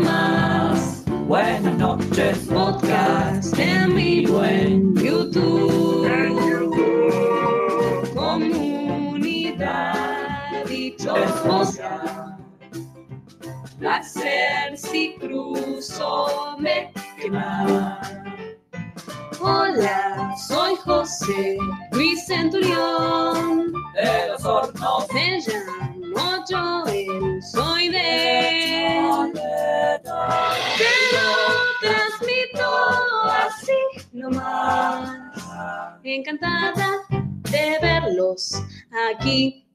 más. Buenas noches, podcast en mi buen YouTube. Comunidad y chismosa. Placer si cruzo me quema. Hola, soy José Luis Centurión. De los hornos Me llamo Joel, soy de... Te lo transmito así nomás. Encantada de verlos aquí.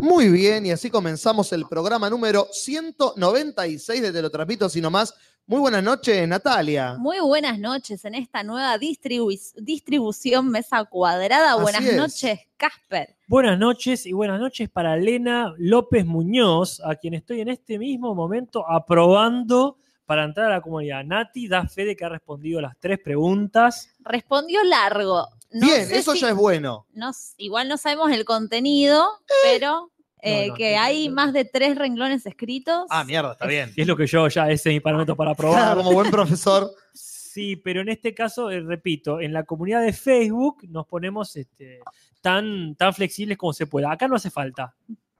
Muy bien, y así comenzamos el programa número 196 de Te lo transmito así nomás. Muy buenas noches, Natalia. Muy buenas noches en esta nueva distribu- distribución mesa cuadrada. Así buenas es. noches, Casper. Buenas noches y buenas noches para Elena López Muñoz, a quien estoy en este mismo momento aprobando para entrar a la comunidad. Nati da fe de que ha respondido las tres preguntas. Respondió largo. No bien, sé eso si- ya es bueno. no s- igual no sabemos el contenido, pero eh, no, que no, hay no. más de tres renglones escritos. Ah, mierda, está bien. Y es lo que yo ya, ese es mi parámetro para Ah, aprobar. Como buen profesor. Sí, pero en este caso, eh, repito, en la comunidad de Facebook nos ponemos este, tan, tan flexibles como se pueda. Acá no hace falta.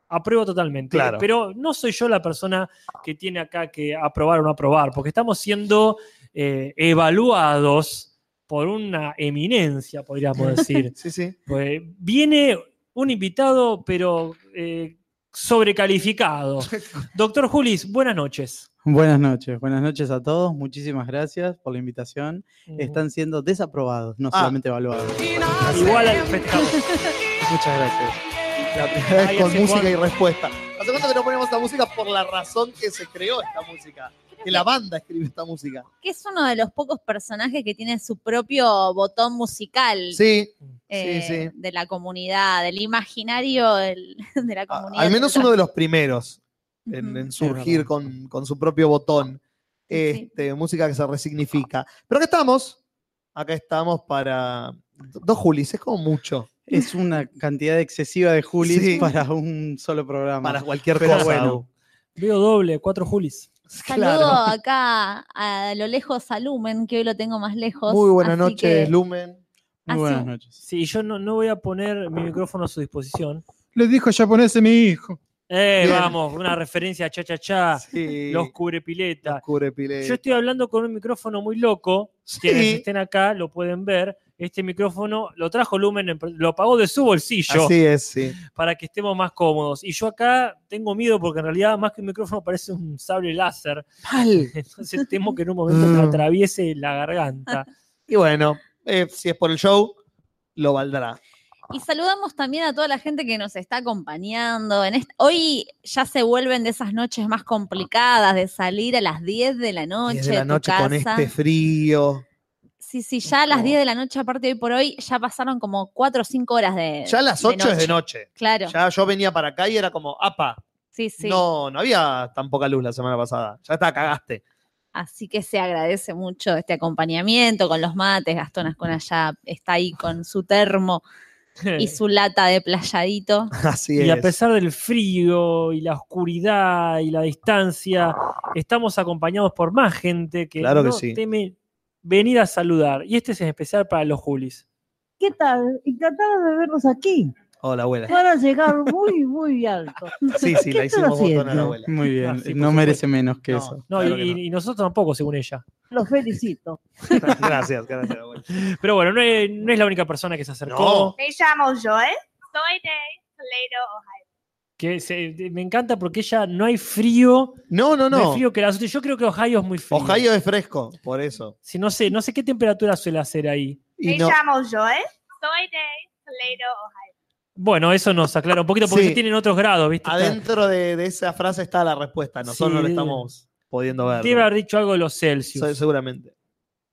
Apruebo totalmente. Claro. Pero no soy yo la persona que tiene acá que aprobar o no aprobar, porque estamos siendo eh, evaluados por una eminencia, podríamos decir. Sí, sí. Pues, viene un invitado, pero eh, sobrecalificado. Doctor Julis, buenas noches. Buenas noches, buenas noches a todos. Muchísimas gracias por la invitación. Están siendo desaprobados, no Ah. solamente evaluados. Igual al festejamos. Muchas gracias. La primera Ay, vez con hace música y cuánto. respuesta. Hace cuánto que no ponemos esta música por la razón que se creó esta música. Que la banda escribió esta música. Que es uno de los pocos personajes que tiene su propio botón musical Sí, eh, sí, sí. de la comunidad, del imaginario del- de la a- comunidad. al menos uno de los primeros en, Ujú. en Es surgir verdad. con, con su propio botón. Sí, sí. Este, Música que se resignifica. Pero acá estamos. Acá estamos para. Dos Julis, es como mucho. Es una cantidad excesiva de Julis Sí. para un solo programa. Para cualquier Pero cosa. bueno. U. Veo doble, cuatro Julis. Saludo Claro. acá a lo lejos a Lumen, que hoy lo tengo más lejos. Muy buenas así noches, que- Lumen. Muy Así. buenas noches. Sí, yo no, no voy a poner mi micrófono a su disposición. Les dijo japonés a mi hijo. Eh, Bien. vamos, una referencia a cha cha Ah, cha, Sí. los cubre pileta. cubre pileta. Yo estoy hablando con un micrófono muy loco. Quienes Sí. estén acá lo pueden ver. Este micrófono lo trajo Lumen, en- lo pagó de su bolsillo Así es, Ah, sí. para que estemos más cómodos. Y yo acá tengo miedo porque en realidad más que un micrófono parece un sable láser. Entonces temo que en un momento me Mm. atraviese la garganta. Y bueno, eh, si es por el show, lo valdrá. Y saludamos también a toda la gente que nos está acompañando. En est- Hoy ya se vuelven de esas noches más complicadas, de salir a las 10 de la noche. Desde la tu noche con casa. este frío. Sí, sí, ya a las 10 de la noche, aparte hoy por hoy, ya pasaron como 4 o 5 horas de. Ya a las 8 es de noche. Claro, Ya yo venía para acá y era como, apa, sí, sí. no, no había tan poca luz la semana pasada. Ya está, cagaste. Así que se agradece mucho este acompañamiento con los mates. Gastón Ascona ya está ahí con su termo y su lata de playadito. Así Y es. a pesar del frío y la oscuridad y la distancia, estamos acompañados por más gente que Claro que no sí. teme venir a saludar. Y este es en especial para los Julis. ¿Qué tal? Encantada de verlos aquí. Hola, abuela. Van a llegar muy, muy alto. Sí, sí, la ¿Qué hicimos estás haciendo? botón a la abuela. Muy bien, Ah, sí, por no supuesto. merece menos que No. eso. No, Claro y, que no. y nosotros tampoco, según ella. Los felicito. Gracias, gracias, abuela. Pero bueno, no es, no es la única persona que se acercó. No. Me llamo Joel, soy de Toledo, Ohio. Que se- me encanta porque ella no hay frío, No, no, no, no. hay frío que la asuste. Yo creo que Ohio es muy frío. Ohio es fresco, por eso. Si no sé, no sé qué temperatura suele hacer ahí. Y Me no, llamo Joel, soy de Toledo, Ohio. Bueno, eso nos aclara un poquito porque Sí. ya tienen otros grados, ¿viste? Adentro de, de esa frase está la respuesta. Nosotros Sí. no la estamos pudiendo ver. Debe haber dicho algo de los Celsius. Se- seguramente.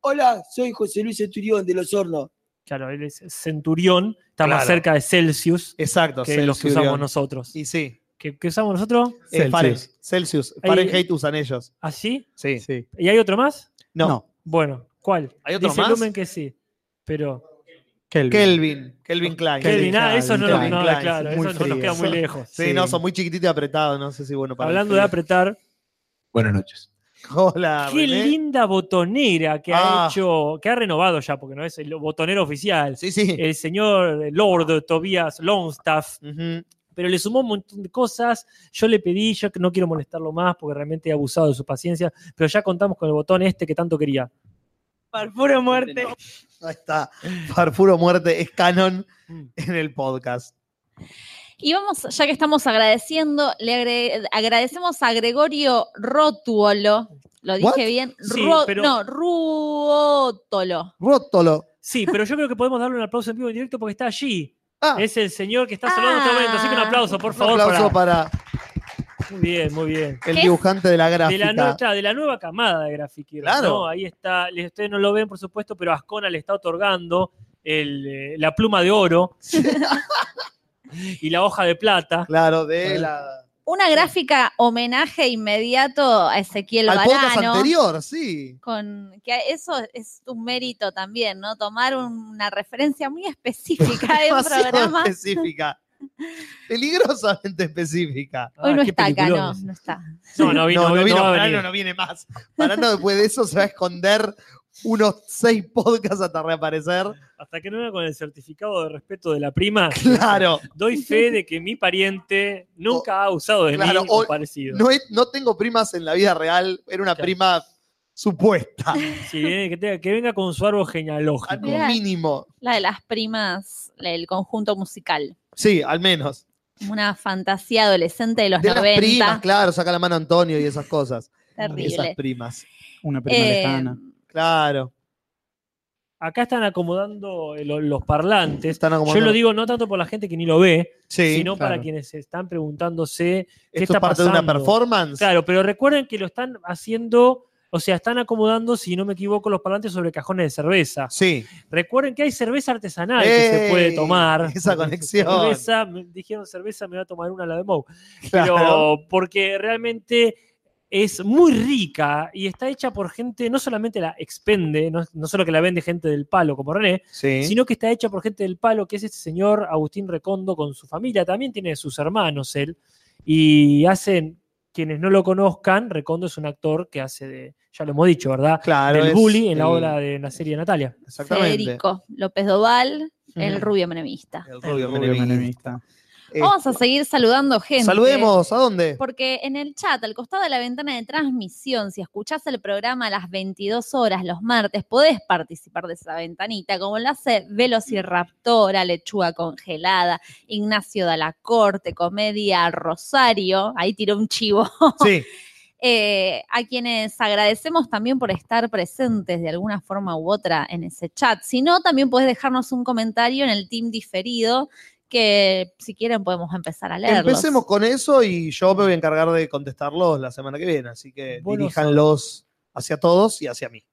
Hola, soy José Luis Esturión de Los Hornos. Claro, él es Centurión, está más Claro. cerca de Celsius Exacto. que los que Celsius. usamos nosotros. Y sí. ¿Qué, qué usamos nosotros? eh, Celsius. Fahrenheit, Celsius. Ahí- Fahrenheit usan ellos. ¿Así? Sí. Sí. ¿Y hay otro más? No. No. Bueno, ¿cuál? ¿Hay otro Dice más? Lumen que sí, pero Kelvin. Kelvin, Kelvin Klein. Kelvin, ah, Klein, eso no, Klein, no, Klein, claro, muy eso nos frío. queda muy lejos. Sí, no, son muy chiquititos y apretados, no sé si bueno para el Hablando de frío. apretar, Buenas noches. Hola, qué René. linda botonera que ha Ah. hecho, que ha renovado ya, porque no es el botonero oficial, Sí, sí. el señor Lord Tobias Longstaff, Ujú. pero le sumó un montón de cosas. Yo le pedí, yo no quiero molestarlo más porque realmente he abusado de su paciencia, pero ya contamos con el botón este que tanto quería. Puro muerte. Ahí está. Parfuro Muerte es canon Mm. en el podcast. Y vamos, ya que estamos agradeciendo, le agre- agradecemos a Gregorio Rotuolo. Lo dije What? bien. Sí, Ro- pero- No, Ruotolo. Rótolo. Sí, pero yo creo que podemos darle un aplauso en vivo y en directo porque está allí. Ah, Es el señor que está saludando en este momento, así que un aplauso, por un favor. aplauso para- para Muy bien, muy bien. el ¿Qué? dibujante de la De la, nue- gráfica. claro, de la nueva camada de grafiqueros. Claro. ¿no? Ahí está, le- ustedes no lo ven, por supuesto, pero Ascona le está otorgando el, eh, la pluma de oro y la hoja de plata. Claro, de la. Una gráfica homenaje inmediato a Ezequiel Al podcast Barano. anterior, sí. Con, que eso es un mérito también, ¿no? Tomar una referencia muy específica de un Demasiado programa. específica. Peligrosamente específica. Hoy Ah, no qué está acá, no, peliculones. no está. No, no vino, no, vino va a Barano, venir. no viene más. Barano después de eso se va a esconder unos seis podcasts hasta reaparecer. Hasta que no venga con el certificado de respeto de la prima, Claro. doy fe de que mi pariente nunca ha usado de Claro, mí o o- parecido. No, he- no tengo primas en la vida real, era una Claro. prima supuesta, Si viene, que, tenga- que venga con su árbol al genealógico. Mirá. mínimo. La de las primas, el conjunto musical. Sí, al menos. Una fantasía adolescente de los De las 90. primas, claro, saca la mano Antonio y esas cosas. Terrible. Esas primas. Una prima Eh, lejana. Claro. Acá están acomodando eh, lo- los parlantes. Están Yo lo digo no tanto por la gente que ni lo ve, Sí, sino para claro. quienes se están preguntándose qué esto está es parte de una pasando. performance. Claro, pero recuerden que lo están haciendo, o sea, están acomodando, si no me equivoco, los parlantes sobre cajones de cerveza. Sí. Recuerden que hay cerveza artesanal que se puede ¡Ey! tomar. Esa conexión. Cerveza, me dijeron cerveza, me voy a tomar una la de Mou. Claro. Pero porque realmente es muy rica y está hecha por gente, no solamente la expende, no, no solo que la vende gente del palo como René, sí. sino que está hecha por gente del palo, que es este señor Agustín Recondo con su familia, también tiene sus hermanos él, y hacen, quienes no lo conozcan, Recondo es un actor que hace de, ya lo hemos dicho, ¿verdad? claro, del es bully en la el- obra de la serie de Natalia. Exactamente. Federico López Doval, el Ujú. rubio menemista. El El rubio premio menemista. menemista. Eh, Vamos a seguir saludando gente. Saludemos, ¿a dónde? Porque en el chat, al costado de la ventana de transmisión, si escuchás el programa a las 22 horas los martes, podés participar de esa ventanita, como lo hace Velociraptora, Lechuga Congelada, Ignacio Dalacorte, Comedia Rosario, ahí tiró un chivo, Sí. Eh, a quienes agradecemos también por estar presentes de alguna forma u otra en ese chat. Si no, también podés dejarnos un comentario en el team diferido, que si quieren podemos empezar a leerlos. Empecemos con eso y yo me voy a encargar de contestarlos la semana que viene. Así que Bueno, diríjanlos hacia todos y hacia mí.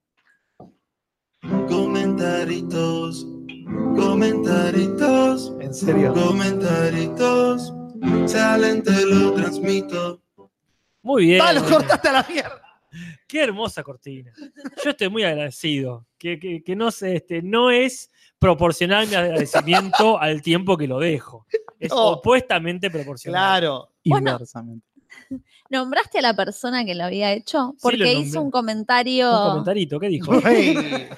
Comentaritos, comentaritos, En serio. comentaritos. Salen, te lo transmito. Muy bien. ¡Ah, lo cortaste a la mierda! Qué hermosa cortina. Yo estoy muy agradecido. Que, que- que no, se- este, no es proporcional mi agradecimiento al tiempo que lo dejo. Es Oh. No. opuestamente proporcional. Claro. Bueno. Inversamente. ¿Nombraste a la persona que lo había hecho? Porque lo nombré. hizo un comentario Un comentarito, ¿qué dijo? Ey.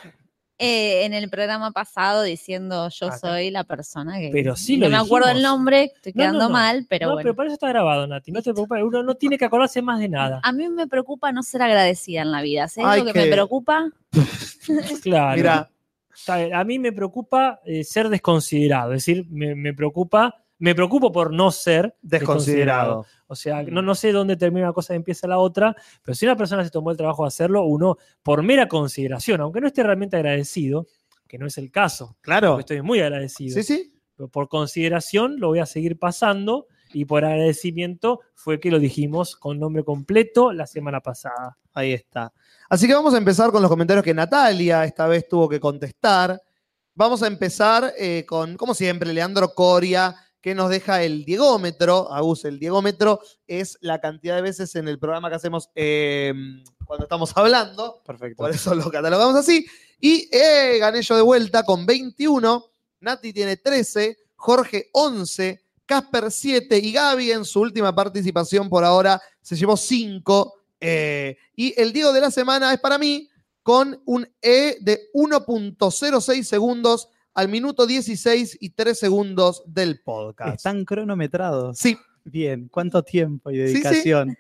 eh, en el programa pasado diciendo yo Acá. soy la persona que... Pero sí no lo me acuerdo el dijimos. nombre, estoy No, no, quedando no. mal, pero no, bueno. pero para eso está grabado, Nati. No te preocupes, uno no tiene que acordarse más de nada. A mí me preocupa no ser agradecida en la vida. ¿Sabes Ay, lo que, qué- me preocupa? Claro. Mira, Está bien. A mí me preocupa eh, ser desconsiderado. Es decir, me, me preocupa. Me preocupo por no ser desconsiderado. desconsiderado. O sea, no, Mm. no sé dónde termina una cosa y empieza la otra, pero si una persona se tomó el trabajo de hacerlo, uno, por mera consideración, aunque no esté realmente agradecido, que no es el caso, Claro. porque estoy muy agradecido, Sí, sí. pero por consideración lo voy a seguir pasando y por agradecimiento fue que lo dijimos con nombre completo la semana pasada. Ahí está. Así que vamos a empezar con los comentarios que Natalia esta vez tuvo que contestar. Vamos a empezar eh, con, como siempre, Leandro Coria, que nos deja el diegómetro. Agus, el diegómetro es la cantidad de veces en el programa que hacemos eh, cuando estamos hablando. Perfecto. Por eso lo catalogamos así. Y eh, gané yo de vuelta con 21. Nati tiene 13, Jorge 11, Casper 7 y Gaby en su última participación por ahora se llevó 5. y el Diego de la semana es para mí con un E de 1.06 segundos al minuto 16 y 3 segundos del podcast. Están cronometrados. Sí, Bien, cuánto tiempo y sí. dedicación.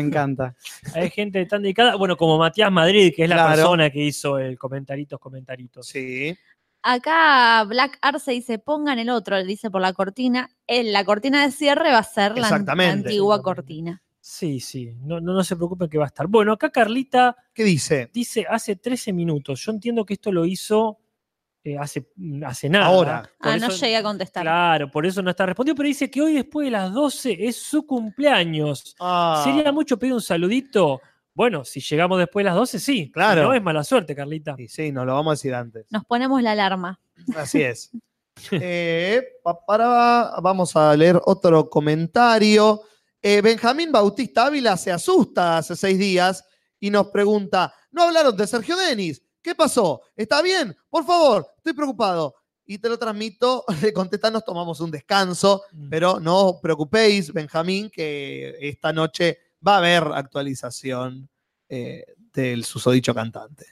encanta. Hay gente tan dedicada, bueno, como Matías Madrid, que es la Claro. persona que hizo el comentaritos, comentaritos. sí. Acá Black Arce dice, pongan el otro, le dice por la cortina. Eh, la cortina de cierre va a ser la, an- la Exactamente. antigua cortina. Sí, sí, no, no, no se preocupen que va a estar. Bueno, acá Carlita ¿Qué dice? dice hace 13 minutos. Yo entiendo que esto lo hizo eh, hace, hace nada. Ahora. Por ah, no eso- llegué a contestar. Claro, por eso no está respondido, pero dice que hoy después de las 12 es su cumpleaños. Ah. ¿Sería mucho pedir un saludito? Bueno, si llegamos después de las 12, sí. Claro. Si No es mala suerte, Carlita. Sí, sí, nos lo vamos a decir antes. Nos ponemos la alarma. Así es. Eh, pa- para, vamos a leer otro comentario. Eh, Benjamín Bautista Ávila se asusta hace seis días y nos pregunta: ¿No hablaron de Sergio Denis? ¿Qué pasó? ¿Está bien? Por favor, estoy preocupado. Y te lo transmito, le contesta, nos tomamos un descanso, Mm. pero no os preocupéis, Benjamín, que esta noche va a haber actualización eh, del susodicho cantante.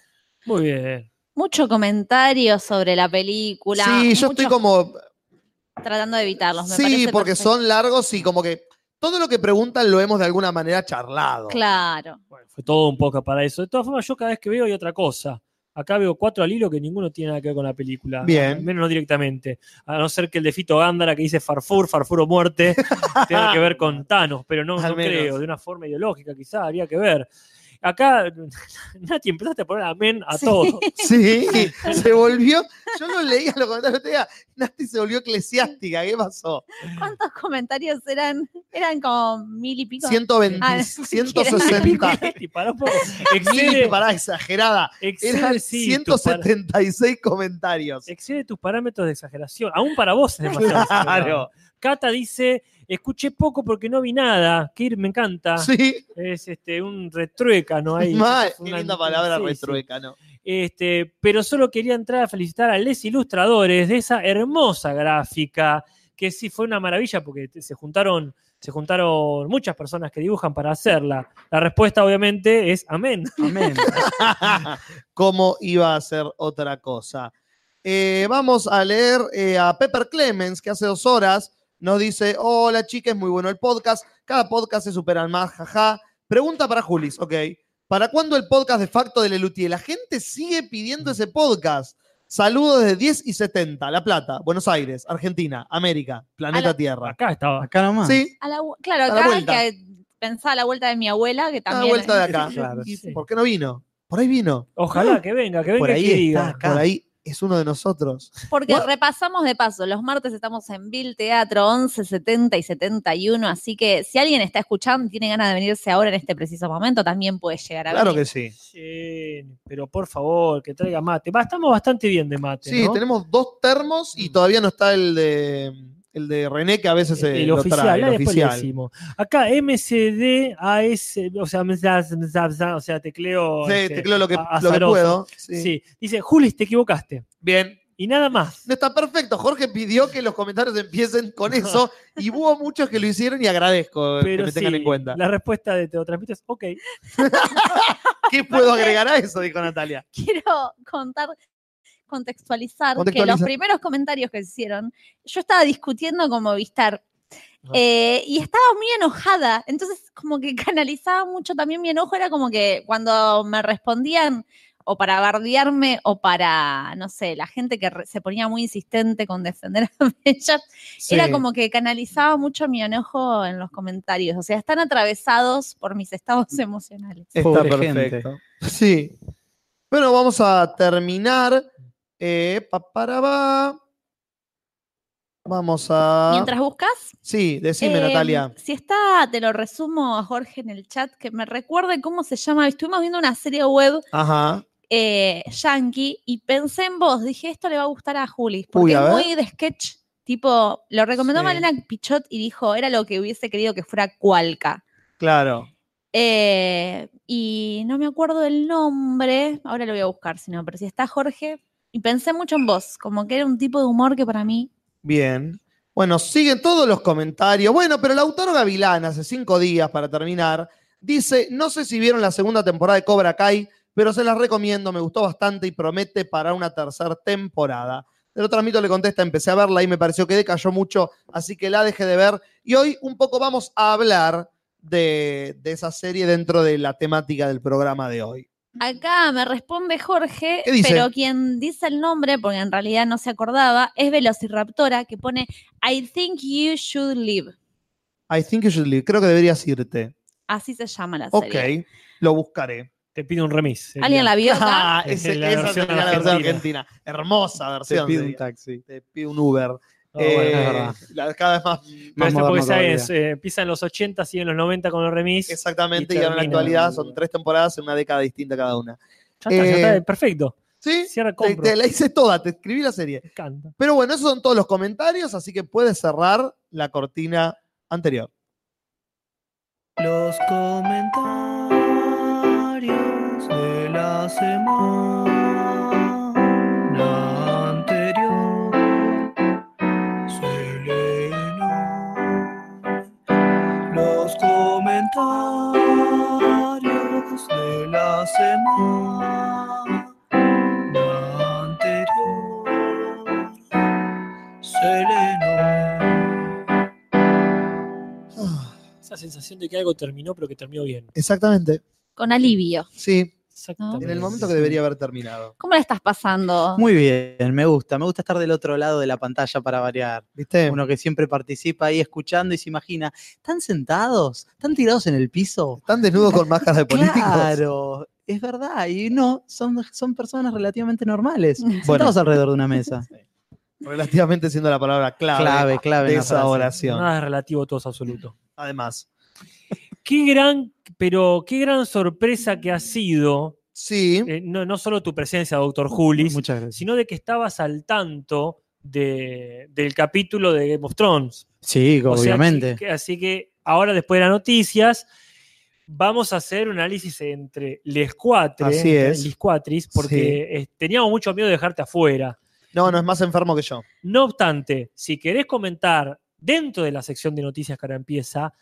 Muy bien. Mucho comentario sobre la película. sí, yo estoy muchos como tratando de evitarlos. Me sí, parece porque perfecto. son largos y como que todo lo que preguntan lo hemos de alguna manera charlado. Claro. Bueno, fue todo un poco para eso. De todas formas, yo cada vez que veo hay otra cosa. Acá veo cuatro al hilo que ninguno tiene nada que ver con la película. Bien. Al menos no directamente. A no ser que el de Fito Gándara que dice Farfur, Farfur o muerte, tenga que ver con Thanos, pero no, Al no menos. creo. De una forma ideológica quizás habría que ver. Acá, Nati, empezaste a poner amén a Sí. todo. Sí, se volvió. Yo lo leía los comentarios te diga, Nati se volvió eclesiástica. ¿Qué pasó? ¿Cuántos comentarios eran? Eran como mil y pico. 120, Ah, 160. Nati, pará un poco. Mil, Excede, pará, exagerada. excede, Eran sí, tus par- 176 comentarios. excede tus parámetros de exageración. Aún para vos es demasiado. exagerado. Claro. Cata dice, escuché poco porque no vi nada. Kir, me encanta. Sí, Es este, un retrueca, ¿no? Ahí, mal. Qué una- linda palabra sí, sí. retrueca, ¿no? Este, pero solo quería entrar a felicitar a Les Ilustradores de esa hermosa gráfica, que sí fue una maravilla porque te- se juntaron, se juntaron muchas personas que dibujan para hacerla. La respuesta, obviamente, es amén. Amén. cómo iba a ser otra cosa. Eh, vamos a leer eh, a Pepper Clemens, que hace dos horas nos dice: Hola, chicas, muy bueno el podcast. Cada podcast se supera al más, jaja. Pregunta para Julis, ok. ¿Para cuándo el podcast de facto de Lelutier? La gente sigue pidiendo ese podcast. Saludos desde 10 y 70, La Plata, Buenos Aires, Argentina, América, Planeta A la- Tierra. Acá estaba. Acá nomás. Sí, A la vu- claro, A la acá hay vuelta. que pensar a la vuelta de mi abuela, que a la también. vuelta de acá. Claro, ¿Y sí. ¿Por qué no vino? Por ahí vino. Ojalá que venga, que venga Por y ahí que está. diga. Acá. Por ahí es uno de nosotros. Porque Bueno. repasamos de paso, los martes estamos en Bill Teatro 11, 70 y 71, así que si alguien está escuchando y tiene ganas de venirse ahora en este preciso momento, también puede llegar a Claro venir. que sí. Sí, pero por favor, que traiga mate. Va, estamos bastante bien de mate. Sí, ¿no? tenemos dos termos y Mm. todavía no está el de el de René que a veces el, eh, lo oficial, trae, ah, el después le oficial. decimos. Acá MCD AS, o sea, mzaz, mzaz, mzaz, o sea, tecleo. Sí, este, tecleo lo que, a- lo que azaroso. puedo. Sí. Sí. Dice, Julis, te equivocaste. Bien. Y nada más. No está perfecto. Jorge pidió que los comentarios empiecen con eso y hubo muchos que lo hicieron y agradezco eh, que Pero me tengan sí, en cuenta. la respuesta de Te lo transmito es ok. ¿Qué puedo agregar a eso? Dijo Natalia. Quiero contar, contextualizar que Contextualiza. los primeros comentarios que hicieron, yo estaba discutiendo como Vistar. Ajá. eh, y estaba muy enojada, entonces como que canalizaba mucho también mi enojo, era como que cuando me respondían o para bardearme o para, no sé, la gente que re- se ponía muy insistente con defender a Bella, Era como que canalizaba mucho mi enojo en los comentarios. O sea, están atravesados por mis estados emocionales. Está Pobre perfecto. Sí. Bueno, vamos a terminar. Eh, pa, para, va. Vamos a. Mientras buscas, Sí, decime, eh, Natalia. si está, te lo resumo a Jorge en el chat, que me recuerde cómo se llama. Estuvimos viendo una serie web Ajá. eh, yankee y pensé en vos. Dije, esto le va a gustar a Julis, porque Uy, a es ver. muy de sketch. Tipo, lo recomendó Sí. Malena Pichot y dijo, era lo que hubiese querido que fuera Cualca. Claro. Eh, y no me acuerdo el nombre, ahora lo voy a buscar, si no, pero si está Jorge, Y pensé mucho en vos, como que era un tipo de humor que para mí. Bien. Bueno, siguen todos los comentarios. Bueno, pero el autor Gavilán, hace cinco días para terminar, dice: No sé si vieron la segunda temporada de Cobra Kai, pero se las recomiendo, me gustó bastante y promete para una tercera temporada. El otro amigo le contesta: Empecé a verla y me pareció que decayó mucho, así que la dejé de ver. Y hoy un poco vamos a hablar de, de esa serie dentro de la temática del programa de hoy. Acá me responde Jorge, ¿Qué dice? pero quien dice el nombre, porque en realidad no se acordaba, es Velociraptora, que pone I think you should leave. I think you should leave. Creo que deberías irte. Así se llama la Ok, serie. lo buscaré. Te pido un remis. ¿Alguien la vio? acá? Ah, ese- La esa versión sería la versión argentina. argentina. Hermosa Te versión. pido un sería. taxi. Te pido un Uber. No, Eh, bueno, es verdad. la- cada vez más. Pero Más esta moderno porque esa todavía. es, eh, empieza en los 80, sigue en los 90 con los remis. Exactamente, Y y, ahora en la termina- actualidad son tres temporadas en una década distinta cada una. Ya está, ya eh, está, perfecto. ¿Sí? Cierra, Te, compro. te la hice toda, te escribí la serie. Me encanta. Pero bueno, esos son todos los comentarios, así que puedes cerrar la cortina anterior. Los comentarios de la semana anterior se leen hoy. Los comentarios de la semana anterior se leen hoy. Esa sensación de que algo terminó, pero que terminó bien. Exactamente, Con alivio. sí, Exactamente. en el momento que debería haber terminado. ¿Cómo la estás pasando? Muy bien, me gusta. Me gusta estar del otro lado de la pantalla para variar. ¿Viste? Uno que siempre participa ahí escuchando y se imagina, ¿están sentados? ¿Están tirados en el piso? Están desnudos con máscaras de políticos. Claro, es verdad. Y no, son, son personas relativamente normales. Bueno. Sentados alrededor de una mesa. Relativamente siendo la palabra clave, Clave, clave. en de la esa frase. oración. Nada es relativo, todo es absoluto. Además, Qué gran, pero qué gran sorpresa que ha sido, sí. eh, no, no solo tu presencia, doctor Julis, Muchas gracias. sino de que estabas al tanto de- del capítulo de Game of Thrones. Sí, O sea, obviamente. que- así que ahora, después de las noticias, vamos a hacer un análisis entre les cuatro, Así es. les cuatris, porque eh, teníamos mucho miedo de dejarte afuera. No, no es más enfermo que yo. No obstante, si querés comentar dentro de la sección de noticias que ahora empieza,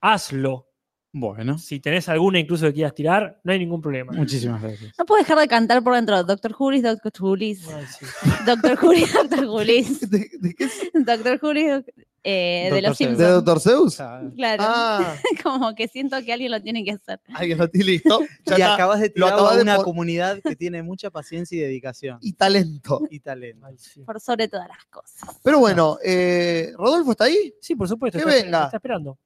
hazlo. Bueno, Si tenés alguna incluso que quieras tirar, no hay ningún problema. muchísimas gracias. No puedo dejar de cantar por dentro. Doctor Julis, Doctor Julis. Ay, sí. Doctor Julis, Doctor Julis. ¿De, de qué es? Doctor Julis doc- eh, de Dr. los Seuss. ¿De Simpsons. Doctor Seuss? Claro. Ah, Como que siento que alguien lo tiene que hacer. ahí está, y listo. Ya y está. acabas de tirar acabas a de una por- comunidad que tiene mucha paciencia y dedicación Y talento. y talento. Ay, sí. Por sobre todas las cosas. Pero bueno, eh, ¿Rodolfo está ahí? Sí, por supuesto. Que está, venga. está esperando.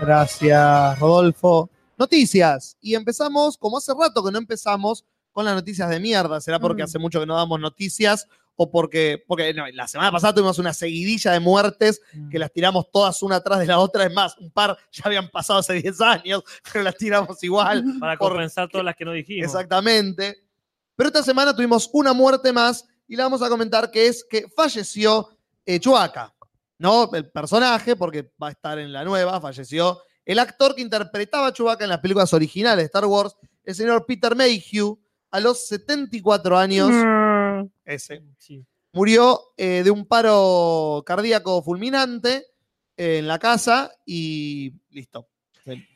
Gracias, Rodolfo. Noticias. Y empezamos, como hace rato que no empezamos, con las noticias de mierda. ¿Será porque Mm. hace mucho que no damos noticias? O porque, porque no, la semana pasada tuvimos una seguidilla de muertes que las tiramos todas una atrás de la otra. Es más, un par ya habían pasado hace 10 años, pero las tiramos igual. Para por- compensar todas las que no dijimos. Exactamente. Pero esta semana tuvimos una muerte más y la vamos a comentar que es que falleció eh, Chewbacca, ¿no? El personaje, porque va a estar en la nueva, falleció el actor que interpretaba a Chewbacca en las películas originales de Star Wars, el señor Peter Mayhew, a los 74 años, Mm. Mm. ese, Sí. murió eh, de un paro cardíaco fulminante eh, en la casa y listo.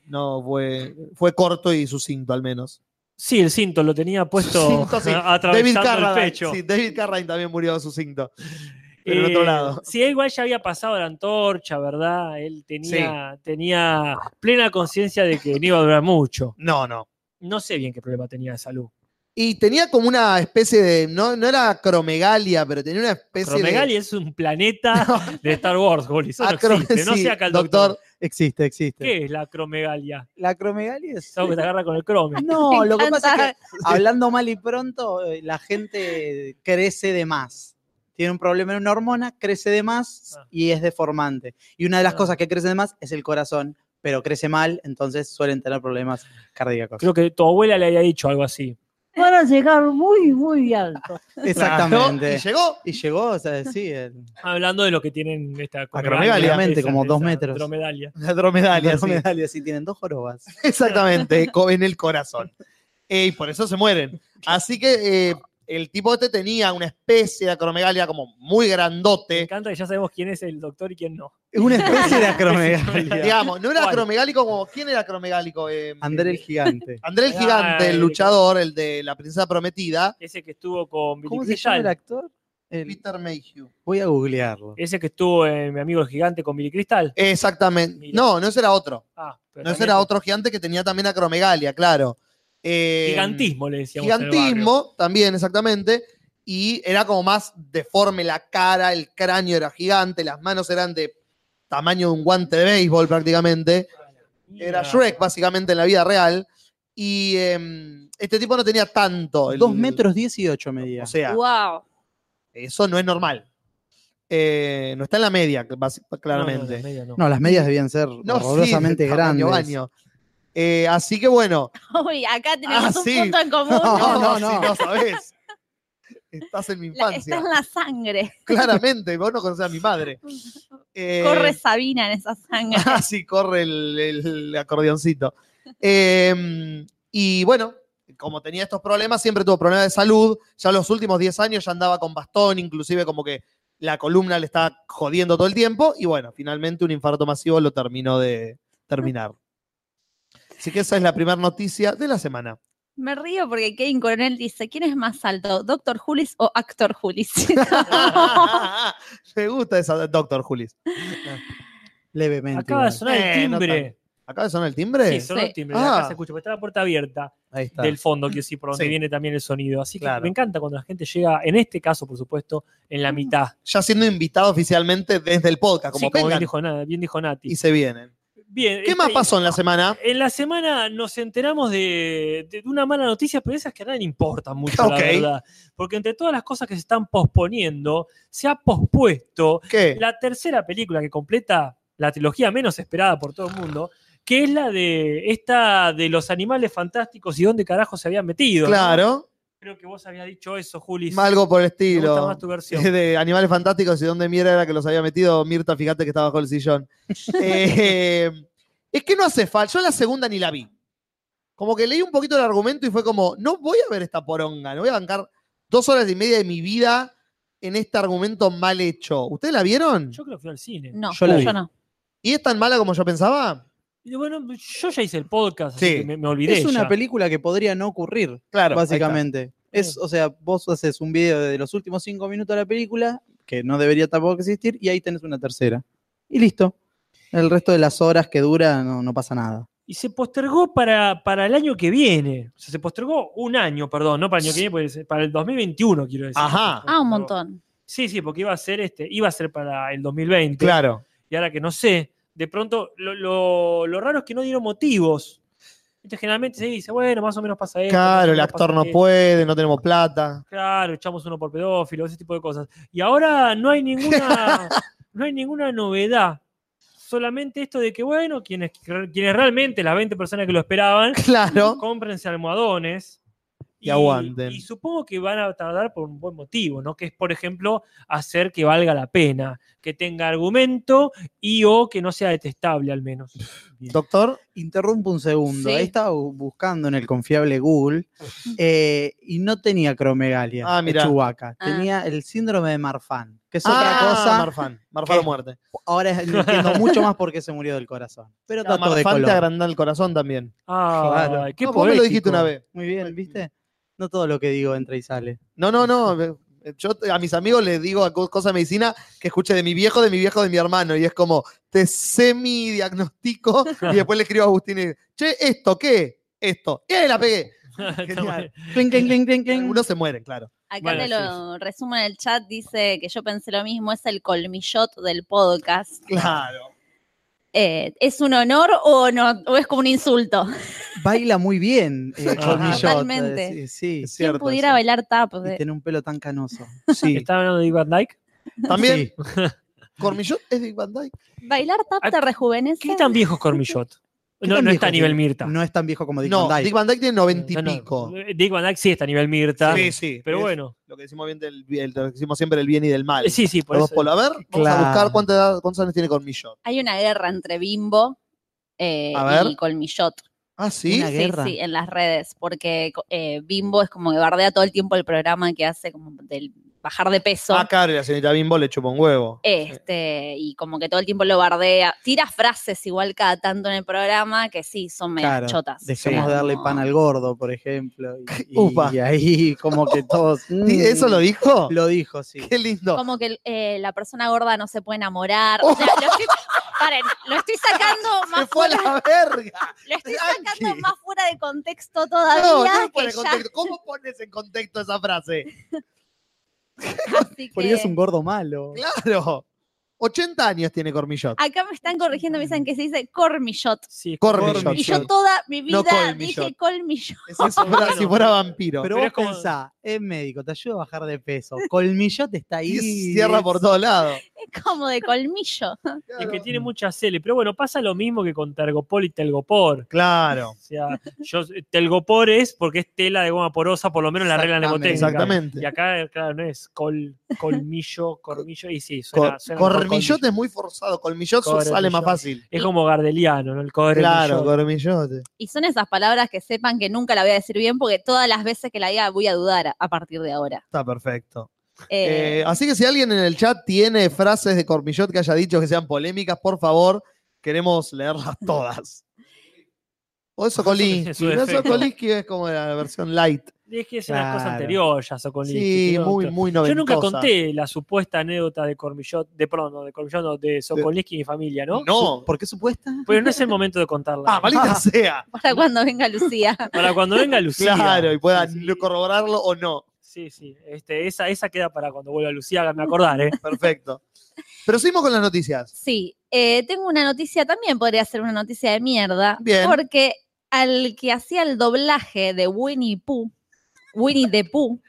No, fue, fue corto y sucinto al menos. Sí, el cinto lo tenía puesto Cinto, sí. David atravesando el Carradine, pecho. sí, David Carradine también murió sucinto. Pero en otro Eh, lado. Sí, él igual ya había pasado la antorcha, ¿verdad? Él tenía, tenía plena conciencia de que no iba a durar mucho. No, no. No sé bien qué problema tenía de salud. Y tenía como una especie de. No, no era acromegalia, pero tenía una especie Cromegalia es un planeta de Star Wars, Goli. de. Eso no existe. No Ah, sí, sea acá el doctor. Existe, existe. ¿Qué es la cromegalia? La cromegalia es... Algo que te agarra con el crome. No, Me lo que pasa es encanta. que hablando mal y pronto, eh, la gente crece de más. Tiene un problema en una hormona, crece de más Ah. y es deformante. Y una de las Ah. cosas que crece de más es el corazón, pero crece mal, entonces suelen tener problemas cardíacos. Creo que tu abuela le había dicho algo así. Van a llegar muy, muy alto. Claro, Exactamente. Y llegó. Y llegó, o sea, sí. el- Hablando de los que tienen esta Acromegalia. obviamente, como dos metros. Dromedalia. La dromedalia. Las sí. medallas, sí, tienen dos jorobas. Exactamente, co- en el corazón. Eh, y por eso se mueren. Así que eh, el tipo este tenía una especie de acromegalia como muy Me grandote. encanta que ya sabemos quién es el doctor y quién no. Es una especie de acromegalia. Digamos, no era ¿Cuál? acromegálico como. ¿Quién era acromegálico? Eh, André el gigante. André el Gigante, Ah, Ay, el luchador, el de la princesa prometida. Ese que estuvo con Billy ¿Cómo se llama el Crystal. actor? El- Peter Mayhew. Voy a googlearlo. Ese que estuvo en Mi Amigo el Gigante con Billy Crystal. Exactamente. Mira. No, no ese era otro. Ah, pero Eh, No ese también- era otro gigante que tenía también acromegalia, claro. Eh, Gigantismo, le decíamos. en el Gigantismo, también, exactamente. Y era como más deforme la cara, el cráneo era gigante, las manos eran de tamaño de un guante de béisbol prácticamente. barrio. Era Shrek, básicamente, en la vida real. Y em, este tipo no tenía tanto. el- Dos metros 18 medía. O sea, Wow. eso no es normal. Eh, no está en la media, basi- No, no, no, claramente. media no. No, las medias debían ser No, sí, horrorosamente de tamaño grandes. baño. Eh, así que bueno. Uy, acá tenemos Ah, un sí. punto en común. No, no, No, no, no. sí, no sabés. Estás en mi La- está infancia. en la sangre. Claramente, vos no conocés a mi madre. Eh, Corre Sabina en esa sangre. Ah, sí, corre el, el acordeoncito. Eh, y bueno, como tenía estos problemas, siempre tuvo problemas de salud. Ya los últimos 10 años ya andaba con bastón, inclusive como que la columna le estaba jodiendo todo el tiempo. Y bueno, finalmente un infarto masivo lo terminó de terminar. Así que esa es la primera noticia de la semana. Me río porque Kevin Coronel dice, ¿quién es más alto, Doctor Julis o Actor Julis? Me gusta esa, doctor Julis. Levemente. Acaba de igual. sonar el Eh, no timbre. ¿Acaba de sonar el timbre? sí, sonó Sí. el timbre. de Acá Ah. se escucha, porque está la puerta abierta Ahí está. del fondo, que sí, por donde Sí. viene también el sonido. Así que Claro. me encanta cuando la gente llega, en este caso, por supuesto, en la mitad. Ya siendo invitado oficialmente desde el podcast, como, Sí, como bien, vengan, dijo, Na- bien dijo Nati. y se vienen. Bien, ¿Qué este- más pasó en la semana? En la semana nos enteramos de, de una mala noticia, pero esas que a nadie le importan mucho, Ok. la verdad. Porque entre todas las cosas que se están posponiendo, se ha pospuesto ¿Qué? la tercera película que completa la trilogía menos esperada por todo el mundo, que es la de esta de los animales fantásticos y dónde carajo se habían metido. ¿no? Claro, Creo que vos habías dicho eso, Juli. algo por el Me gusta estilo. más tu versión. De Animales Fantásticos y donde mierda era que los había metido Mirta, fíjate que estaba bajo el sillón. Eh, es que no hace falta, yo la segunda ni la vi. Como que leí un poquito el argumento y fue como, no voy a ver esta poronga, no voy a bancar dos horas y media de mi vida en este argumento mal hecho. ¿Ustedes la vieron? Yo creo que fui al cine. No, yo, Yo la vi. no. ¿Y es tan mala como yo pensaba? Y Bueno, yo ya hice el podcast, así Sí. que me, me olvidé. Es una ya. película que podría no ocurrir, Claro. básicamente. Es, o sea, vos haces un video de los últimos cinco minutos de la película, que no debería tampoco existir, y ahí tenés una tercera. Y listo. El resto de las horas que dura no, no pasa nada. Y se postergó para, para el año que viene. O sea, se postergó un año, perdón, no para el año que viene, porque se- para el 2021, quiero decir. Ajá. Ah, un montón. Sí, sí, porque iba a ser este, iba a ser para el 2020. Claro. Y ahora que no sé, de pronto lo, lo- lo raro es que no dieron motivos. Entonces, generalmente se dice, bueno, más o menos pasa esto. más Claro, o el menos actor pasa no esto. puede, no tenemos plata. Claro, echamos uno por pedófilo, ese tipo de cosas. Y ahora no hay ninguna, no hay ninguna novedad. Solamente esto de que, bueno, quienes, quienes realmente, las 20 personas que lo esperaban, Claro. cómprense almohadones Y aguanten. Y supongo que van a tardar por un buen motivo, ¿no? Que es, por ejemplo, hacer que valga la pena, que tenga argumento y o que no sea detestable al menos. Doctor. Interrumpo un segundo. Sí. Ahí estaba bu- buscando en el confiable Google eh, y no tenía cromegalia, Ah, mirá. Chewbacca. Ah. Tenía el síndrome de Marfan, que es Ah, otra cosa. Marfan. Marfan ¿Qué? o muerte. Ahora es- lo entiendo mucho más por qué se murió del corazón. Pero Claro, dato de Marfan te color. agranda el corazón también. Ah, Claro. qué No, vos me lo dijiste poético. una vez. Muy bien, ¿viste? No todo lo que digo entra y sale. No, no, no. eh, Yo a mis amigos les digo a co- cosas de medicina que escuche de mi viejo, de mi viejo, de mi hermano. Y es como, te semi-diagnostico. y después le escribo a Agustín y che, ¿esto qué? Esto. Y ahí la pegué. Está Genial. bueno. Clink, clink, clink, clink, clink. Algunos se mueren, claro. Acá Bueno, te lo resumo en el chat, dice que yo pensé lo mismo, es el colmillot del podcast. Claro. Eh, ¿Es un honor o no? ¿O es como un insulto? Baila muy bien. eh, Ah, Colmillot, eh, totalmente. sí, sí, Es ¿Quién cierto pudiera eso. bailar tap? Y de- tiene un pelo tan canoso. Sí. ¿Estaba hablando de Iván Dyke? También, Cormillot es de Van Dyke. ¿Bailar tap te Ac- rejuvenece? ¿Qué tan viejo es Cormillot? ¿Qué No, tan no está a viejo nivel tiene? Mirta. No es tan viejo como Dick no, Van Dyke. Dick Van Dyke tiene 90 y No, no. pico. Dick Van Dyke sí está a nivel Mirta. Sí, sí. Pero Es bueno. Lo que decimos, bien del, el- lo que decimos siempre del bien y del mal. Sí, sí, por Los dos eso- polos. A ver, vamos Claro. a buscar cuánta edad- cuántos años tiene con Millot. Hay una guerra entre Bimbo eh, A ver. y Colmillot. Ah, sí. Una- Sí, guerra. sí, en las redes, porque co- eh, Bimbo es como que bardea todo el tiempo el programa que hace como del bajar de peso. Ah, claro, y la señorita Bimbo le chupa un huevo. Este, y como que todo el tiempo lo bardea. Tira frases igual cada tanto en el programa que sí, son medias Claro, chotas. Dejemos de Como- darle pan al gordo, por ejemplo. Y, y- Upa. y ahí como que todos... mm, Di- Mm. ¿Eso lo dijo? Lo dijo, sí. Qué lindo. Como que eh, la persona gorda no se puede enamorar. O sea, lo estoy, paren, lo estoy sacando Se más fue a fuera, la verga. lo estoy Angie. sacando más fuera de contexto No, todavía. no me que pone ya, contexto. ¿Cómo pones en contexto esa frase? así Por ahí es que- un gordo malo. Claro. 80 años tiene Cormillot. Acá me están corrigiendo, me dicen que se dice cormillot. Sí, es Cormillot. Cormillot. Y yo toda mi vida No colmillot. dije colmillot. Es eso, fuera- si fuera vampiro. Pero Pero vos es como- pensá, es médico, te ayuda a bajar de peso. Colmillote está ahí. Y cierra por todos lados. Es como de colmillo. Es que tiene muchas L. Pero bueno, pasa lo mismo que con Tergopol y Telgopor. Claro. O sea, yo, Telgopor es porque es tela de goma porosa, por lo menos en la regla Exactamente, nemotécnica. Exactamente. Y acá, claro, no es col, colmillo, cormillo, y sí, suena, Cor- suena mejor cormillot colmillo. es muy forzado. Colmillot su- Cormillot. sale más fácil. Es como gardeliano, ¿no? El cormillo. Claro, cormillote. Y son esas palabras que sepan que nunca la voy a decir bien porque todas las veces que la diga voy a dudar a- a partir de ahora. Está perfecto. Eh, Eh, así que si alguien en el chat tiene frases de Cormillot que haya dicho que sean polémicas, por favor, queremos leerlas todas. O eso Eso es su Kolinsky. ¿no? Eso defecto. Kolinsky es como la versión light. es que es una cosa Claro. anterior ya, Sokolin. Sí, muy, muy noventosa. Yo nunca conté la supuesta anécdota de Cormillot, de perdón, no, de Cormillot, no, de Sokolnitsky y mi familia, ¿no? No. ¿Por qué supuesta? Pero no es el momento de contarla. Ah, maldita sea. para cuando venga Lucía. Para cuando venga Lucía. Claro, y pueda Sí, no corroborarlo o no. Sí, sí. Este, esa, esa queda para cuando vuelva Lucía, hágame acordar, ¿eh? Perfecto. Pero seguimos con las noticias. Sí, eh, tengo una noticia también, podría ser una noticia de mierda. Bien. Porque al que hacía el doblaje de Winnie Pooh, Winnie the Pooh,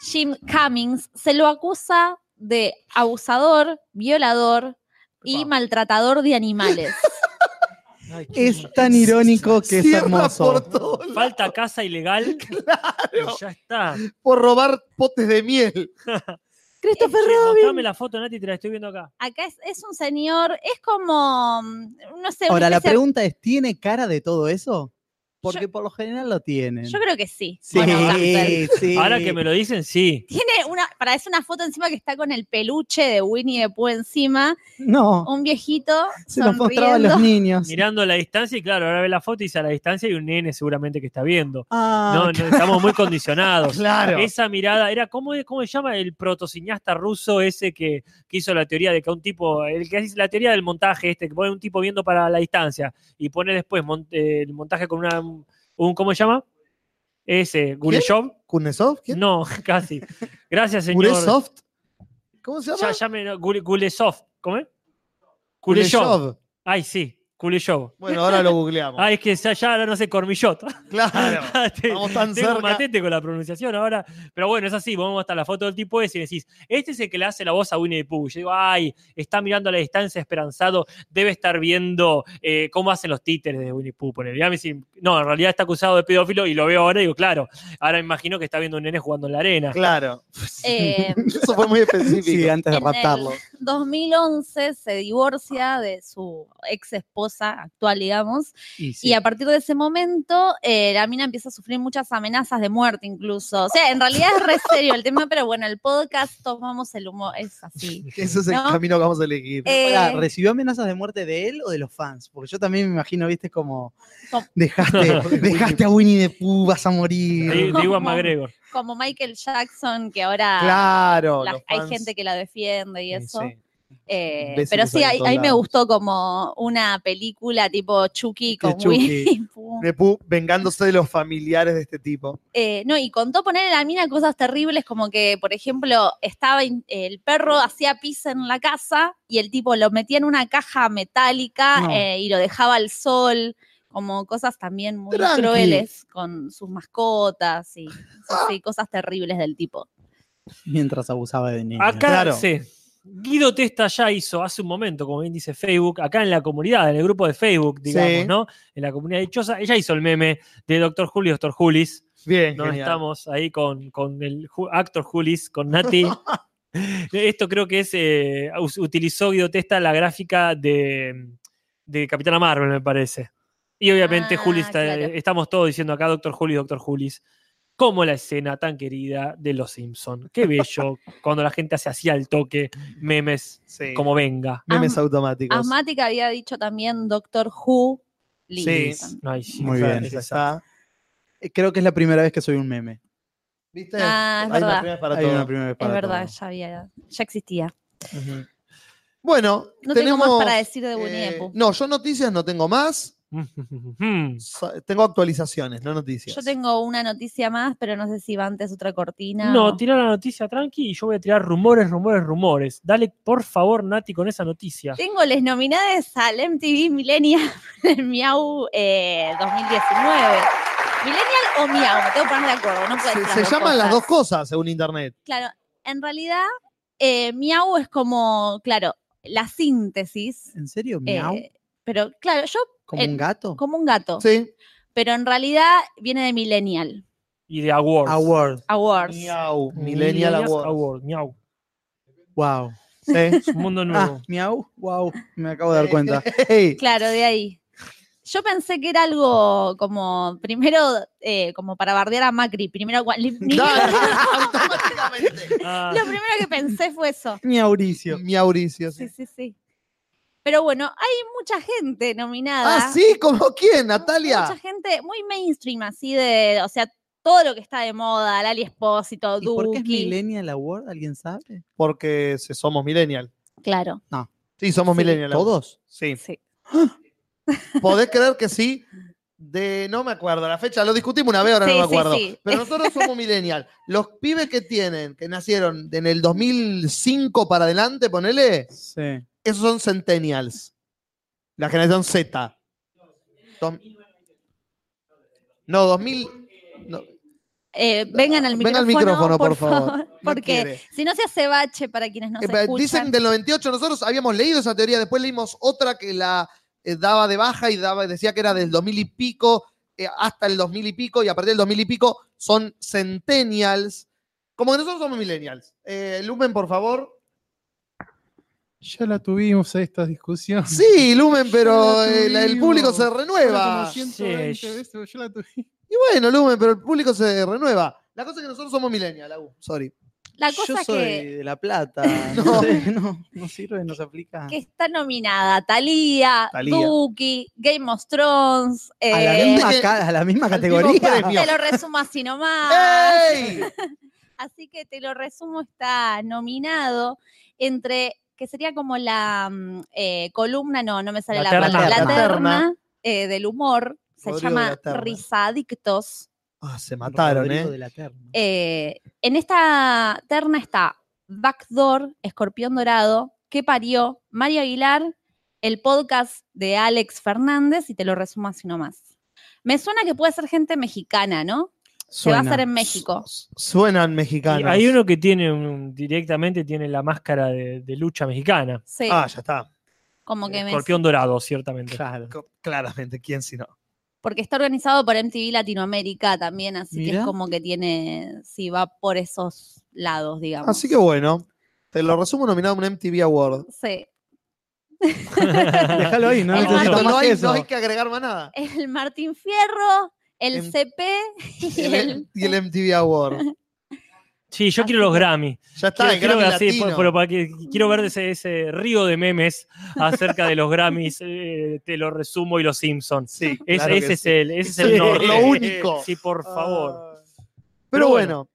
Jim Cummings, se lo acusa de abusador, violador y Epa. maltratador de animales. Es tan irónico que es Cierra hermoso. por todo la- Falta casa ilegal. Y ya está. por robar potes de miel. Christopher Che, Robin. mostrame la foto, Nati, te la estoy viendo acá. Acá es, es un señor, es como, mm, no sé, una Ahora, la especie- pregunta es, ¿tiene cara de todo eso? Porque por lo general lo tienen. yo creo que sí. Sí, Bueno, Casper. sí. Ahora que me lo dicen, sí. Tiene una, para eso una foto encima que está con el peluche de Winnie the Pooh encima, No, un viejito se los mostraba a los sonriendo. niños. Mirando a la distancia, y claro, ahora ve la foto y dice a la distancia y un nene seguramente que está viendo. Ah, No, no, estamos muy condicionados. Claro. Esa mirada era, ¿cómo, es- cómo se llama el protocineasta ruso ese que, que hizo la teoría de que un tipo, el que hace la teoría del montaje este, que pone un tipo viendo para la distancia y pone después mon- eh, el montaje con una, un, ¿cómo se llama? Ese, Guleshov. ¿Kunesov? ¿Quién? No, casi. Gracias, señor. ¿Kunesov? ¿Cómo se Ya, llama? ya me- no, Gule- Gulesov. ¿Cómo es? Kuleshov. Kuleshov. Ay, sí, Kuleshov. Bueno, ahora lo Ah, googleamos. Ay, es que ya, ya ahora no sé, Este, Cormillot. Claro. Te- Estamos tan tengo cerca. matete con la pronunciación ahora. Pero bueno, es así. Vamos hasta la foto del tipo ese y decís, este es el que le hace la voz a Winnie the Pooh. Yo digo, ay, está mirando a la distancia esperanzado. Debe estar viendo eh, cómo hacen los títeres de Winnie the Pooh. ponele. Mirame si- No, en realidad está acusado de pedófilo y lo veo ahora y digo, claro. Ahora imagino que está viendo un nene jugando en la arena. Claro. Eh, Eso fue muy específico. sí, antes de En el- raptarlo. 2011 se divorcia de su ex esposa actual, digamos, Y y a partir de ese momento eh, la mina empieza a sufrir muchas amenazas de muerte incluso. O sea, en realidad es re serio el tema, pero bueno, el podcast tomamos el humor, es así. Ese es el ¿No? camino que vamos a elegir. Eh, Ahora, ¿recibió amenazas de muerte de él o de los fans? Porque yo también me imagino, viste, como Com- dejaste, dejaste a Winnie the Pooh, vas a morir. Digo a Eh, McGregor. como Michael Jackson, que ahora claro. la- los hay fans- gente que la defiende y Eh, eso. sí. Eh, Imbéciles pero sí, hay en ahí, todos ahí me lados. gustó como una película tipo Chucky con Chucky. Winnie. Pooh. De Pooh vengándose de los familiares de este tipo. Eh, no, y contó poner a la mina cosas terribles, como que, por ejemplo, estaba in- el perro hacía pis en la casa y el tipo lo metía en una caja metálica No. eh, y lo dejaba al sol, como cosas también muy Tranqui. crueles con sus mascotas y sí, cosas terribles del tipo. Mientras abusaba de niños. Acá, Claro. sí. Guido Testa ya hizo hace un momento, como bien dice Facebook, acá en la comunidad, en el grupo de Facebook, digamos, Sí. ¿no? En la comunidad dichosa, ella hizo el meme de Doctor Julio, Doctor Julis. Bien, No genial. estamos ahí con, con el ju- actor Julis, con Nati. Esto creo que es. eh, us- utilizó Guido Testa la gráfica de, de Capitana Marvel, me parece. Y obviamente, Ah, Julis, está- claro. estamos todos diciendo acá, Doctor Julis, Doctor Julis. Como la escena tan querida de Los Simpson. Qué bello cuando la gente hace así al toque memes Sí. como venga. memes Am- automáticos. Asmática había dicho también Doctor Who. Liz. Sí. Ay, sí, Muy o sea, bien. es Esa esa. está. Eh, Creo que es la primera vez que soy un meme. ¿Viste? Ah, es Hay verdad. una primera para Hay todo. una primera vez Es para verdad, todo. ya, había, ya existía. Ujú. Bueno, No tenemos, tengo más para decir de Winnie eh, the Pooh. no, yo noticias no tengo más. Mm, So- Tengo actualizaciones, no noticias. Yo tengo una noticia más, pero no sé si va antes otra cortina. No, o- tira la noticia tranqui y yo voy a tirar rumores, rumores, rumores. Dale, por favor, Nati, con esa noticia. Tengo les nominadas al MTV Millennial del Miau eh, 2019. Millennial o Miau, me tengo que poner de acuerdo. No puede se ser se dos llaman las cosas. dos cosas, según internet. Claro, en realidad, eh, Miau es como, claro, la síntesis. ¿En serio? eh, ¿Miau? pero claro, yo ¿Como eh, un gato? como un gato. Sí. Pero en realidad viene de Millennial Y de awards. Award. Awards. Miau. Millennial Millennials Awards. Award, miau. Wow. Sí. Es un mundo nuevo. Ah, miau. Wow. Me acabo de dar cuenta. Ey, Claro, de ahí. Yo pensé que era algo como, primero, eh, como para bardear a Macri. Primero, gua- ni- ni- dale, automáticamente. Ah, lo primero que pensé fue eso. Miauricio. Miauricio. Sí, sí, sí. Pero bueno, hay mucha gente nominada. Ah, sí, ¿como quién? Mucha Natalia. gente muy mainstream, así de, o sea, todo lo que está de moda, Lali Espósito, ¿Y por qué es Duki. Millennial Award? ¿Alguien sabe? Porque se- somos millennial. Claro, Sí, somos Sí. millennial. ¿Todos? Sí. sí. ¿Podés creer que sí? De, no me acuerdo la fecha, lo discutimos una vez, ahora Sí, no me sí, acuerdo. sí. Pero nosotros somos millennial. Los pibes que tienen, que nacieron en el 2005 para adelante, ponele, Sí. esos son centennials. La generación Z. Dos- no, 2000. no, Eh, vengan al Venga micrófono. al micrófono, por favor. No porque quiere. si no se hace bache para quienes nos Eh, pa- escuchan. Dicen del 98, nosotros habíamos leído esa teoría, después leímos otra que la eh, daba de baja y daba, decía que era del 2000 y pico eh, hasta el 2000 y pico, y a partir del 2000 y pico son centennials. Como que nosotros somos millennials. Eh, Lumen, por favor. Ya la tuvimos a esta discusión. Sí, Lumen, pero Ya la eh, la- el tuvimos. público se Ahora renueva. como 120 Sí. veces, ya la tuvimos. Y bueno, Lumen, pero el público se renueva. La cosa es que nosotros somos millennials, Agu, sorry. La cosa Yo es soy que, de La Plata. No. No, sé, no, no sirve, no se aplica. que está nominada Thalía, Thalía. Duki, Game of Thrones. A la, eh, misma, que- ca- a la misma al mismo categoría. premio. te lo resumo así nomás. ¡Ey! Así que te lo resumo, está nominado entre, que sería como la mm, eh, columna, no, no me sale la, La palabra, terna. la La terna. terna eh, del humor, se Rodrigo de llama la terna. Risadictos. Ah, se mataron, Rodrigo de ¿eh? la Terna. Eh, en esta terna está Backdoor, Escorpión Dorado, Que Parió, María Aguilar, el podcast de Alex Fernández, y te lo resumo así nomás. Me suena que puede ser gente mexicana, ¿no? Se va a Suena. hacer en México. Suenan y mexicanos. hay uno que tiene un- directamente tiene la máscara de, de lucha mexicana. Sí, Ah, ya está. como que me Escorpión dorado, ciertamente. Claro. Co- Claramente, ¿quién si no? Porque está organizado por MTV Latinoamérica también, así que es Mirá. como que tiene, sí, va por esos lados, digamos. Así que bueno, te lo resumo nominado a un MTV Award. Sí. Déjalo ahí, no El No, necesito Martín- más no hay, que eso. no hay que agregar más nada. El Martín Fierro, el Em- CP y Y el... el, y el MTV Award. Sí, yo Así quiero los que- Grammy. Ya está, el quiero, quiero Grammy ver así, Latino. por- por- para que- quiero ver ese, ese río de memes acerca de los Grammys, eh, te lo resumo y los Simpsons. Sí, Es- claro ese, que es sí. el, ese es el Sí, norte. lo único. Ah. Sí, por favor. Pero Pero bueno. bueno.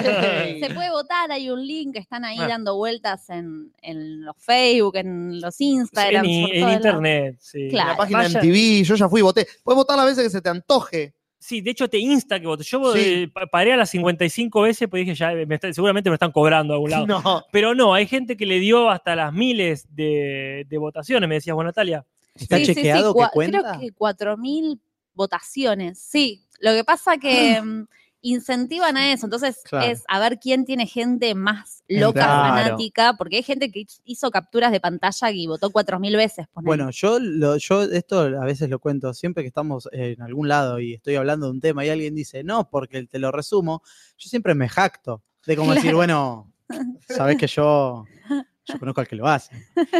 Se puede votar, hay un link, están ahí Ah. dando vueltas en, en los Facebook, en los Instagram. en, i- en internet. Sí. Claro. la página Vaya- MTV, yo ya fui, voté. Puedes votar las veces que se te antoje. Sí, de hecho te insta que votes. Yo Sí. eh, pa- paré a las 55 veces, pues dije, ya, me está- seguramente me están cobrando a algún lado. No. Pero no, hay gente que le dio hasta las miles de, de votaciones, me decías, vos, Natalia. ¿Está chequeado que cuenta? Creo que 4.000 votaciones, sí. Lo que pasa que mm, incentivan a eso. Entonces Ah. Claro. es a ver quién tiene gente más loca, Claro. fanática, porque hay gente que hizo capturas de pantalla y votó cuatro mil veces. ponele. Bueno, yo, lo- yo esto a veces lo cuento, siempre que estamos en algún lado y estoy hablando de un tema y alguien dice, no, porque te lo resumo, yo siempre me jacto de como decir, Claro. bueno, sabes que yo, yo conozco al que lo hace.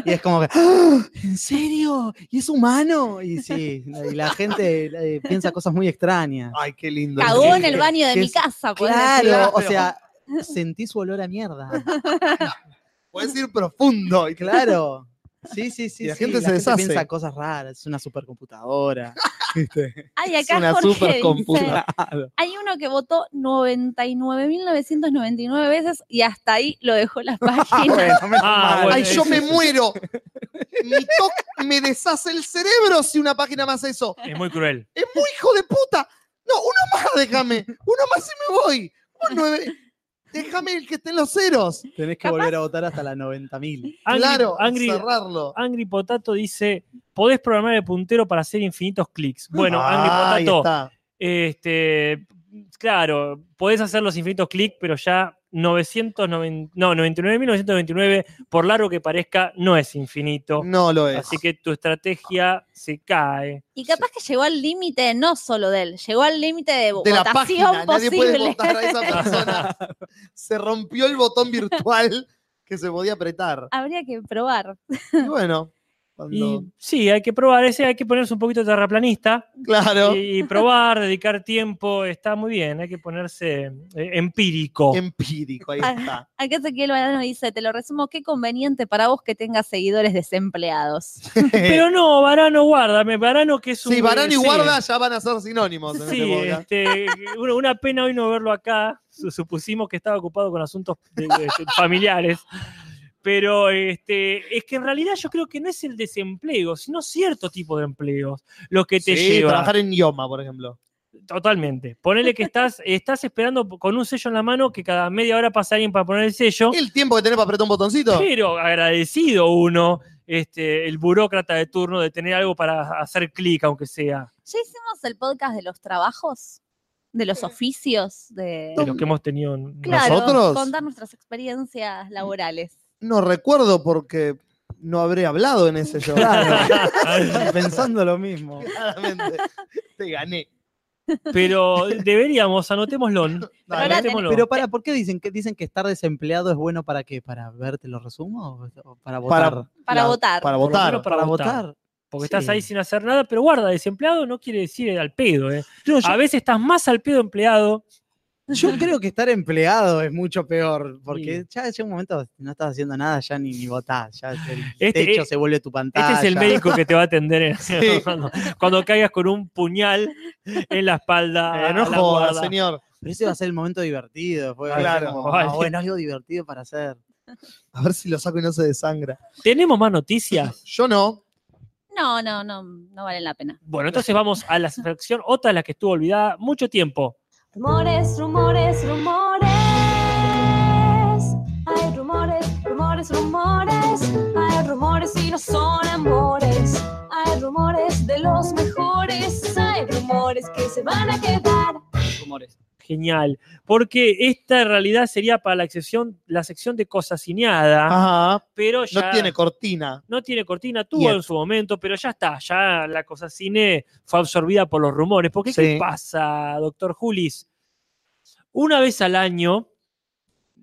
Y es como que, "Ah, ¿en serio? ¿Y es humano? Y sí, y la gente eh, piensa cosas muy extrañas. Ay, qué lindo. Cagó en el baño de que mi es- casa, podés Claro, decir. o sea, sentí su olor a mierda. Puedes ir profundo. y- Claro. Sí, sí, sí. Y la sí, gente se deshace. piensa cosas raras, es una supercomputadora. Ay, Es acá una Jorge supercomputa. dice, Hay uno que votó 99.999 veces y hasta ahí lo dejó la página. Bueno, menos Ah, mal. bueno, Ay, yo eso me sí. muero. Mi toc me deshace el cerebro si una página más eso. Es muy cruel. Es muy hijo de puta. No, uno más déjame. Uno más y me voy. Un nueve. Déjame el que esté en los ceros. Tenés que volver a votar hasta la 90.000. Angry, claro, Angry- Ah, cerrarlo. Angry Potato dice: Podés programar el puntero para hacer infinitos clics. Bueno, Ah, ahí Angry Potato, está. este, claro, podés hacer los infinitos clics, pero ya 999 no, 99.999, por largo que parezca, no es infinito. No lo es. Así que tu estrategia se cae. Y capaz que llegó al límite, no solo de él, llegó al límite de, de la votación página. Nadie puede posible. votar a esa persona. Se rompió el botón virtual que se podía apretar. Habría que probar. Y bueno, Y cuando- sí, hay que probar ese, hay que ponerse un poquito terraplanista. claro, y probar, dedicar tiempo, está muy bien, hay que ponerse eh, empírico. Em- empírico, ahí Ah. está. Acá Ezequiel Badano dice, te lo resumo, qué conveniente para vos que tengas seguidores desempleados. Pero no, Varano, guárdame, Varano que es un... sí, Barán y eh, sí, Guarda ya van a ser sinónimos en Sí, este podcast. este, una, una pena hoy no verlo acá, su- supusimos que estaba ocupado con asuntos de- de- de familiares. Pero este, es que en realidad yo creo que no es el desempleo, sino cierto tipo de empleos lo que te Sí, lleva. trabajar en idioma, por ejemplo. Totalmente. Ponele que estás, estás esperando con un sello en la mano que cada media hora pasa alguien para poner el sello. El tiempo que tenés para apretar un botoncito. Pero agradecido uno, este, el burócrata de turno, de tener algo para hacer clic, aunque sea ¿Ya hicimos el podcast de los trabajos? ¿De los oficios? De... de los que hemos tenido. en- Claro, ¿Nosotros? contar nuestras experiencias laborales. No recuerdo porque no habré hablado en ese show. Pensando lo mismo. Claramente. Te gané. Pero deberíamos, anotémoslo. ahora anotémoslo. Pero para, ¿por qué dicen que dicen que estar desempleado es bueno para qué? ¿Para verte los resumos? ¿O para votar? Para- Para La- votar. Para Por lo votar. menos para votar. Porque estás ahí sin hacer nada, pero guarda, desempleado no quiere decir al pedo. ¿eh? No, yo, A veces estás más al pedo empleado. yo creo que estar empleado es mucho peor, porque Sí. ya llega un momento que no estás haciendo nada, ya ni, ni votás, ya el Este- techo eh, se vuelve tu pantalla. Ah, Este es el médico que te va a atender en- cuando, cuando caigas con un puñal en la espalda. Eh, a no la jodas, guarda. señor. Pero ese va a ser el momento divertido. después va a ser Claro. como, ah, Ay. bueno, algo divertido para hacer. A ver si lo saco y no se desangra. ¿Tenemos más noticias? Yo no. No, no, no, no vale la pena. Bueno, entonces vamos a la sección otra, la que estuvo olvidada mucho tiempo. Rumores, rumores, rumores. Hay rumores, rumores, rumores. Hay rumores y no son amores. Hay rumores de los mejores. Hay rumores que se van a quedar. Rumores. Genial. Porque esta en realidad sería para la sección, la sección de cosas cineada, Ajá. pero Ah, No Ah. ya tiene cortina. no tiene cortina, tuvo Bien. en su momento, pero ya está, ya la cosa cine fue absorbida por los rumores. Porque Sí. qué pasa, doctor Julis? Una vez al año,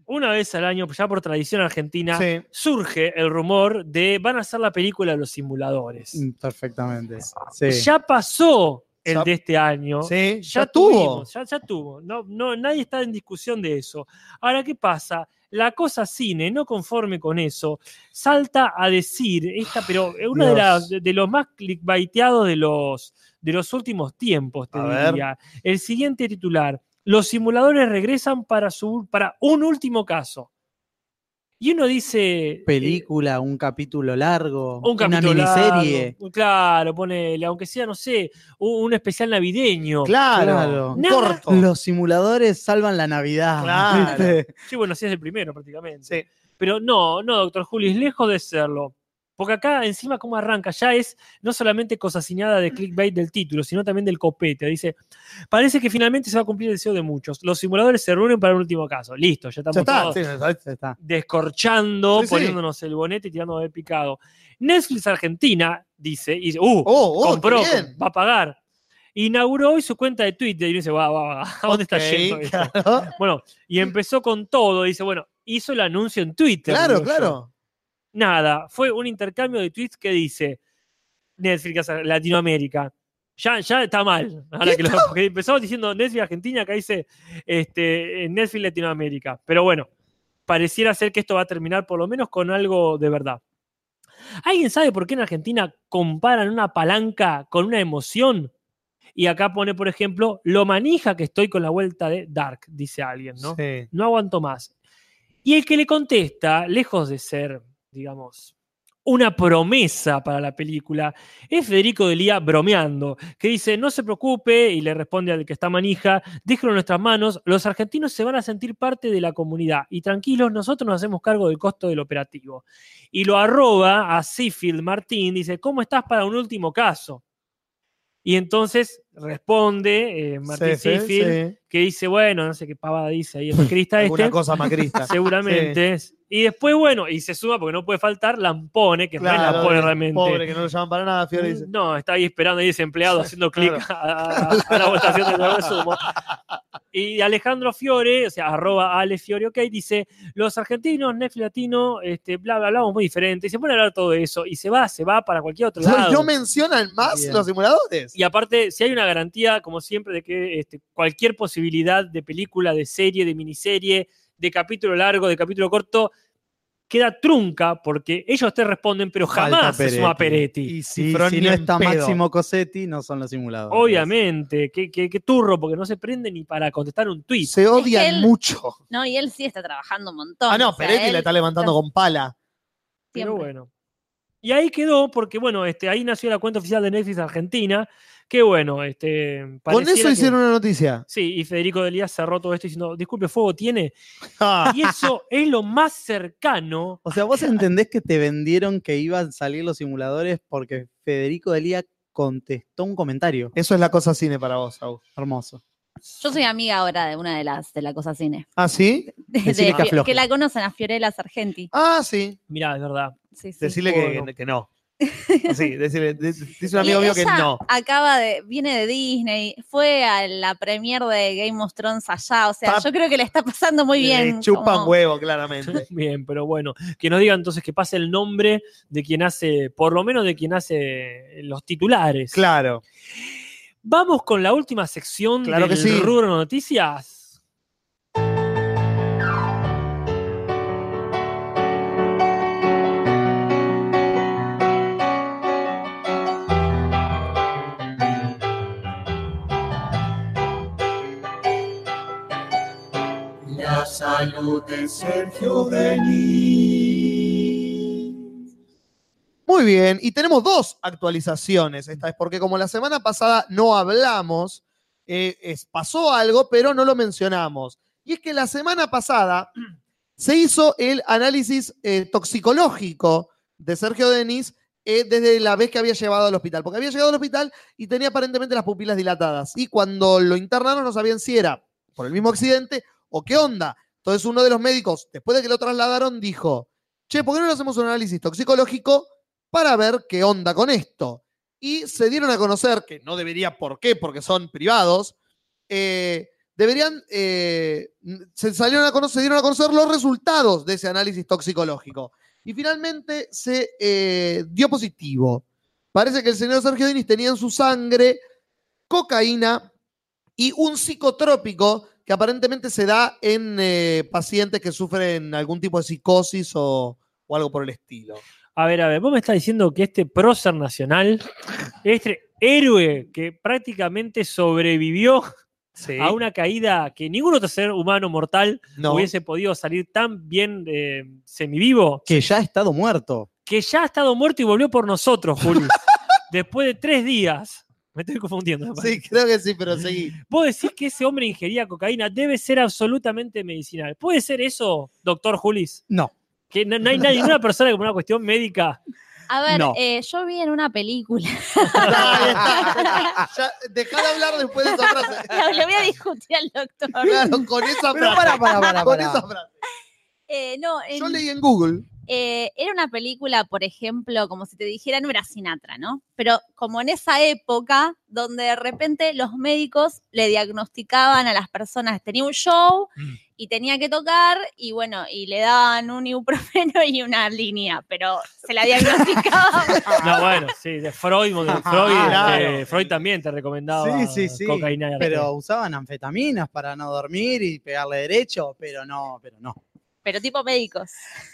una vez al año, ya por tradición argentina, Sí. surge el rumor de van a hacer la película de los simuladores. Perfectamente. Sí. Ya pasó el Ya- de este año. Sí, Ya, ya, tuvo. tuvimos, ya, ya tuvo. No, no, nadie está en discusión de eso. Ahora, ¿qué pasa? La cosa cine, no conforme con eso, salta a decir, esta, pero es uno de, Dios. las- de los más clickbaiteados de los, de los últimos tiempos, te A ver. diría. El siguiente titular: Los simuladores regresan para, su, para un último caso. Y uno dice. eh, película, un capítulo largo, un una capítulo miniserie. largo, claro, ponele, aunque sea, no sé, un, un especial navideño. Claro. Claro. Nada. Corto. Los simuladores salvan la Navidad. Claro. ¿viste? Sí, bueno, sí es el primero prácticamente. Sí. Pero no, no, doctor Julis, lejos de serlo. Porque acá encima cómo arranca, ya es no solamente cosasinada de clickbait del título, sino también del copete. Dice, parece que finalmente se va a cumplir el deseo de muchos. Los simuladores se reúnen para el último caso. Listo, ya estamos Ya está, todos sí, ya está. Ya está. descorchando, Sí, sí. poniéndonos el bonete y tirándonos el picado. Netflix Argentina dice, y dice, uh, Oh, oh, compró, qué bien. va a pagar. Inauguró hoy su cuenta de Twitter y dice, va, va, va, ¿a dónde está Ok, yendo? esto?" Claro, Bueno, y empezó con todo, dice, bueno, hizo el anuncio en Twitter. claro. digo yo. Nada, fue un intercambio de tweets que dice Netflix Latinoamérica. Ya, ya está mal. Ahora que lo- porque empezamos diciendo Netflix Argentina, acá dice este, eh, Netflix Latinoamérica. Pero bueno, pareciera ser que esto va a terminar por lo menos con algo de verdad. ¿Alguien sabe por qué en Argentina comparan una palanca con una emoción? Y acá pone, por ejemplo, lo manija que estoy con la vuelta de Dark, dice alguien, ¿no? Sí. no aguanto más. Y el que le contesta, lejos de ser, digamos, una promesa para la película, es Federico Delía bromeando, que dice, no se preocupe, y le responde al que está manija, déjelo en nuestras manos, los argentinos se van a sentir parte de la comunidad, y tranquilos, nosotros nos hacemos cargo del costo del operativo. Y lo arroba a Seafield Martín, dice, ¿cómo estás para un último caso? Y entonces responde eh, Sí, Martín sí, Seafield, sí. que dice, bueno, no sé qué pavada dice ahí el macrista Alguna este, cosa macrista. seguramente. Y después, bueno, y se suma porque no puede faltar Lampone, que no es Claro, Lampone realmente. Mm, Pobre, que no lo llaman para nada, Fiore dice. No, está ahí esperando, ahí desempleado, haciendo clic a, a- a la votación del resumo. Y Alejandro Fiore, o sea, arroba Ale Fiore, ok, dice, los argentinos, Netflix latino, este, bla, bla, bla, muy diferente. Y se pone a hablar todo eso y se va, se va para cualquier otro ¿Sabes? lado. No mencionan más Bien. los simuladores. Y aparte, si hay una garantía, como siempre, de que este, cualquier posibilidad de película, de serie, de miniserie, de capítulo largo, de capítulo corto, queda trunca porque ellos te responden, pero Falta jamás es Peretti. una Peretti. Y Y Fron si ni no en está pedo. Máximo Cosetti, no son los simuladores. Obviamente, qué, qué- qué turro, porque no se prende ni para contestar un tweet. Se odian él- mucho. No, y él sí está trabajando un montón. Ah, no, o sea, Peretti él la está levantando con pala. Pero siempre. bueno. Y ahí quedó, porque bueno, este, ahí nació la cuenta oficial de Netflix Argentina, que bueno, este. Con pareciera eso que- hicieron una noticia. Sí, y Federico Delías cerró todo esto diciendo, disculpe, fuego tiene. Ah, Y eso es lo más cercano O sea, vos entendés que te vendieron que iban a salir los simuladores porque Federico Delía contestó un comentario eso es la cosa cine para vos, Agus. hermoso. Yo soy amiga ahora de una de las de la cosa cine. ¿Ah, sí? De- Decile de que Fio- afloje. que la conocen a Fiorella Sargenti. Ah, sí. Mirá, es verdad. Sí, sí. Decirle Bueno. que, que no. Ah, Sí, decirle, de- dice un Y amigo mío que ella no. Acaba de, viene de Disney, fue a la premier de Game of Thrones allá, o sea, Está- yo creo que le está pasando muy bien. Le chupan como- huevo, claramente. Bien, pero bueno, que nos diga entonces que pase el nombre de quien hace, por lo menos de quien hace eh, los titulares. Claro. Vamos con la última sección Claro que del sí. rubro noticias. La salud de Sergio Denis. Muy bien, y tenemos dos actualizaciones esta vez, porque como la semana pasada no hablamos, eh, es- pasó algo, pero no lo mencionamos. Y es que la semana pasada se hizo el análisis eh, toxicológico de Sergio Denis eh, desde la vez que había llevado al hospital, porque había llegado al hospital y tenía aparentemente las pupilas dilatadas. Y cuando lo internaron no sabían si era por el mismo accidente o qué onda. Entonces uno de los médicos, después de que lo trasladaron, dijo, che, ¿por qué no le hacemos un análisis toxicológico? para ver qué onda con esto. Y se dieron a conocer, que no debería, ¿por qué? Porque son privados, eh, deberían, eh, se, salieron a conocer, se dieron a conocer los resultados de ese análisis toxicológico. Y finalmente se eh, dio positivo. Parece que el señor Sergio Denis tenía en su sangre cocaína y un psicotrópico que aparentemente se da en eh, pacientes que sufren algún tipo de psicosis o- o algo por el estilo. A ver, a ver, vos me estás diciendo que este prócer nacional, este héroe que prácticamente sobrevivió a una caída que ningún otro ser humano mortal No. hubiese podido salir tan bien eh, semivivo, Que ya ha estado muerto. que ya ha estado muerto y volvió por nosotros, Juli. Después de tres días. Me estoy confundiendo. me parece. Sí, creo que sí, pero seguí. Vos decís que ese hombre ingería cocaína debe ser absolutamente medicinal. ¿Puede ser eso, doctor Julis? No. Que no, no hay nadie- ninguna persona que por una cuestión médica A ver, No. eh, yo vi en una película. Ahí está. Ya, dejá de hablar después de esa frase. Le voy a discutir al doctor. Claro, con esa Pero frase. para, para, para, Con para. esa frase. Eh, no, en- Yo leí en Google. eh, era una película, por ejemplo, como si te dijera, no era Sinatra, ¿no? Pero como en esa época donde de repente los médicos le diagnosticaban a las personas, tenía un show Mm. y tenía que tocar y bueno, y le daban un ibuprofeno y una línea, pero se la diagnosticaban. No, bueno, sí, de Freud, de Freud, Ah. Claro. eh, Freud también te recomendaba Sí, sí, sí. cocaína. y arte. Pero usaban anfetaminas para no dormir y pegarle derecho, pero no, pero no. pero tipo médicos.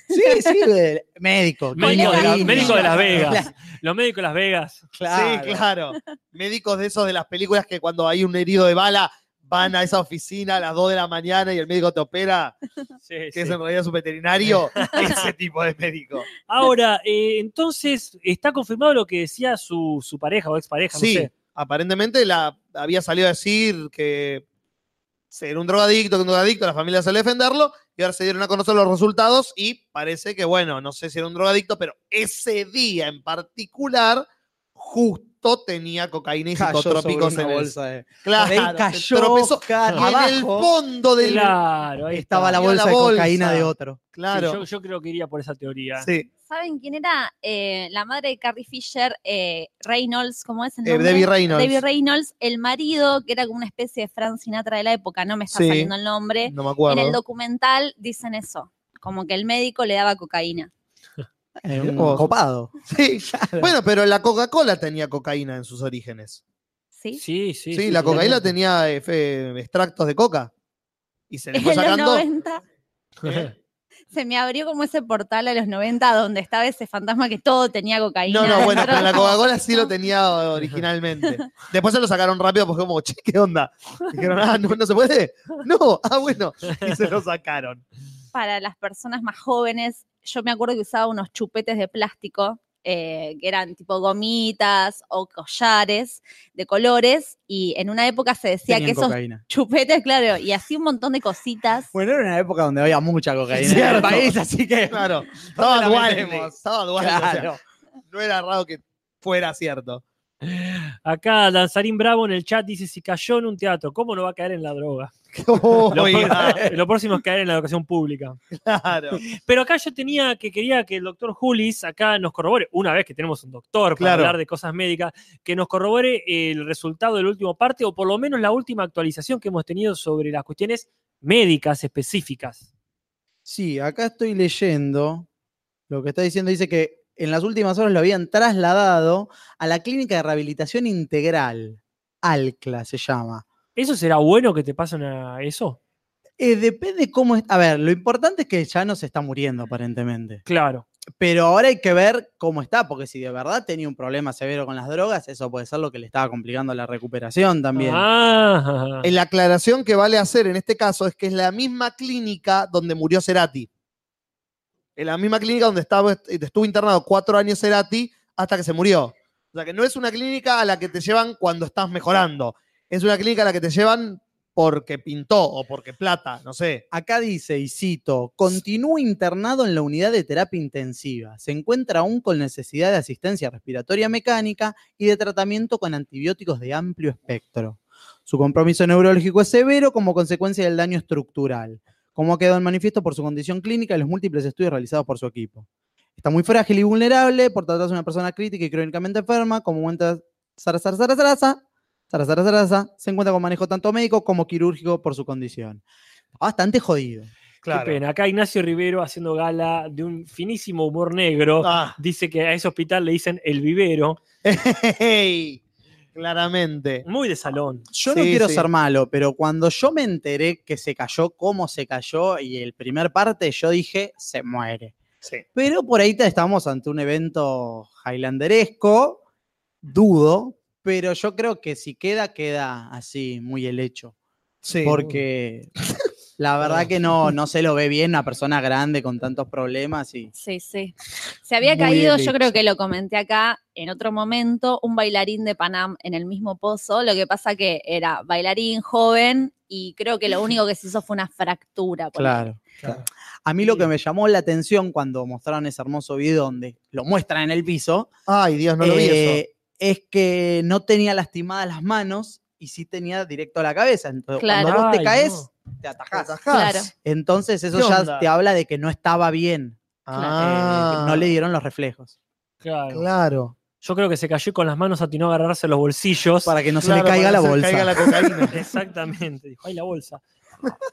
Sí, sí, de- médico. con Médico de, la- cocaína. médico de Las Vegas. Los médicos de Las Vegas. Claro. Sí, claro. Médicos de esos de las películas que cuando hay un herido de bala van a esa oficina a las 2 de la mañana y el médico te opera, Sí, que sí. es en realidad su veterinario. Ese tipo de médico. Ahora, eh, entonces, ¿está confirmado lo que decía su, su pareja o expareja? Sí, No sé. aparentemente la, había salido a decir que era un drogadicto, que un drogadicto, la familia salió a defenderlo y ahora se dieron a conocer los resultados y parece que, bueno, no sé si era un drogadicto, pero ese día en particular justo tenía cocaína y Cayó psicotrópicos sobre en una el... bolsa de- Claro, Por ahí se cayó, tropezó cara, y en el abajo fondo del... Claro, ahí Estaba la está. Tenía bolsa la de bolsa. cocaína de otro. Sí, Claro, yo, yo creo que iría por esa teoría. sí. ¿Saben quién era eh, la madre de Carrie Fisher? Eh, Reynolds, ¿cómo es el Eh, nombre? Debbie Reynolds. Debbie Reynolds, el marido, que era como una especie de Frank Sinatra de la época, no me está Sí. saliendo el nombre. No me En el acuerdo. documental dicen eso, como que el médico le daba cocaína. Eh, Mirá un vos. copado. Sí. Bueno, pero la Coca-Cola tenía cocaína en sus orígenes. ¿Sí? Sí, sí. Sí, la cocaína totalmente. tenía eh, fe- extractos de coca. Y se le En fue los sacando. 90 se me abrió como ese portal a los 90 donde estaba ese fantasma que todo tenía cocaína. No, no, bueno, dentro. pero la Coca-Cola sí lo tenía originalmente. Después se lo sacaron rápido porque como, che, ¿qué onda? Dijeron, ah, no, no se puede. No, ah, bueno. Y se lo sacaron. Para las personas más jóvenes, yo me acuerdo que usaba unos chupetes de plástico. eh, que eran tipo gomitas o collares de colores y en una época se decía Tenían que esos cocaína. chupetes, claro, y así un montón de cositas. Bueno, era una época donde había mucha cocaína en el Cierto. país, así que. Claro. Estaba la Duarte. metemos? Estaba Duarte. o sea, Claro. no era raro que fuera cierto. Acá Danzarín Bravo en el chat dice: si cayó en un teatro, ¿cómo no va a caer en la droga? Lo, Oiga, pro- lo próximo es caer en la educación pública. claro. Pero acá yo tenía que quería que el doctor Julis acá nos corrobore, una vez que tenemos un doctor para Claro. hablar de cosas médicas, que nos corrobore el resultado del último parte o por lo menos la última actualización que hemos tenido sobre las cuestiones médicas específicas. Sí, acá estoy leyendo lo que está diciendo. Dice que en las últimas horas lo habían trasladado a la clínica de rehabilitación integral. ALCLA se llama. ¿Eso será bueno que te pasen a eso? Eh, depende cómo es. A ver, lo importante es que ya no se está muriendo, aparentemente. Claro. Pero ahora hay que ver cómo está, porque si de verdad tenía un problema severo con las drogas, eso puede ser lo que le estaba complicando la recuperación también. Ah, Eh, La aclaración que vale hacer en este caso es que es la misma clínica donde murió Cerati. En la misma clínica donde estaba, este, estuvo internado cuatro años Cerati hasta que se murió. O sea que no es una clínica a la que te llevan cuando estás mejorando. Es una clínica a la que te llevan porque pintó o porque plata, no sé. Acá dice, y cito, continúa internado en la unidad de terapia intensiva. Se encuentra aún con necesidad de asistencia respiratoria mecánica y de tratamiento con antibióticos de amplio espectro. Su compromiso neurológico es severo como consecuencia del daño estructural, como ha quedado en manifiesto por su condición clínica y los múltiples estudios realizados por su equipo. Está muy frágil y vulnerable por tratarse de una persona crítica y crónicamente enferma, como cuenta Sara Sara Sara Sarasa. Sara Sara Sarasa se encuentra con manejo tanto médico como quirúrgico por su condición. Bastante jodido. qué pena. Acá Ignacio Rivero haciendo gala de un finísimo humor negro. Ah, Dice que a ese hospital le dicen el vivero. hey, claramente. Muy de salón. Yo no Sí, quiero sí. ser malo, pero cuando yo me enteré que se cayó, cómo se cayó y el primer parte, yo dije, se muere. Pero por ahí te- estamos ante un evento highlanderesco, dudo, pero yo creo que si queda, queda así, muy el hecho. Sí. Porque La verdad que no, no se lo ve bien una persona grande con tantos problemas y Sí, sí. Se había Muy caído, yo bien creo dicho. que lo comenté acá en otro momento, un bailarín de Panam en el mismo pozo. Lo que pasa que era bailarín joven y creo que lo único que se hizo fue una fractura. por Claro. Claro. A mí lo que me llamó la atención cuando mostraron ese hermoso video donde lo muestran en el piso Ay, Dios, no lo vi eso. eh, es que no tenía lastimadas las manos y sí tenía directo a la cabeza. Entonces, Claro. cuando vos te Ay, caes, no. te atajás. Atajás. Claro. Entonces, eso ¿Qué ya onda? te habla de que no estaba bien. Ah, Eh, que no le dieron los reflejos. Claro. Claro. Yo creo que se cayó y con las manos, atinó a agarrarse los bolsillos. Para que no se Claro, le caiga la para bolsa. que no se le caiga la cocaína. Exactamente, dijo, ay, la bolsa.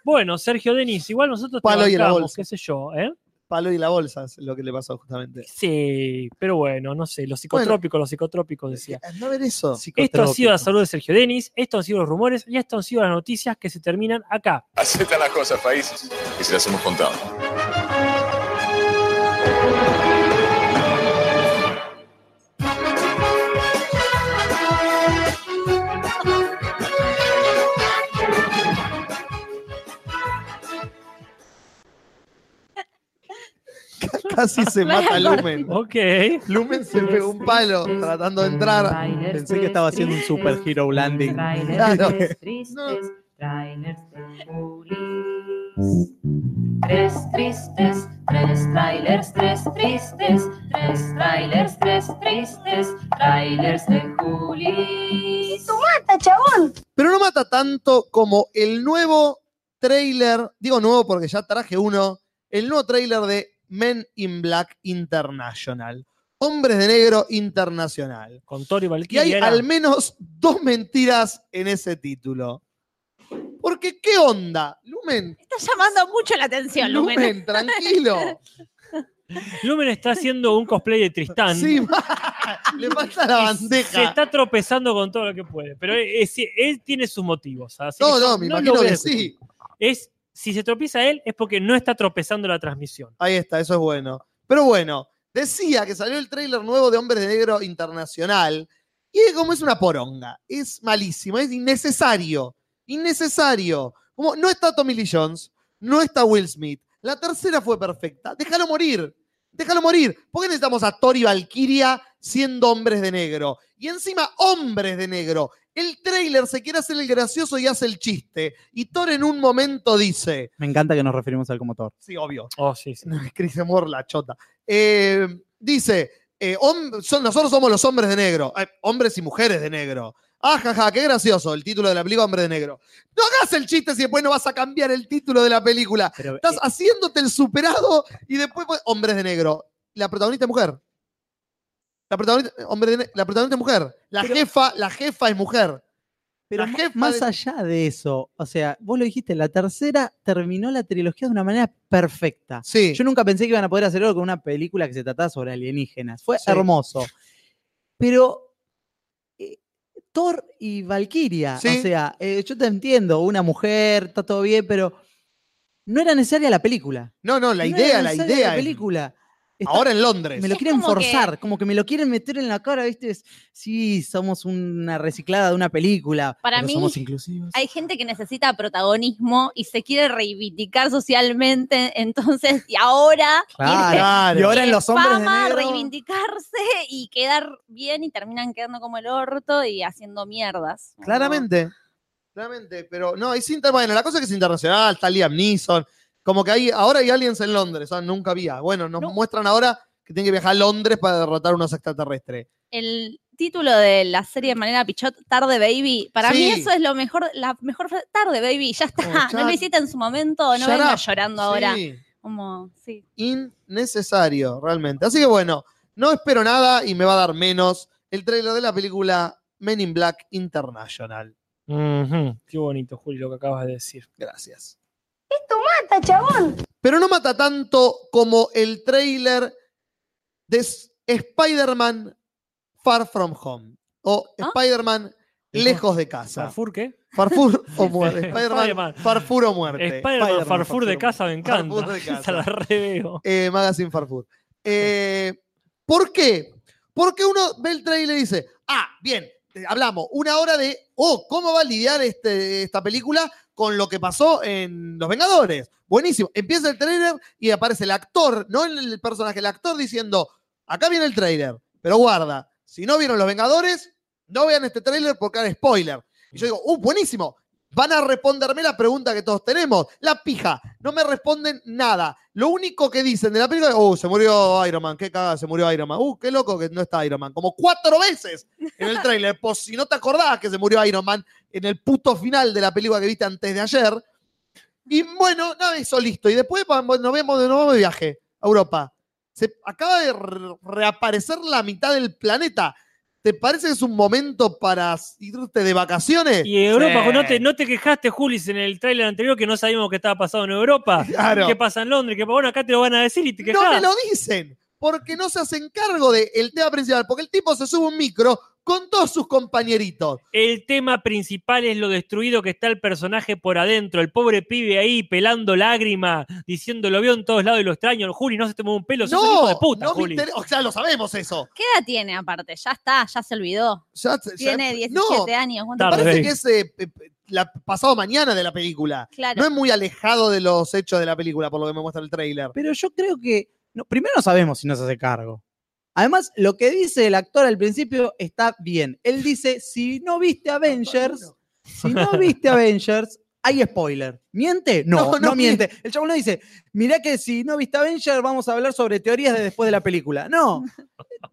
Bueno, Sergio Denis, igual nosotros te Palo y la bancamos, bolsa. qué sé yo, ¿eh? Palo y la bolsa es lo que le pasó justamente. Sí, pero bueno, no sé, los psicotrópicos, los psicotrópicos decía. No ver eso. Esto ha sido la Psicotrópico. salud de Sergio Denis, esto han sido los rumores y esto han sido las noticias que se terminan acá. Así están las cosas, países, y se las hemos contado. Casi se mata Lumen. Ok. Lumen se pegó un palo tratando de entrar. Pensé que estaba haciendo este un super hero landing. Ah, Claro. tristes, trailers de polis. Tres tristes, tres trailers, tres tristes, tres trailers, tres tristes, trailers de Julis. Pero no mata tanto como el nuevo trailer. Digo nuevo porque ya traje uno. El nuevo trailer de Men in Black International. Hombres de Negro Internacional. Con Y Tori hay Valkyria. era- al menos dos mentiras en ese título. Porque, ¿qué onda? Lumen, Está llamando mucho la atención, Lumen. Lumen, tranquilo. Lumen está haciendo un cosplay de Tristán. Sí, le pasa la Se bandeja. está tropezando con todo lo que puede, pero es- él tiene sus motivos. ¿ah? así que No, yo no, me lo imagino voy a que discutir. sí. Es, si se tropieza él, es porque no está tropezando la transmisión. Ahí está, eso es bueno. Pero bueno, decía que salió el tráiler nuevo de Hombres de Negro Internacional. Y es como es una poronga. Es malísimo, es innecesario. Innecesario. Como no está Tommy Lee Jones, no está Will Smith. La tercera fue perfecta. Déjalo morir. Déjalo morir. ¿Por qué necesitamos a Tori Valkyria siendo hombres de negro? Y encima, hombres de negro. El tráiler se quiere hacer el gracioso y hace el chiste. Y Thor en un momento dice. Me encanta que nos referimos al como Thor. Sí, obvio. Oh, sí, sí. No, es Chris Moore, la chota. Eh, dice, eh, hom- son- nosotros somos los hombres de negro, Ay, hombres y mujeres de negro. Ajaja, qué gracioso el título de la película Hombre de Negro. No hagas el chiste si después no vas a cambiar el título de la película. Pero, Estás eh, haciéndote el superado y después pues, Hombres de Negro. La protagonista es mujer. La protagonista, hombre de ne- la protagonista es mujer. La jefa, la jefa es mujer. pero la ma- jefa más de- allá de eso, o sea, vos lo dijiste, la tercera terminó la trilogía de una manera perfecta. Sí. Yo nunca pensé que iban a poder hacer algo con una película que se trataba sobre alienígenas. Fue Sí. hermoso. Pero eh, Thor y Valkyria, Sí. o sea, eh, yo te entiendo, una mujer, está todo bien, pero no era necesaria la película. No, no, la No idea, era la necesaria idea. La es- película. Está- Ahora en Londres. me lo Es quieren como que- forzar, como que me lo quieren meter en la cara, ¿viste? Es, sí, somos una reciclada de una película. Para pero mí, Somos inclusivos. Hay gente que necesita protagonismo y se quiere reivindicar socialmente, entonces, y ahora Claro. irse Y ahora en de los hombres de fama, negro- reivindicarse y quedar bien y terminan quedando como el orto y haciendo mierdas. ¿no? Claramente. Claramente, pero no, es inter... Bueno, la cosa es que es internacional, está Liam Neeson. Como que hay, ahora hay aliens en Londres, ah, nunca había. Bueno, nos No. muestran ahora que tienen que viajar a Londres para derrotar unos extraterrestres. El título de la serie de Manera Pichot, Tarde Baby, para mí Sí. eso es lo mejor, la mejor fra- Tarde Baby, ya está, Como no lo ya- hiciste en su momento, no Shut venga up. llorando ahora. Sí, Como, sí. innecesario, realmente. Así que bueno, no espero nada y me va a dar menos el tráiler de la película Men in Black International. Ujú. Qué bonito, Juli, lo que acabas de decir. Gracias. ¡Mata, chabón! Pero no mata tanto como el tráiler de S- Spider-Man Far From Home o ¿Ah? Spider-Man Lejos de casa. ¿Farfur qué? Farfur o muerte. Spider-Man, Spider-Man. Farfur o muerte. Spider-Man Farfur de casa me Farfur encanta. de Esa casa. la reveo. Eh, Magazine Farfur. Eh, ¿Por qué? Porque uno ve el trailer y dice, ah, bien, eh, hablamos una hora de, oh, ¿cómo va a lidiar este, esta película con lo que pasó en Los Vengadores. Buenísimo. Empieza el trailer y aparece el actor, no el personaje, el actor diciendo, acá viene el trailer, pero guarda, si no vieron Los Vengadores, no vean este trailer porque hay spoiler. Y yo digo, uh, buenísimo. Van a responderme la pregunta que todos tenemos. La pija. No me responden nada. Lo único que dicen de la película es, uh, se murió Iron Man. Qué cagada, se murió Iron Man. Uh, qué loco que no está Iron Man. Como cuatro veces en el tráiler. Por si no te acordabas que se murió Iron Man en el puto final de la película que viste antes de ayer. Y bueno, nada, eso listo. Y después vamos- nos vemos de nuevo de viaje a Europa. Se acaba de re- reaparecer la mitad del planeta. ¿Te parece que es un momento para irte de vacaciones? Y Europa, Sí. ¿no te, no te quejaste, Julis, en el tráiler anterior que no sabíamos qué estaba pasando en Europa? Claro. ¿Qué pasa en Londres? Que bueno, acá te lo van a decir y te quejas. No me lo dicen, porque no se hacen cargo del tema principal, porque el tipo se sube a un micro con todos sus compañeritos. El tema principal es lo destruido que está el personaje por adentro. El pobre pibe ahí pelando lágrimas, diciendo lo veo en todos lados y lo extraño. Juli, no se te mueve un pelo. sos un hijo no, de puta, no me Juli. interesa, o sea, lo sabemos eso. ¿Qué edad tiene aparte? Ya está, ya se olvidó. Ya- ya- Tiene 17 no, años. ¿cuánto? Tarde. parece Baby. que es eh, pe- pe- la pasado mañana de la película. Claro. No es muy alejado de los hechos de la película, por lo que me muestra el tráiler. Pero yo creo que. no, primero no sabemos si nos hace cargo. Además, lo que dice el actor al principio está bien. Él dice: si no viste Avengers, si no viste Avengers, hay spoiler. ¿Miente? No, No, no, no miente. El chabón no dice: mirá que si no viste Avengers, vamos a hablar sobre teorías de después de la película. No.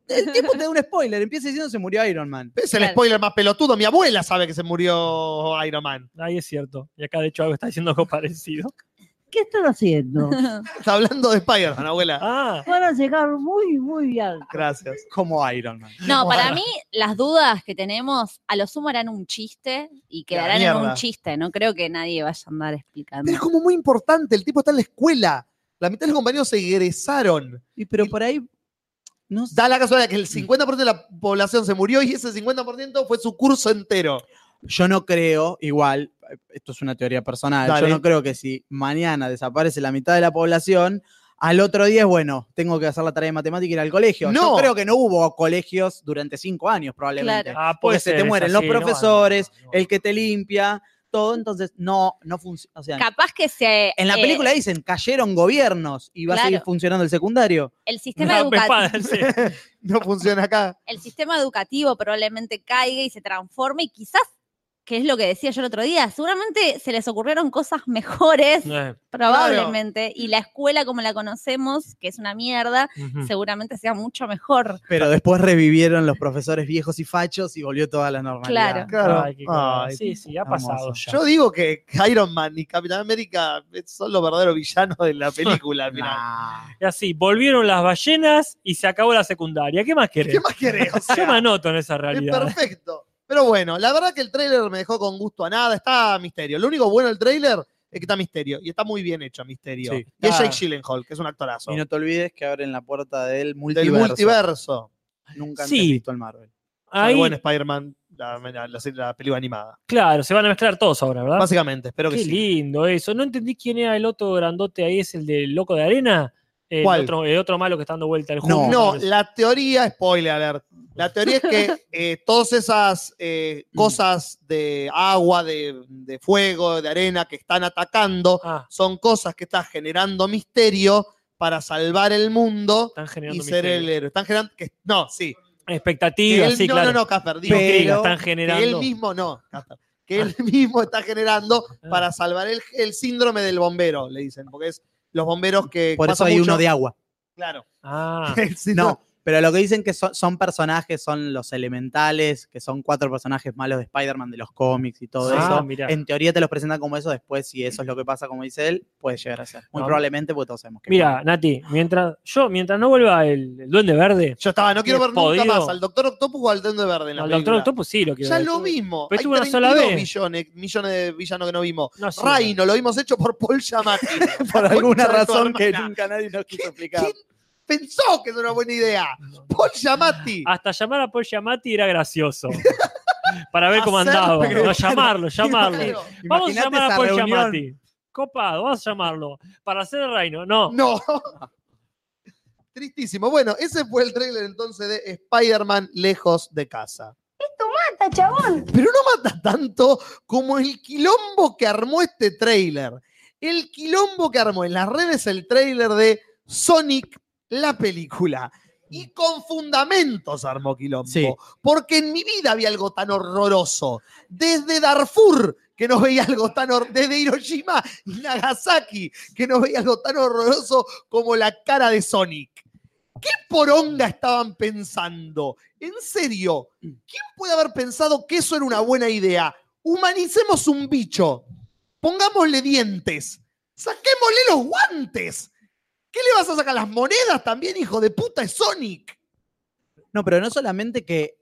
El tipo te da un spoiler. Empieza diciendo: se murió Iron Man. Es el Claro. spoiler más pelotudo. Mi abuela sabe que se murió Iron Man. Ahí es cierto. Y acá, de hecho, algo está diciendo algo parecido. ¿Qué están haciendo? Está hablando de Spider-Man, abuela. Ah, Van a llegar muy, muy alto. Gracias. Como Iron Man. No, para mí, las dudas que tenemos, a lo sumo harán un chiste y quedarán en mierda. un chiste. No creo que nadie vaya a andar explicando. Pero es como muy importante. El tipo está en la escuela. La mitad de los compañeros se egresaron. Y, pero por ahí. No sé. Da la casualidad que el 50% de la población se murió y ese 50% fue su curso entero. Yo no creo, igual, esto es una teoría personal, Dale. yo no creo que si mañana desaparece la mitad de la población, al otro día es bueno, tengo que hacer la tarea de matemática y ir al colegio. No. Yo creo que no hubo colegios durante cinco años, probablemente. Claro. Pues ah, puede Porque se te ser, es mueren así, los ¿no? profesores, No, no. el que te limpia, todo. Entonces, no, no funciona. Capaz que se. en la eh, película dicen, cayeron gobiernos y va a seguir Claro. funcionando el secundario. El sistema, Una educa- pespada, Ah, sí. No funciona acá. el sistema educativo probablemente caiga y se transforme y quizás, que es lo que decía yo el otro día, seguramente se les ocurrieron cosas mejores, Eh, probablemente, y la escuela como la conocemos, que es una mierda, ujú. Mm. seguramente sea mucho mejor. Pero después revivieron los profesores viejos y fachos y volvió toda la Claro. normalidad. Claro. Ay, qué cosa. Ay, sí, sí, ha hermoso. pasado ya. Yo digo que Iron Man y Capitán América son los verdaderos villanos de la película. al final. Nah. Y así, volvieron las ballenas y se acabó la secundaria. ¿Qué más querés? ¿Qué más querés? O Yo sea, me anoto en esa es realidad. perfecto. Pero bueno, la verdad que el tráiler me dejó con gusto a nada. Está misterio. Lo único bueno del tráiler es que está misterio. Y está muy bien hecho misterio. Sí. Y es Ah. Jake Gyllenhaal, que es un actorazo. Y no te olvides que abren la puerta del Del multiverso. multiverso. Nunca antes Sí. visto el Marvel. Ahí, Salvo en Spider-Man, la, la- la- la película animada. claro, se van a mezclar todos ahora, ¿verdad? Básicamente, espero que Ah. Qué sí. lindo eso. No entendí quién era el otro grandote ahí, es el del loco de arena. El ¿Cuál? Otro, el otro malo que está dando vuelta al No. juego. No, la teoría, spoiler alert, la teoría es que eh, todas esas eh, cosas de agua, de, de fuego, de arena que están atacando, Ah, son cosas que están generando misterio para salvar el mundo están generando y ser el misterio. héroe. Están generando... Que, no, sí. Que expectativas, él- sí, no, claro. no, no, Casper, digo, Intrigas pero están que él generando. Ah. mismo no, Casper, que él mismo está generando para salvar el, el síndrome del bombero, le dicen, porque es los bomberos que... Por eso pasan hay mucho- uno de agua. Claro. Ah, El síndrome- No, pero lo que dicen que son, son personajes, son los elementales, que son cuatro personajes malos de Spider-Man, de los cómics y todo Ah, eso. mirá. En teoría te los presentan como eso, después si eso es lo que pasa, como dice él, puede llegar a ser. Muy No. probablemente, porque todos sabemos que mira, Nati, mientras yo, mientras no vuelva el, el duende verde, Yo estaba, no quiero ver nunca Podido. más al Doctor Octopus o al Duende Verde en la al película. doctor Octopus sí lo quiero Ya ver. lo vimos. Pero Hay estuvo una sola 32 vez. millones, millones de villanos que no vimos. No, sí. Rhino lo vimos hecho por Paul Giamatti. Por alguna Concha de tu razón que hermana. nunca nadie nos quiso explicar. ¿Quién pensó que es una buena idea? Paul Giamatti. Hasta llamar a Paul Giamatti era gracioso. para ver cómo Hacer- andaba. porque- No, llamarlo, llamarlo. Claro. Vamos a Imaginate llamar a esa Paul reunión. Giamatti. Copado, vamos a llamarlo. Para hacer el reino. No. No. Tristísimo. Bueno, ese fue el trailer entonces de Spider-Man lejos de casa. Esto mata, chabón. Pero no mata tanto como el quilombo que armó este trailer. El quilombo que armó en las redes el trailer de Sonic, la película. Y con fundamentos armó quilombo. Sí. Porque en mi vida había algo tan horroroso. Desde Darfur, que no veía algo tan horroroso. Desde Hiroshima y Nagasaki, que no veía algo tan horroroso como la cara de Sonic. ¿Qué poronga estaban pensando? En serio, ¿quién puede haber pensado que eso era una buena idea? Humanicemos un bicho, pongámosle dientes, saquémosle los guantes. ¿Qué le vas a sacar las monedas también, hijo de puta? Es Sonic. No, pero no solamente que.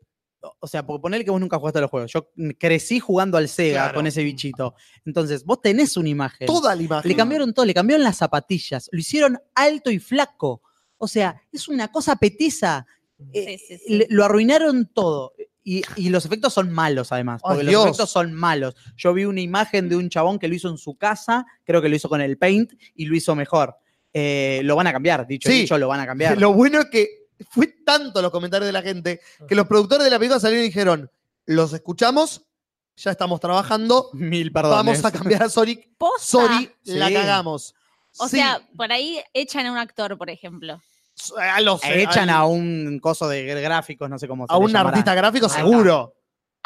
O sea, por poner que vos nunca jugaste a los juegos. Yo crecí jugando al Sega Claro. con ese bichito. Entonces, vos tenés una imagen. Toda la imagen. Le cambiaron todo, le cambiaron las zapatillas, lo hicieron alto y flaco. O sea, es una cosa petiza. Eh, Sí, sí, sí. le- Lo arruinaron todo. Y, y los efectos son malos, además. Ay, Porque los Oh, Dios. efectos son malos. Yo vi una imagen de un chabón que lo hizo en su casa, creo que lo hizo con el paint y lo hizo mejor. Eh, lo van a cambiar, dicho Sí. y hecho, lo van a cambiar. Lo bueno es que fue tanto los comentarios de la gente que los productores de la película salieron y dijeron: Los escuchamos, ya estamos trabajando, Mil vamos a cambiar a Sonic. Posta. Sorry, la ¿eh? Sí. cagamos. O Sí, sea, por ahí echan a un actor, por ejemplo. a los, Echan a un coso de gráficos, no sé cómo se a le un llamará. artista gráfico, está. seguro.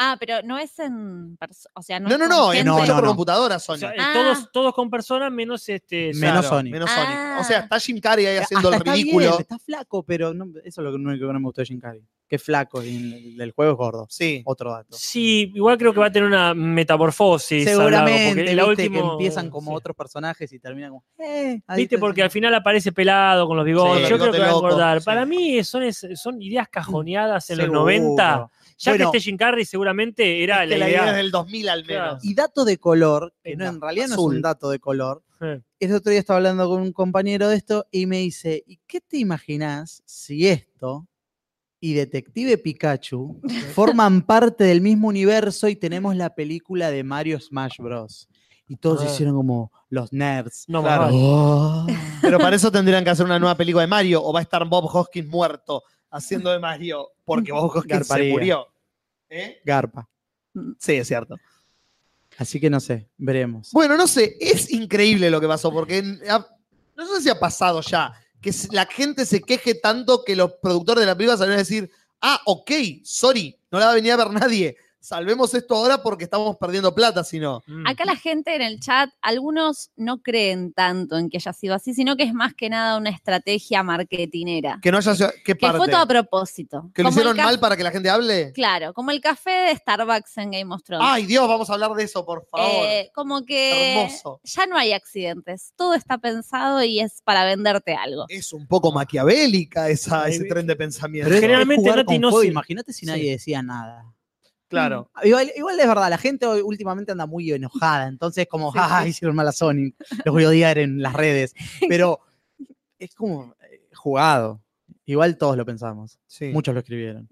Ah, pero no es en perso- o sea, no, No, es no, con no, es gente. no, hecho no, por no. computadora O Sonic. sea, eh, Ah. todos, todos con personas menos este. Sonic. Menos Sonic. menos Ah. Sonic. O sea, está Jim Carrey ahí haciendo Hasta el ridículo. Ah, Está, bien, está flaco, pero no- eso es lo que- lo único que no me gustó de Jim Carrey. Que es flaco y el del juego es gordo. Sí. Otro dato. Sí, igual creo que va a tener una metamorfosis. Salgado, Seguramente, porque viste la que última- empiezan como sí. otros personajes y terminan como... Eh, ahí Viste, te- porque al final aparece pelado con los bigotes. Sí, Yo creo bigote que va a loco, engordar. sí. Para mí son, es- son ideas cajoneadas en Seguro. los 90. Ya Bueno. que este Jim Carrey seguramente era Que la, Este la idea. idea es del 2000 al menos. Y dato de color, que no, Pena, en realidad no azul. es un dato de color. Sí. El otro día estaba hablando con un compañero de esto y me dice, ¿y qué te imaginás si esto y Detective Pikachu forman parte del mismo universo y tenemos la película de Mario Smash Bros? Y todos Ah. hicieron como los nerds. No, Claro. mamá. Oh. Pero para eso tendrían que hacer una nueva película de Mario o va a estar Bob Hoskins muerto haciendo de Mario porque Bob Hoskins se Garparía. murió. ¿Eh? Garpa. Sí, es cierto. Así que no sé, veremos. Bueno, no sé, es increíble lo que pasó porque en- ha- no sé si ha pasado ya que s- la gente se queje tanto que los productores de la película salieron a decir, ah, ok, sorry, no la venía a ver nadie. Salvemos esto ahora porque estamos perdiendo plata, si no. Mm. Acá la gente en el chat, algunos no creen tanto en que haya sido así, sino que es más que nada una estrategia marketinera. Que no haya sido- ¿Qué Que parte? fue todo a propósito. ¿Que lo Como el hicieron ca- mal para que la gente hable? Claro, como el café de Starbucks en Game of Thrones. Ay, Dios, vamos a hablar de eso, por favor. Eh, como que Hermoso. ya no hay accidentes, todo está pensado y es para venderte algo. es un poco maquiavélica esa, Ay, ese vi- tren de pensamiento. es- Generalmente jugar Nati con no fuego, sirve. Imagínate si nadie Sí. decía nada. claro. Mm. Igual, igual es verdad, la gente hoy últimamente anda muy enojada, entonces como, Sí, jaja, sí. hicieron mal a Sonic, los voy a odiar en las redes, pero es como eh, jugado. Igual todos lo pensamos, Sí. muchos lo escribieron.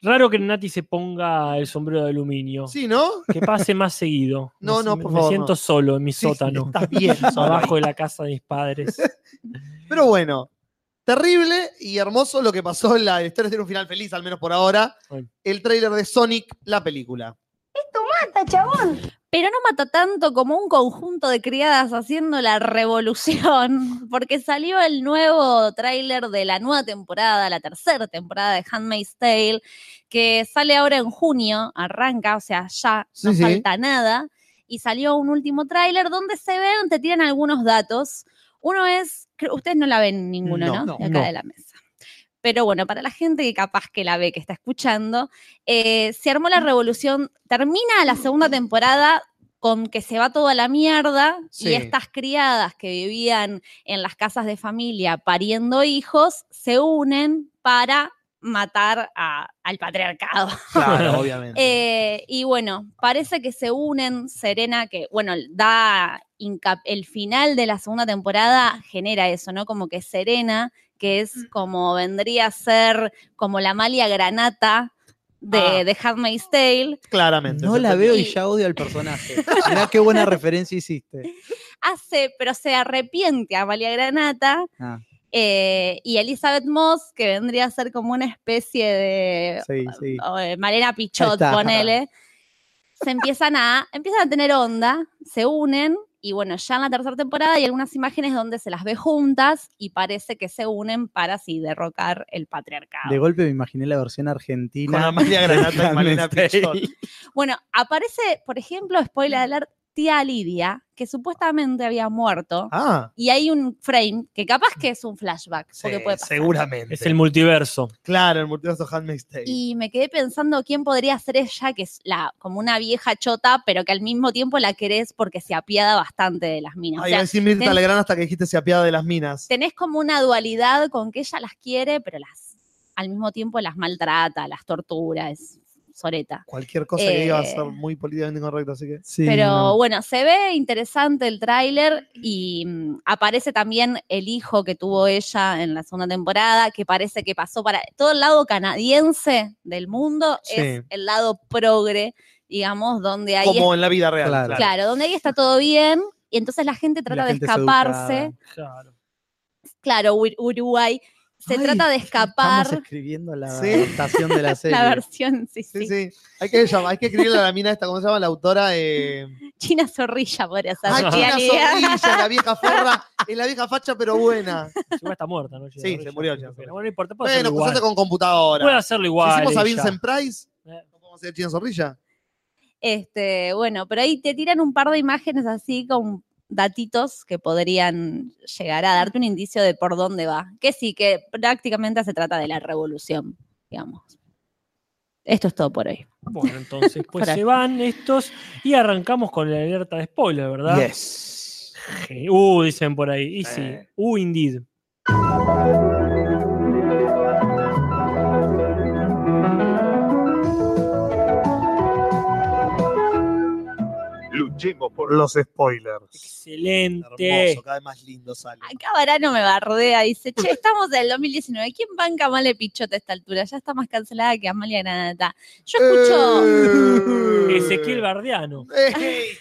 Raro que Nati se ponga el sombrero de aluminio. Sí, ¿no? Que pase más seguido. No, Me- no, me, por me favor, siento no. solo en mi Sí, sótano. Estás bien, solo ahí. Abajo de la casa de mis padres. Pero bueno, terrible y hermoso lo que pasó en la historia. Tiene un final feliz, al menos por ahora. Ay. El tráiler de Sonic, la película. Mata, chabón. Pero no mata tanto como un conjunto de criadas haciendo la revolución, porque salió el nuevo tráiler de la nueva temporada, la tercera temporada de Handmaid's Tale, que sale ahora en junio, arranca, o sea, ya no Sí, sí. falta nada, y salió un último tráiler donde se ven, te tiran algunos datos. Uno es, creo- ustedes no la ven ninguno, No, ¿no? no, De acá no. de la mesa. Pero bueno, para la gente que capaz que la ve, que está escuchando, eh, se armó la revolución, termina la segunda temporada con que se va toda la mierda Sí. y estas criadas que vivían en las casas de familia pariendo hijos se unen para matar a- al patriarcado. Claro, obviamente. Eh, y bueno, parece que se unen Serena, que bueno, da hinca- el final de la segunda temporada genera eso, ¿no? Como que Serena, que es como vendría a ser como la malia granata de, Ah. de Handmaid's Tale, Claramente. No se la entendió. veo y Y- ya odio al personaje. Mirá qué buena referencia hiciste. hace, pero se arrepiente a Malia Granata Ah, Eh, y Elizabeth Moss, que vendría a ser como una especie de Sí, sí. o, eh, Malena Ahí Pichot, está. ponele, se empiezan a, empiezan a tener onda, se unen, y bueno, ya en la tercera temporada hay algunas imágenes donde se las ve juntas y parece que se unen para así derrocar el patriarcado. De golpe me imaginé la versión argentina. Con Amalia Granata y de Handmaid's Malena Pichot. Tale. Bueno, aparece, por ejemplo, spoiler alert, tía Lidia, que supuestamente había muerto, Ah, y hay un frame que capaz que es un flashback, porque sí, puede pasar. seguramente. Es el multiverso. Claro, el multiverso Handmaid's Tale. Y me quedé pensando quién podría ser ella, que es la, como una vieja chota, pero que al mismo tiempo la querés porque se apiada bastante de las minas. O Ahí sea, va a decir Mirta ten- Legrand hasta que dijiste se apiada de las minas. tenés como una dualidad con que ella las quiere, pero las al mismo tiempo las maltrata, las tortura, es soreta. Cualquier cosa que iba a Eh. ser muy políticamente incorrecta, así que. Sí, Pero no. bueno, se ve interesante el tráiler y mm, aparece también el hijo que tuvo ella en la segunda temporada, que parece que pasó para todo el lado canadiense del mundo, es Sí. el lado progre, digamos, donde ahí Como en la vida real. Claro. Claro. es- claro, donde ahí está todo bien y entonces la gente trata La gente de es escaparse, educada. Claro. claro, Ur- Uruguay se Ay, trata de escapar Estamos escribiendo la Sí. adaptación de la serie. la versión, sí, sí. Sí, sí. Hay que, llamar- hay que escribirle a la mina esta, ¿cómo se llama? La autora. Eh... China Zorrilla podría ser. Ah, la China realidad. Zorrilla, la vieja forra. Es la vieja facha, pero buena. Igual está muerta, ¿no? Chino Sí, se Zorrilla? murió Chino Bueno, no importa, puede Bueno, pues hacerlo cruzaste igual. con computadora. Puede hacerlo Si igual. hicimos a ella. Vincent Price, Eh. ¿no podemos hacer Chino Zorrilla? Este, bueno, pero ahí te tiran un par de imágenes así con datitos que podrían llegar a darte un indicio de por dónde va. Que sí, que prácticamente se trata de la revolución, digamos. Esto es todo por hoy. Bueno, entonces, pues Para. se van estos y arrancamos con la alerta de spoiler, ¿verdad? Yes. Je- Uh, dicen por ahí. Y sí. Eh. Uh, indeed. Luchemos por los spoilers. Excelente. Hermoso, cada vez más lindo sale. Acá Barano me bardea, dice, che, estamos en el 2019, ¿quién banca a Male Pichota a esta altura? Ya está más cancelada que Amalia Granata. Yo escucho, Eh. Ezequiel Bardiano. Ey,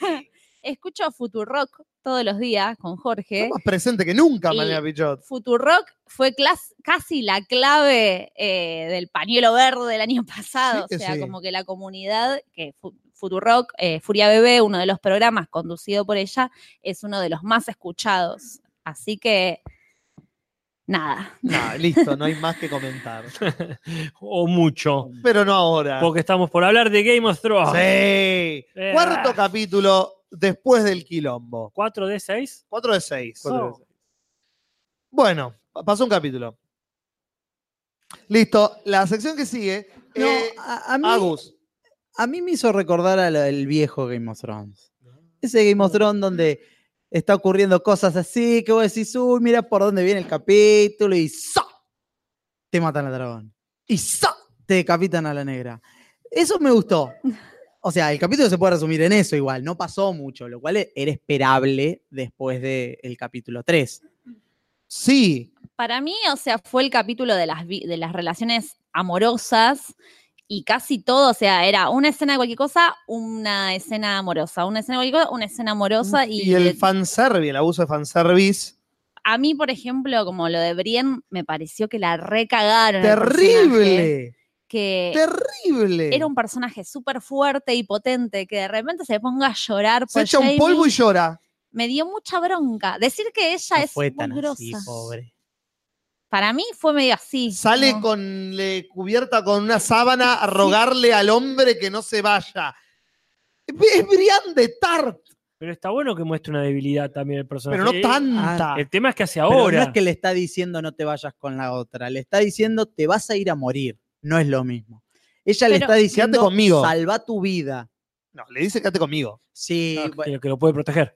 escucho Futurock todos los días con Jorge. está más presente que nunca, Y- Malena Pichot. Futurock fue clas- casi la clave eh, del pañuelo verde del año pasado. Sí que o sea, sí. como que la comunidad, que Fu- Futurock, eh, Furia Bebé, uno de los programas conducido por ella, es uno de los más escuchados. Así que, nada. Nah, listo, no hay más que comentar. o mucho. Pero no ahora. Porque estamos por hablar de Game of Thrones. Sí. Eh. Cuarto capítulo después del quilombo. 4 de 6. 4 de 6. Cuatro de seis. Bueno, pa- pasó un capítulo. Listo, la sección que sigue. No, eh, a, a mí, Agus. a mí me hizo recordar al al viejo Game of Thrones. Ese Game of Thrones donde está ocurriendo cosas así, que vos decís, uy, mira por dónde viene el capítulo y ¡za! Te matan al dragón. Y ¡za! Te decapitan a la negra. Eso me gustó. O sea, el capítulo se puede resumir en eso igual. No pasó mucho, lo cual e- era esperable después del capítulo 3. Sí, Para mí, o sea, fue el capítulo de las, vi- de las relaciones amorosas y casi todo, o sea, era una escena de cualquier cosa, una escena amorosa, una escena de cualquier cosa, una escena amorosa y, Mm, y de- el fanservice, el abuso de fanservice. a mí, por ejemplo, como lo de Brienne, me pareció que la recagaron. al personaje, Terrible, Que terrible. Eh, era un personaje súper fuerte y potente, que de repente se ponga a llorar por Se echa un Jaime, polvo y llora. Me dio mucha bronca. Decir que ella No es fue muy tan grosa. así, pobre. Para mí fue medio así. Sale como- con le- cubierta con una sábana a rogarle al hombre que no se vaya. Es Brian de Tarp, Pero está bueno que muestre una debilidad también el personaje. pero no Eh, tanta. Ah, El tema es que hace Pero ahora. no es que le está diciendo no te vayas con la otra, le está diciendo te vas a ir a morir. No es lo mismo. Ella le Pero- está diciendo conmigo. salva tu vida. No, le dice quédate conmigo. Sí, Ah, bueno, que, que lo puede proteger.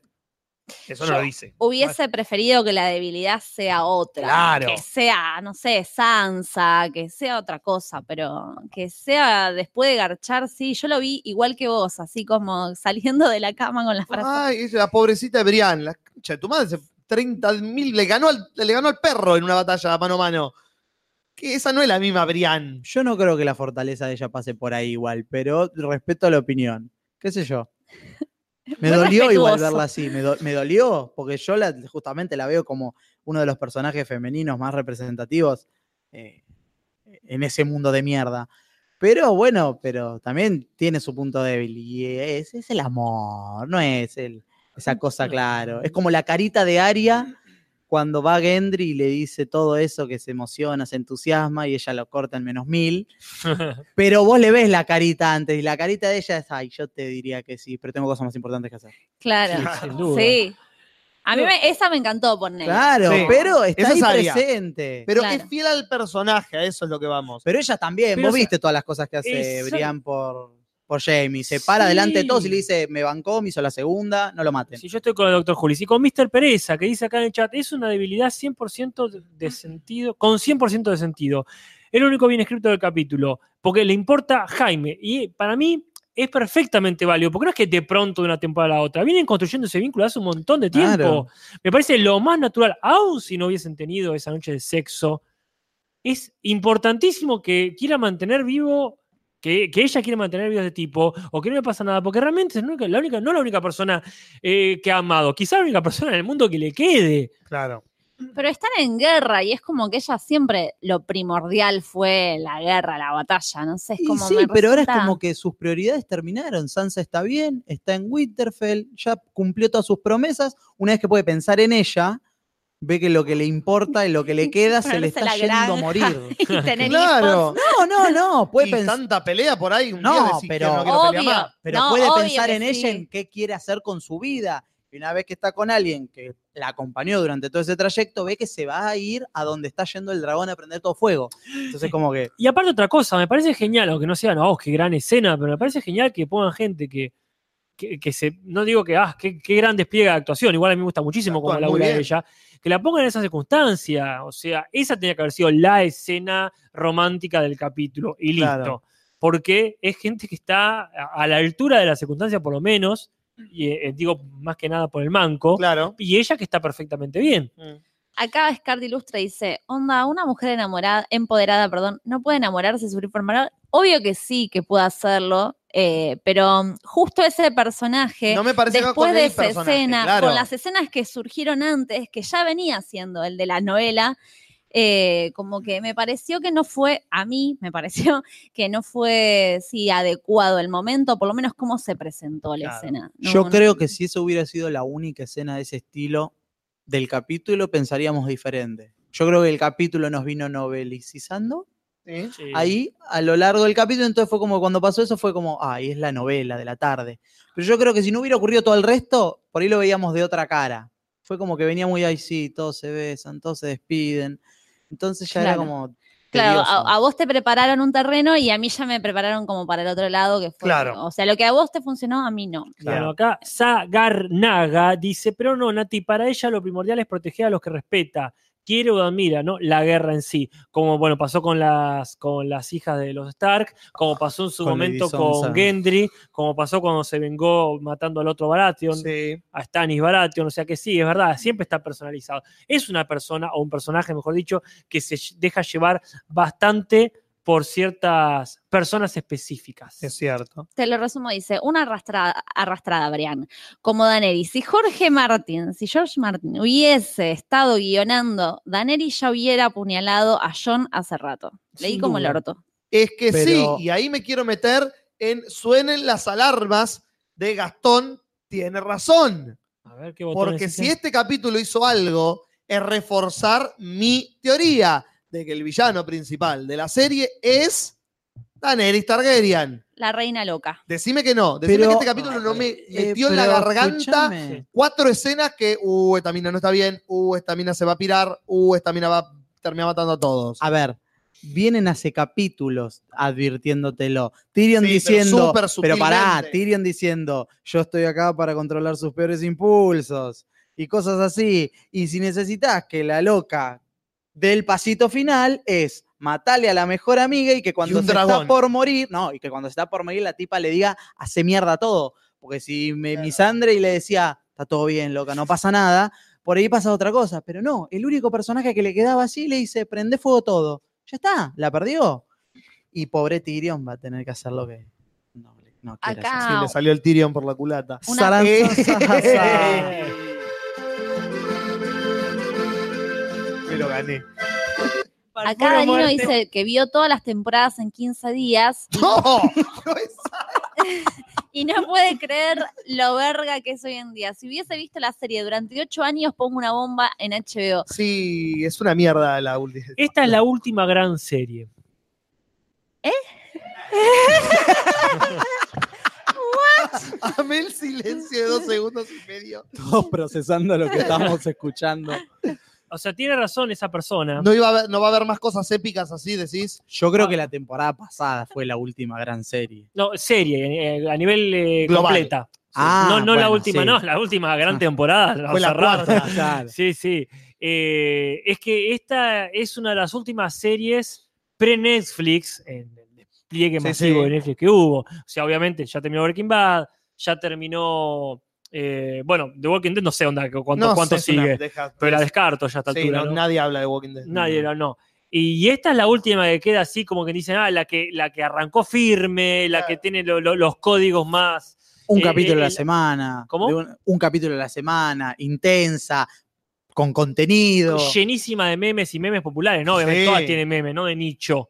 Eso Yo- no lo dice. Hubiese preferido que la debilidad sea otra. Claro. Que sea, no sé, Sansa, que sea otra cosa, pero que sea después de garchar, sí. Yo lo vi igual que vos, así como saliendo de la cama con las frases. Ay, es la pobrecita de Brian, la concha de tu madre, 30 mil, le ganó, al, le ganó al perro en una batalla mano a mano. Que esa no es la misma Brian. yo no creo que la fortaleza de ella pase por ahí igual, pero respeto a la opinión. ¿Qué sé yo? Me Muy dolió igual respetuoso. verla así, me, do- me dolió, porque yo la, justamente la veo como uno de los personajes femeninos más representativos eh, en ese mundo de mierda. Pero bueno, pero también tiene su punto débil y es, es el amor, no es el, esa cosa, claro. Es como la carita de Aria cuando va Gendry y le dice todo eso que se emociona, se entusiasma y ella lo corta en menos mil. Pero vos le ves la carita antes y la carita de ella es, ay, yo te diría que sí, pero tengo cosas más importantes que hacer. Claro. Sí, sin duda. Sí. A mí me- esa me encantó poner. Claro, Sí. pero está Esa ahí es Arya. presente. Pero Claro. es fiel al personaje, a eso es lo que vamos. Pero ella también, Pero vos esa- viste todas las cosas que hace esa- Brian por, por Jamie. Se para delante de todos y le dice, me bancó, me hizo la segunda, no lo maten. Si yo estoy con el doctor Julis y con Mr. Pereza, que dice acá en el chat, es una debilidad 100% de- de sentido, con 100% de sentido. El único bien escrito del capítulo, porque le importa Jaime. Y para mí es perfectamente válido, porque no es que de pronto de una temporada a la otra. Vienen construyendo ese vínculo hace un montón de tiempo. Claro. Me parece lo más natural, aun si no hubiesen tenido esa noche de sexo. Es importantísimo que quiera mantener vivo que, que ella quiere mantener vidas de tipo o que no le pasa nada, porque realmente es la única, la única- no la única persona eh, que ha amado, quizá la única persona en el mundo que le quede. Claro. Pero están en guerra y es como que ella siempre lo primordial fue la guerra, la batalla, no sé, es Y como sí, me pero ahora es resulta- como que sus prioridades terminaron. Sansa está bien, está en Winterfell, ya cumplió todas sus promesas. Una vez que puede pensar en ella, ve que lo que le importa y lo que le queda se le Ponerse está la yendo a granja. morir. y tener Claro. No, no, no, puede y pensar. tanta pelea por ahí. Un No, día decís, pero- "Ya no hijos. quiero pelear Obvio. más". pero no, puede obvio pensar que en sí. ella, en qué quiere hacer con su vida. Y una vez que está con alguien que la acompañó durante todo ese trayecto, ve que se va a ir a donde está yendo el dragón a prender todo fuego. Entonces, como que. Y aparte otra cosa, me parece genial, aunque no sea, no, oh, qué gran escena, pero me parece genial que pongan gente que, que, que se, no digo que, ah, qué, qué gran despliegue de actuación, igual a mí me gusta muchísimo como Actúan la Ah, muy de bien. ella, que la pongan en esa circunstancia, o sea, esa tenía que haber sido la escena romántica del capítulo, y listo. Claro. Porque es gente que está a- a la altura de la circunstancia, por lo menos, y eh, digo más que nada por el manco, Claro. Mm. y ella que está perfectamente bien. Acá Scardi Ilustra dice, onda, una mujer enamorada, empoderada, perdón, no puede enamorarse, sufrir por amor. Obvio que sí que puede hacerlo, eh, pero mm, justo ese personaje, No me parece que va después con de el esa personaje, escena, claro. con las escenas que surgieron antes, que ya venía siendo el de la novela, eh, como que me pareció que no fue, a mí me pareció que no fue sí, adecuado el momento, por lo menos cómo se presentó la Claro. escena. No, Yo no- creo que si eso hubiera sido la única escena de ese estilo del capítulo, pensaríamos diferente. Yo creo que el capítulo nos vino novelicizando Sí. Sí. ahí a lo largo del capítulo, entonces fue como cuando pasó eso fue como, ay, es la novela de la tarde. Pero yo creo que si no hubiera ocurrido todo el resto, por ahí lo veíamos de otra cara. Fue como que venía muy ahí, sí, todos se besan, todos se despiden. Entonces ya era Claro. como... Claro, tedioso. a, a vos te prepararon un terreno y a mí ya me prepararon como para el otro lado, que fue. Claro. O sea, lo que a vos te funcionó, a mí no. Claro, acá Sagarnaga dice, pero no, Nati, para ella lo primordial es proteger a los que respeta, quiere o admira, ¿no? La guerra en sí, como bueno, pasó con las, con las hijas de los Stark, como pasó en su Con Lady momento Sansa. con Gendry, como pasó cuando se vengó matando al otro Baratheon, Sí. a Stannis Baratheon, o sea que sí, es verdad, siempre está personalizado. Es una persona, o un personaje, mejor dicho, que se ll- deja llevar bastante por ciertas personas específicas. Es cierto. Te lo resumo, dice, una arrastrada, arrastrada, Brian, como Daneri. Si Jorge Martin, si George Martin hubiese estado guionando, Daneri ya hubiera apuñalado a John hace rato. Leí Sin como el duda. orto. Es que Pero- sí, y ahí me quiero meter en suenen las alarmas de Gastón, tiene razón. A ver qué botones Porque si dicen. este capítulo hizo algo, es reforzar mi teoría de que el villano principal de la serie es Daenerys Targaryen. La reina loca. Decime que no, decime Pero- que este capítulo no me Eh, metió en la pero garganta escúchame. cuatro escenas que, uh, esta mina no está bien, uh, esta mina se va a pirar, uh, esta mina va a terminar matando a todos. Ah, A ver, vienen hace capítulos advirtiéndotelo. Tyrion Sí, pero diciendo, súper pero, pará, sutilmente. Tyrion diciendo, yo estoy acá para controlar sus peores impulsos y cosas así. Y si necesitas que la loca del pasito final es matarle a la mejor amiga y que cuando un se está dragón. por morir, no, y que cuando se está por morir la tipa le diga, hace mierda todo. Porque si me misandre y le decía, está todo bien, loca, no pasa nada, por ahí pasa otra cosa. Pero no, el único personaje que le quedaba así le dice, prende fuego todo. Ya está, la perdió. Y pobre Tyrion va a tener que hacer lo que no le No, Acá- quiero decir. Sí, le salió el Tyrion por la culata. Una- Sarán, Eh. sa, sa, sa. Me lo gané. Acá Danilo dice que vio todas las temporadas en 15 días ¡No! No es- y no puede creer lo verga que es hoy en día. Si hubiese visto la serie durante 8 años, pongo una bomba en HBO. Sí, es una mierda la última. Esta es la última gran serie. Amé el silencio de dos segundos y medio. Todos procesando lo que estamos escuchando. O sea, tiene razón esa persona. No, iba a haber- no va a haber más cosas épicas así, decís. Yo Ah. creo que la temporada pasada fue la última gran serie. No, serie, eh, a nivel eh, Global. completa. Ah, no no la bueno, última, sí. no, la última gran temporada. Ah, Fue la cerraron. cuarta. Claro. Sí, sí. Eh, es que esta es una de las últimas series pre-Netflix, en el despliegue Sí, masivo sí. de Netflix que hubo. O sea, obviamente ya terminó Breaking Bad, ya terminó. eh, bueno, The Walking Dead no sé onda, cu- cuánto, No sé, cuánto es una sigue, pendeja. pero la descarto ya a esta Sí, altura. no, ¿no? Nadie habla de Walking Dead. Nadie la- no. Y esta es la última que queda así, como que dicen, ah, la que, la que arrancó firme, la que tiene lo- lo- los códigos más. Un Eh, capítulo a la el- semana. ¿Cómo? de Un, un capítulo a la semana, intensa, con contenido. llenísima de memes y memes populares, ¿no? Obviamente Sí. todas tienen memes, ¿no? De nicho.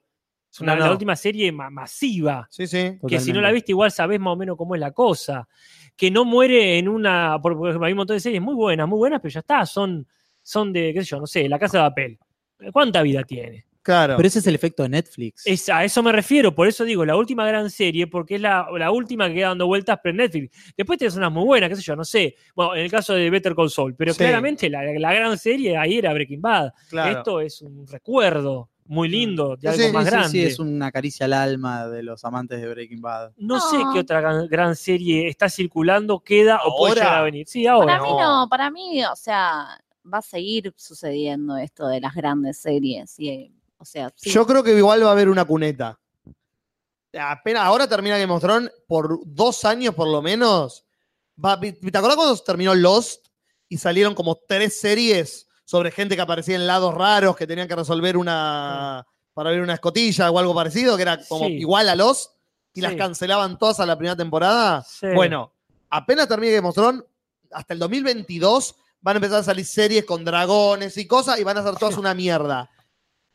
Es una, No, la no. última serie ma- masiva. Sí, sí. Que si no Totalmente. la viste, igual sabés más o menos cómo es la cosa. Que no muere en una. por- por ejemplo, hay un montón de series muy buenas, muy buenas, pero ya está. Son, son de, qué sé yo, no sé, La Casa de Papel. ¿Cuánta vida tiene? Claro. Pero ese es el efecto de Netflix. Es- a eso me refiero, por eso digo, la última gran serie, porque es la, la última que queda dando vueltas pre-Netflix. Después tienes unas muy buenas, qué sé yo, no sé. Bueno, en el caso de Better Call Saul, pero Sí. claramente la, la gran serie ahí era Breaking Bad. claro. Mm. Esto es un recuerdo muy lindo de Sí, algo sí, más Sí, sí, grande. sí, es una caricia al alma de los amantes de Breaking Bad. No sé No. qué otra gran, gran serie está circulando, queda o puede Ahora. llegar a venir. Sí, Para ahora. mí no, para mí, o sea, va a seguir sucediendo esto de las grandes series. Y, eh, o sea, sí. Yo creo que igual va a haber una cuneta. Apenas ahora termina Game of Thrones, por dos años por lo menos. Va- ¿Te acordás cuando terminó Lost y salieron como tres series sobre gente que aparecía en lados raros que tenían que resolver una. para ver una escotilla o algo parecido, que era como Sí. igual a Lost y las Sí. cancelaban todas a la primera temporada? Sí. Bueno, apenas termine Game of Thrones, hasta el 2022 van a empezar a salir series con dragones y cosas y van a ser todas una mierda.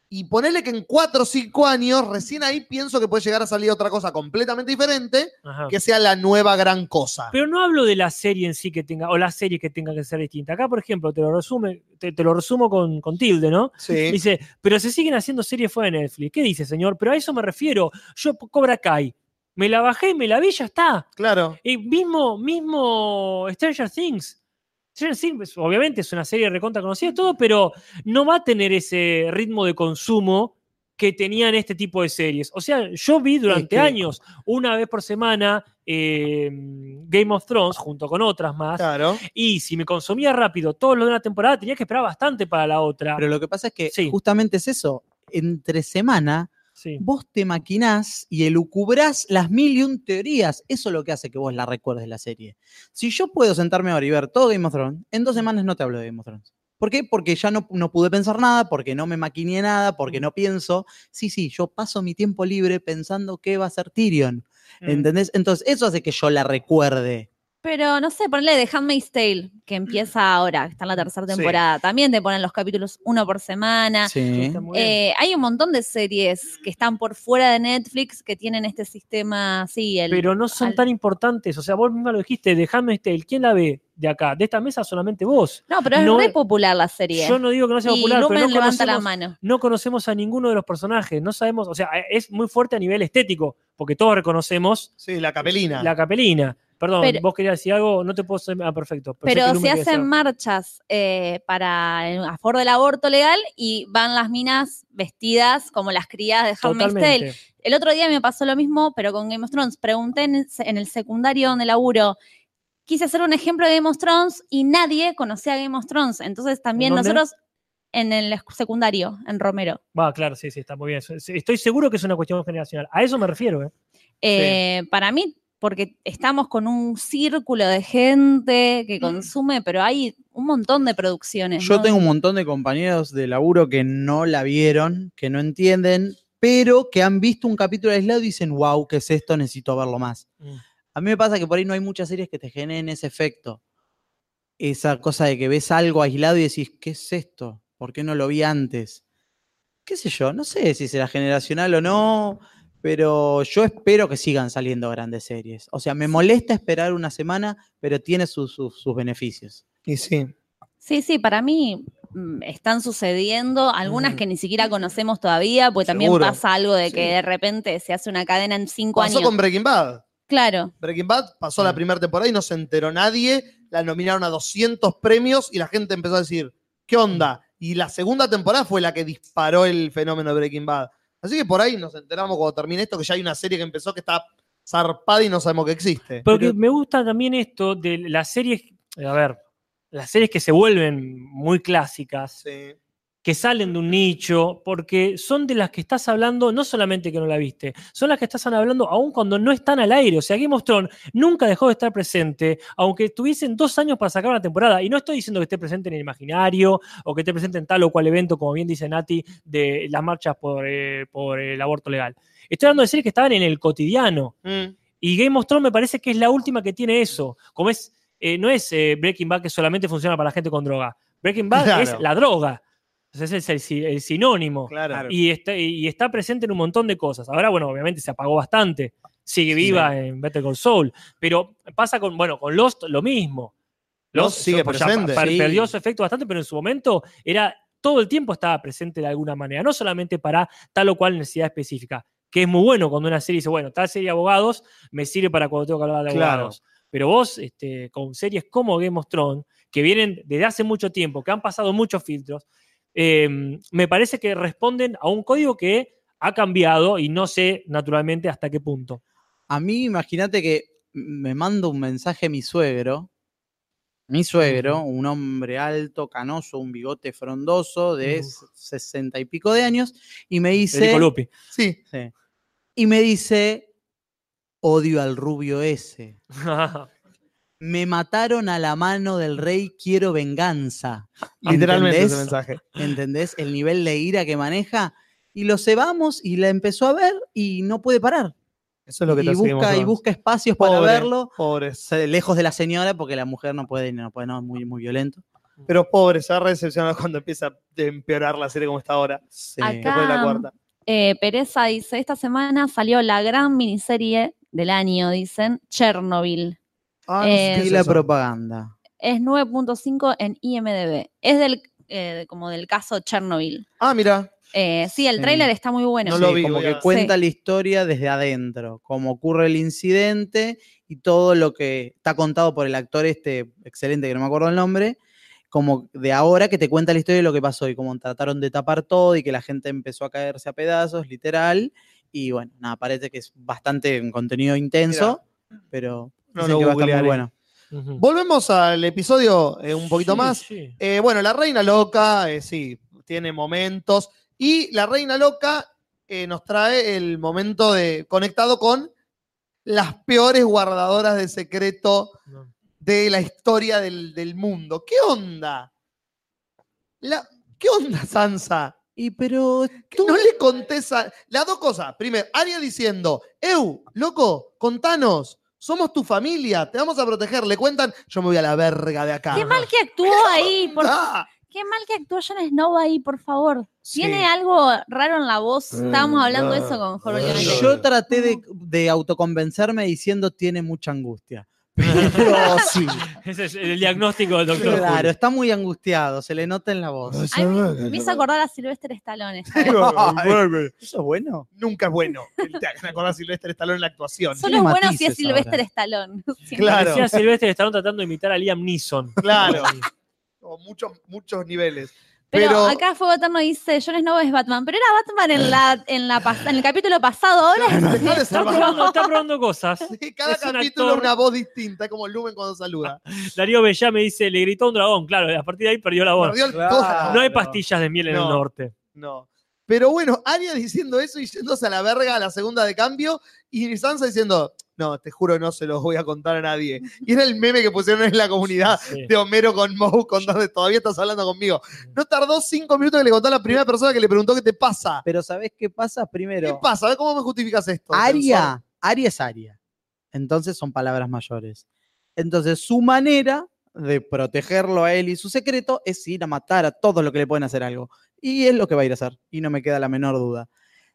Y ponerle que en 4 o 5 años, recién ahí pienso que puede llegar a salir otra cosa completamente diferente, Ajá. que sea la nueva gran cosa. Pero no hablo de la serie en sí que tenga, o las series que tengan que ser distintas. Acá, por ejemplo, te lo resume, te, te lo resumo con, con tilde, ¿no? Sí. Dice, pero se siguen haciendo series fuera de Netflix. ¿Qué dice, señor? Pero a eso me refiero. Yo Cobra Kai. Me la bajé, me la vi, ya está. Claro. Y mismo, mismo Stranger Things. Stranger Things, pues, obviamente, es una serie recontra conocida, todo, pero no va a tener ese ritmo de consumo que tenían este tipo de series. O sea, yo vi durante que- años, una vez por semana, eh, Game of Thrones junto con otras más. Claro. Y si me consumía rápido todo lo de una temporada, tenía que esperar bastante para la otra. Pero lo que pasa es que Sí. justamente es eso. Entre semana, Sí. vos te maquinás y elucubrás las mil y un teorías. Eso es lo que hace que vos la recuerdes la serie. Si yo puedo sentarme ahora y ver todo Game of Thrones, en dos semanas no te hablo de Game of Thrones. ¿Por qué? Porque ya no, no pude pensar nada, porque no me maquiné nada, porque no pienso. Sí, sí, yo paso mi tiempo libre pensando qué va a ser Tyrion. Mm. ¿Entendés? Entonces, eso hace que yo la recuerde. Pero no sé, ponle The Handmaid's Tale, que Mm. empieza ahora, que está en la tercera temporada. También te ponen los capítulos uno por semana. Sí. Está muy bien. Eh, hay un montón de series que están por fuera de Netflix que tienen este sistema así. El, pero no son al- tan importantes. O sea, vos misma lo dijiste, dejame este, ¿quién la ve de acá? De esta mesa solamente vos. no, pero es no- re popular la serie. Yo no digo que no sea y popular, pero Lumen no levanta la conocemos- mano. no conocemos a ninguno de los personajes, no sabemos, o sea, eh, es muy fuerte a nivel estético, porque todos reconocemos Sí, la capelina. la capelina. Perdón, Pero- vos querías decir algo, no te puedo ser ah, perfecto. pensé que Pero Lumen se quería hacen decir- marchas eh, para el- a favor del aborto legal y van las minas vestidas como las criadas de Handmaid's Tale. Totalmente. El otro día me pasó lo mismo, pero con Game of Thrones. Pregunté en el, en el secundario donde laburo. Quise hacer un ejemplo de Game of Thrones y nadie conocía a Game of Thrones. Entonces también dónde? nosotros en el esc- secundario, en Romero. Va, claro, sí, sí, está muy bien. Estoy seguro que es una cuestión generacional. A eso me refiero, ¿eh? Eh, Para mí, porque estamos con un círculo de gente Mm. que consume, pero hay un montón de producciones. Yo ¿no? tengo un montón de compañeros de laburo que no la vieron, que no entienden, pero que han visto un capítulo aislado y dicen, wow, ¿qué es esto? Necesito verlo más. Mm. A mí me pasa que por ahí no hay muchas series que te generen ese efecto. Esa cosa de que ves algo aislado y decís, ¿qué es esto? ¿Por qué no lo vi antes? ¿Qué sé yo? No sé si será generacional o no, pero yo espero que sigan saliendo grandes series. O sea, me molesta esperar una semana, pero tiene sus- sus- sus beneficios. Y sí. Sí, sí, para mí mm, están sucediendo algunas Mm. que ni siquiera conocemos todavía, porque también Seguro. pasa algo de que Sí. de repente se hace una cadena en cinco Pasó años. con Breaking Bad. Claro, Breaking Bad pasó la Mm. primera temporada y no se enteró nadie. La nominaron a 200 premios y la gente empezó a decir, ¿qué onda? Y la segunda temporada fue la que disparó el fenómeno de Breaking Bad. Así que por ahí nos enteramos cuando termine esto que ya hay una serie que empezó que está zarpada y no sabemos que existe. Porque me gusta también esto de las series, a ver, las series que se vuelven muy clásicas, Sí. que salen de un nicho, porque son de las que estás hablando, no solamente que no la viste, son las que estás hablando aún cuando no están al aire. O sea, Game of Thrones nunca dejó de estar presente, aunque tuviesen dos años para sacar una temporada. Y no estoy diciendo que esté presente en el imaginario o que esté presente en tal o cual evento, como bien dice Nati, de las marchas por, eh, por el aborto legal. Estoy hablando de series que estaban en el cotidiano. Mm. Y Game of Thrones me parece que es la última que tiene eso. Como es, eh, no es eh, Breaking Bad que solamente funciona para la gente con droga. Breaking Bad Claro. es la droga. Entonces es el, si- el sinónimo. Claro. Y, está, y está presente en un montón de cosas. Ahora, bueno, obviamente se apagó bastante. Sigue viva en Better Call Saul. Pero pasa con, bueno, con Lost lo mismo. Lost sigue pues, ya presente. pa- pa- Sí. Perdió su efecto bastante, pero en su momento era todo el tiempo estaba presente de alguna manera. No solamente para tal o cual necesidad específica que es muy bueno cuando una serie dice, bueno, tal serie de abogados me sirve para cuando tengo que hablar de Claro. abogados. Pero vos, este, con series como Game of Thrones, que vienen desde hace mucho tiempo, que han pasado muchos filtros, eh, me parece que responden a un código que ha cambiado y no sé naturalmente hasta qué punto. A mí, imagínate que me manda un mensaje mi suegro. Mi suegro, un hombre alto, canoso, un bigote frondoso de Ujú. sesenta y pico de años, y me dice. Federico Lupi. Sí. Sí. y me dice: Odio al rubio ese. Me mataron a la mano del rey, quiero venganza. Literalmente ese ¿Entendés? mensaje. ¿Entendés? El nivel de ira que maneja. Y lo cebamos y la empezó a ver y no puede parar. Eso es lo que te y hace Game of busca, y Thrones. busca espacios para Pobre, verlo. Pobres. se- lejos de la señora porque la mujer no puede, no puede, no, es muy, muy violento. Pero pobre, se va a recepcionar cuando empieza a empeorar la serie como está ahora. Sí. Acá- Después de la Ah. cuarta. eh, Pereza dice, esta semana salió la gran miniserie del año, dicen, Chernobyl. Ah, no sé qué Y es la propaganda. Es 9.5 en IMDB. Es del, eh, como del caso Chernobyl. ah, mira. Eh, sí, el Sí. tráiler está muy bueno. No lo Sí, vi, como voy que a- cuenta la historia desde adentro, cómo ocurre el incidente y todo lo que está contado por el actor este excelente que no me acuerdo el nombre, como de ahora que te cuenta la historia de lo que pasó y cómo trataron de tapar todo y que la gente empezó a caerse a pedazos, literal. Y bueno, nada, parece que es bastante un contenido intenso, pero No dicen lo que va a estar muy googlearé. bueno. Ujú. Volvemos al episodio eh, un poquito Sí, más. sí. Eh, bueno, la reina loca, eh, sí, tiene momentos. Y la reina loca eh, nos trae el momento de conectado con las peores guardadoras de secreto No. de la historia del, del mundo. ¿Qué onda? La- ¿Qué onda, Sansa? Y pero Que No le contés a- Las dos cosas. Primero, Aria diciendo, Eu, loco, contanos. Somos tu familia, te vamos a proteger. Le cuentan, yo me voy a la verga de acá. Qué mal que actuó ahí, por Ah. Qué mal que actuó Jon Snow ahí, por favor. Sí. Tiene algo raro en la voz. Estábamos hablando de eso con Jorge Ay, Leonel. Eh, Yo traté de, de autoconvencerme diciendo tiene mucha angustia. Pero sí, Ese es el diagnóstico del doctor. claro, está muy angustiado, se le nota en la voz. Ay, me, me hizo acordar a Sylvester Stallone. ¿sabes? Eso es bueno. Nunca es bueno. Te hagan acordar a Silvestre Stallone en la actuación. Solo es Tiene bueno si es matices Sylvester ahora. Stallone. Siempre. Claro. Decía Silvestre que estaban tratando de imitar a Liam Neeson. Claro. O muchos, muchos niveles. Pero, Pero- acá Fuego Eterno dice, Jon Snow es Batman. Pero era Batman en, la, en, la pas- en el capítulo pasado. Ahora es Deja de Está ser probando, está probando cosas. bajón. Cada Es un capítulo actor. una voz distinta, es como Lumen cuando saluda. Darío Bellá me dice, le gritó a un dragón. Claro, a partir de ahí perdió la voz. Perdió el- Claro. toda- No hay pastillas de miel en Ah, No. el norte. No. Pero bueno, Anya diciendo eso y yéndose a la verga a la segunda de cambio y Sansa diciendo, no, te juro no se los voy a contar a nadie. Y era el meme que pusieron en la comunidad Sí. de Homero con Moe contando, todavía estás hablando conmigo. No tardó cinco minutos que le contó a la primera persona que le preguntó qué te pasa. Pero ¿sabés qué pasa primero? ¿Qué pasa? A ver, ¿Cómo me justificas esto? Aria, Aria es Aria. Entonces son palabras mayores. Entonces su manera de protegerlo a él y su secreto es ir a matar a todos los que le pueden hacer algo. Y es lo que va a ir a hacer, y no me queda la menor duda.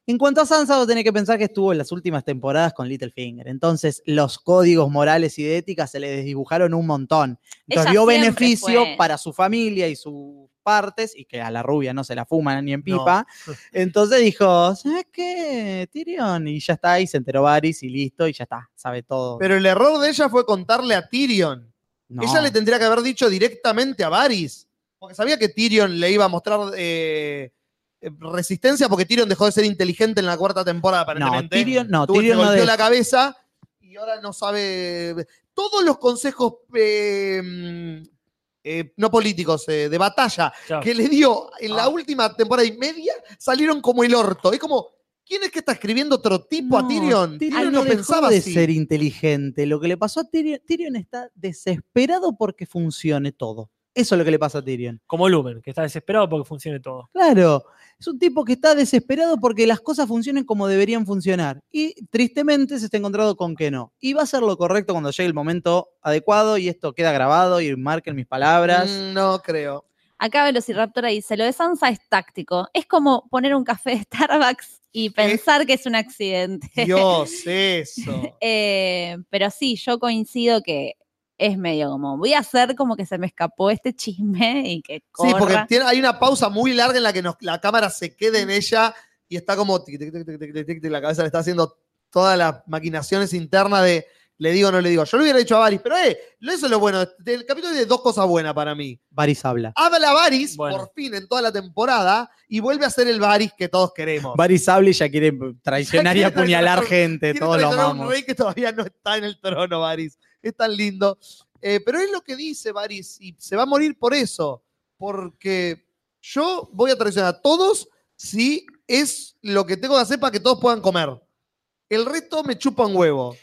En cuanto a Sansa, vos tenés que pensar que estuvo en las últimas temporadas con Littlefinger. Entonces, los códigos morales y de ética se le desdibujaron un montón. Ella Entonces, dio siempre beneficio fue- para su familia y sus partes, y que a la rubia no se la fuman ni en pipa. Entonces dijo, ¿sabes qué? Tyrion. Y ya está, y se enteró Varys y listo, y ya está, sabe todo. Pero el error de ella fue contarle a Tyrion. No. Ella le tendría que haber dicho directamente a Varys. Porque sabía que Tyrion le iba a mostrar eh, eh, resistencia porque Tyrion dejó de ser inteligente en la cuarta temporada, no, aparentemente. Tyrion, no, Tuvo- Tyrion le no golpeó de- la cabeza y ahora no sabe. Todos los consejos eh, mm, eh, no políticos, eh, de batalla Claro. que le dio en Ah. la última temporada y media salieron como el orto. Es como, ¿quién es que está escribiendo otro tipo a No, Tyrion? Tyrion Él no, dejó pensaba de así. ser inteligente. Lo que le pasó a Tyrion, Tyrion está desesperado porque funcione todo. Eso es lo que le pasa a Tyrion. Como Lumen, que está desesperado porque funcione todo. Claro, es un tipo que está desesperado porque las cosas funcionen como deberían funcionar. Y tristemente se está encontrado con que no. Y va a ser lo correcto cuando llegue el momento adecuado y esto queda grabado y marquen mis palabras. Mm, No creo. Acá Velociraptora dice, lo de Sansa es táctico. Es como poner un café de Starbucks y pensar que es un accidente. Dios, eso. Eh, pero sí, yo coincido que es medio como, voy a hacer como que se me escapó este chisme y que corra. Sí, porque tiene- hay una pausa muy larga en la que nos- la cámara se queda en ella y está como tic, tic, tic, tic, tic, tic, tic, la cabeza le está haciendo todas las maquinaciones internas de le digo o no le digo. Yo lo hubiera dicho a Varys, pero eh, eso es lo bueno. El capítulo tiene dos cosas buenas para mí. Varys habla. Habla Varys Bueno. por fin en toda la temporada y vuelve a ser el Varys que todos queremos. Varys habla y ya quiere traicionar y Ya quiere apuñalar traicionar- gente. Tiene Todos lo traicionado a amamos. un rey que todavía no está en el trono, Varys. Es tan lindo. Eh, pero es lo que dice Varys y se va a morir por eso. Porque yo voy a traicionar a todos si es lo que tengo que hacer para que todos puedan comer. El resto me chupa un huevo.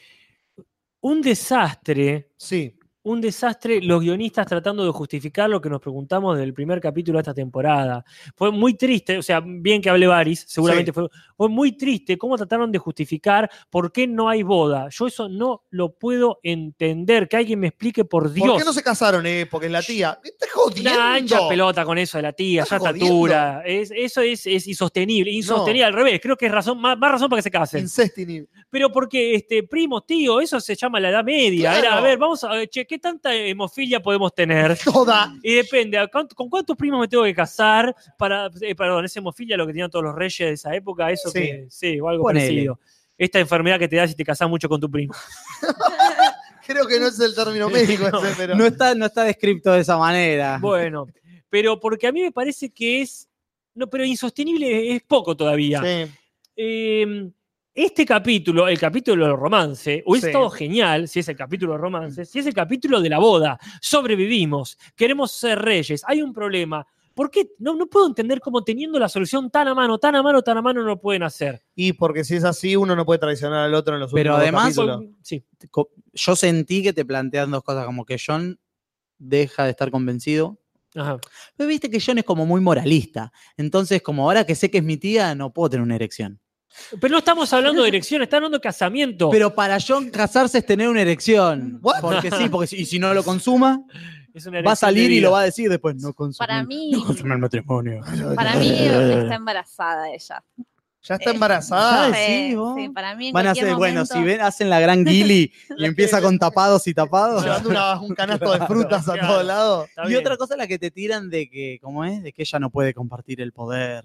Un desastre Sí. un desastre los guionistas tratando de justificar lo que nos preguntamos del primer capítulo de esta temporada. Fue muy triste, o sea, bien que hable Varys, seguramente Sí. fue, fue muy triste cómo trataron de justificar por qué no hay boda. Yo eso no lo puedo entender, que alguien me explique por Dios. ¿Por qué no se casaron, eh? Porque es la tía. Me estás jodiendo. Una ancha pelota con eso de la tía, ya Estás está jodiendo. altura. Es- eso es, es insostenible, insostenible al revés. Creo que es razón, más, más razón para que se casen. Incestini. Pero porque este primo, tío, eso se llama la edad media. Era, Claro. a ver, vamos a ver, che, ¿qué tanta hemofilia podemos tener? Toda. Y depende, ¿a cuánto- ¿con cuántos primos me tengo que casar? Para, eh, perdón, es hemofilia lo que tenían todos los reyes de esa época, eso Sí. que, sí, o algo Ponele. parecido. Esta enfermedad que te da si te casás mucho con tu primo. Creo que no es el término médico No, ese, pero. No está, no está descrito de esa manera. Bueno, pero porque a mí me parece que es. No, pero insostenible es poco todavía. Sí. Eh, este capítulo, el capítulo del romance, hubiese Sí. estado genial si es el capítulo del romance, si es el capítulo de la boda. Sobrevivimos, queremos ser reyes, hay un problema. ¿Por qué? No, no puedo entender cómo teniendo la solución tan a mano, tan a mano, tan a mano no lo pueden hacer. Y porque si es así, uno no puede traicionar al otro en los Pero últimos además- capítulos. Sí. co- yo sentí que te plantean dos cosas, como que John deja de estar convencido. Ajá. Pero viste que John es como muy moralista. Entonces, como ahora que sé que es mi tía, no puedo tener una erección. Pero no estamos hablando de elecciones, estamos hablando de casamiento. Pero para John casarse es tener una erección. What? Porque sí, porque si, y si no lo consuma, Es una va elección a salir de y lo vida. va a decir después. No consumé, Para mí- no consumé el matrimonio. Para mí está embarazada ella. Eh, Ya eh, está embarazada. Ah, sí, vos. para mí en Van a cualquier hacer, bueno, momento- si ven, hacen la gran guili y empieza con tapados y tapados. llevando una- un canasto de frutas a Claro. todos lados. Está Y bien. otra cosa es la que te tiran de que, ¿cómo es? De que ella no puede compartir el poder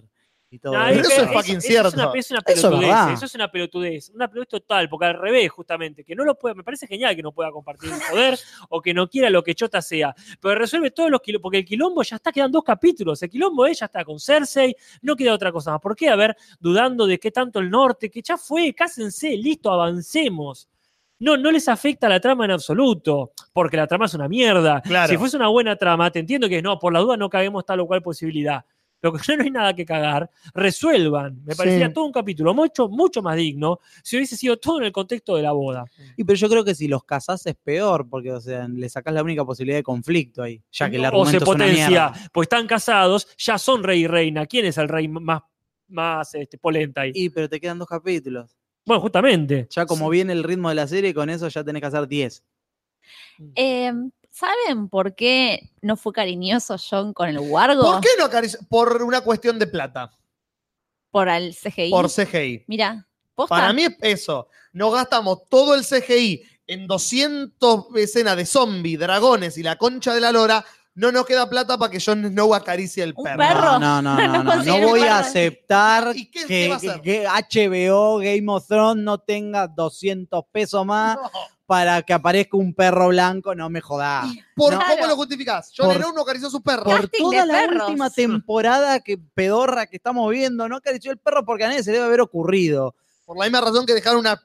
y todo. Nah, Pero eso. eso es fucking Es una, cierto. es una Eso pelotudez, es eso verdad. es, una pelotudez, una pelotudez total, porque al revés, justamente, que no lo pueda, me parece genial que no pueda compartir el poder o que no quiera lo que Chota sea, pero resuelve todos los quilombos, porque el quilombo ya está, quedan dos capítulos, el quilombo ella está con Cersei, no queda otra cosa más. ¿Por qué? A ver, dudando de qué tanto el norte, que ya fue, cásense, listo, avancemos. No, no les afecta la trama en absoluto, porque la trama es una mierda. Claro. Si fuese una buena trama, te entiendo que no, por la duda no caemos tal o cual posibilidad. lo que ya no hay nada que cagar, resuelvan. Me parecía Sí. todo un capítulo mucho, mucho más digno si hubiese sido todo en el contexto de la boda. Y pero yo creo que si los casás es peor, porque o sea, le sacás la única potencia posibilidad de conflicto ahí, ya que el o argumento se es una potencia, mierda. pues están casados, ya son rey y reina. ¿Quién es el rey más, más este, polenta ahí? Y pero te quedan dos capítulos. Bueno, justamente. Ya como viene el ritmo de la serie, con eso ya tenés que hacer 10. Eh, ¿Saben por qué no fue cariñoso John con el guardo? ¿Por qué no acaricia? Por una cuestión de plata, Por el CGI. por CGI. Mira, posta. Para mí es eso. No gastamos todo el CGI en 200 escenas de zombies, dragones y la concha de la lora. No nos queda plata para que Jon Snow acaricie el perro. perro. No, no, no, no, no, no consigue voy el a cuadro. aceptar ¿Y qué- que, qué va a hacer? que HBO, Game of Thrones no tenga 200 pesos más para que aparezca un perro blanco, no me jodás. ¿Y por No. cómo lo justificás? Jon Por- Snow no acarició a su perro. Por Casting toda de la perros. última temporada que pedorra que estamos viendo, no acarició el perro porque a nadie se le debe haber ocurrido. Por la misma razón que dejaron una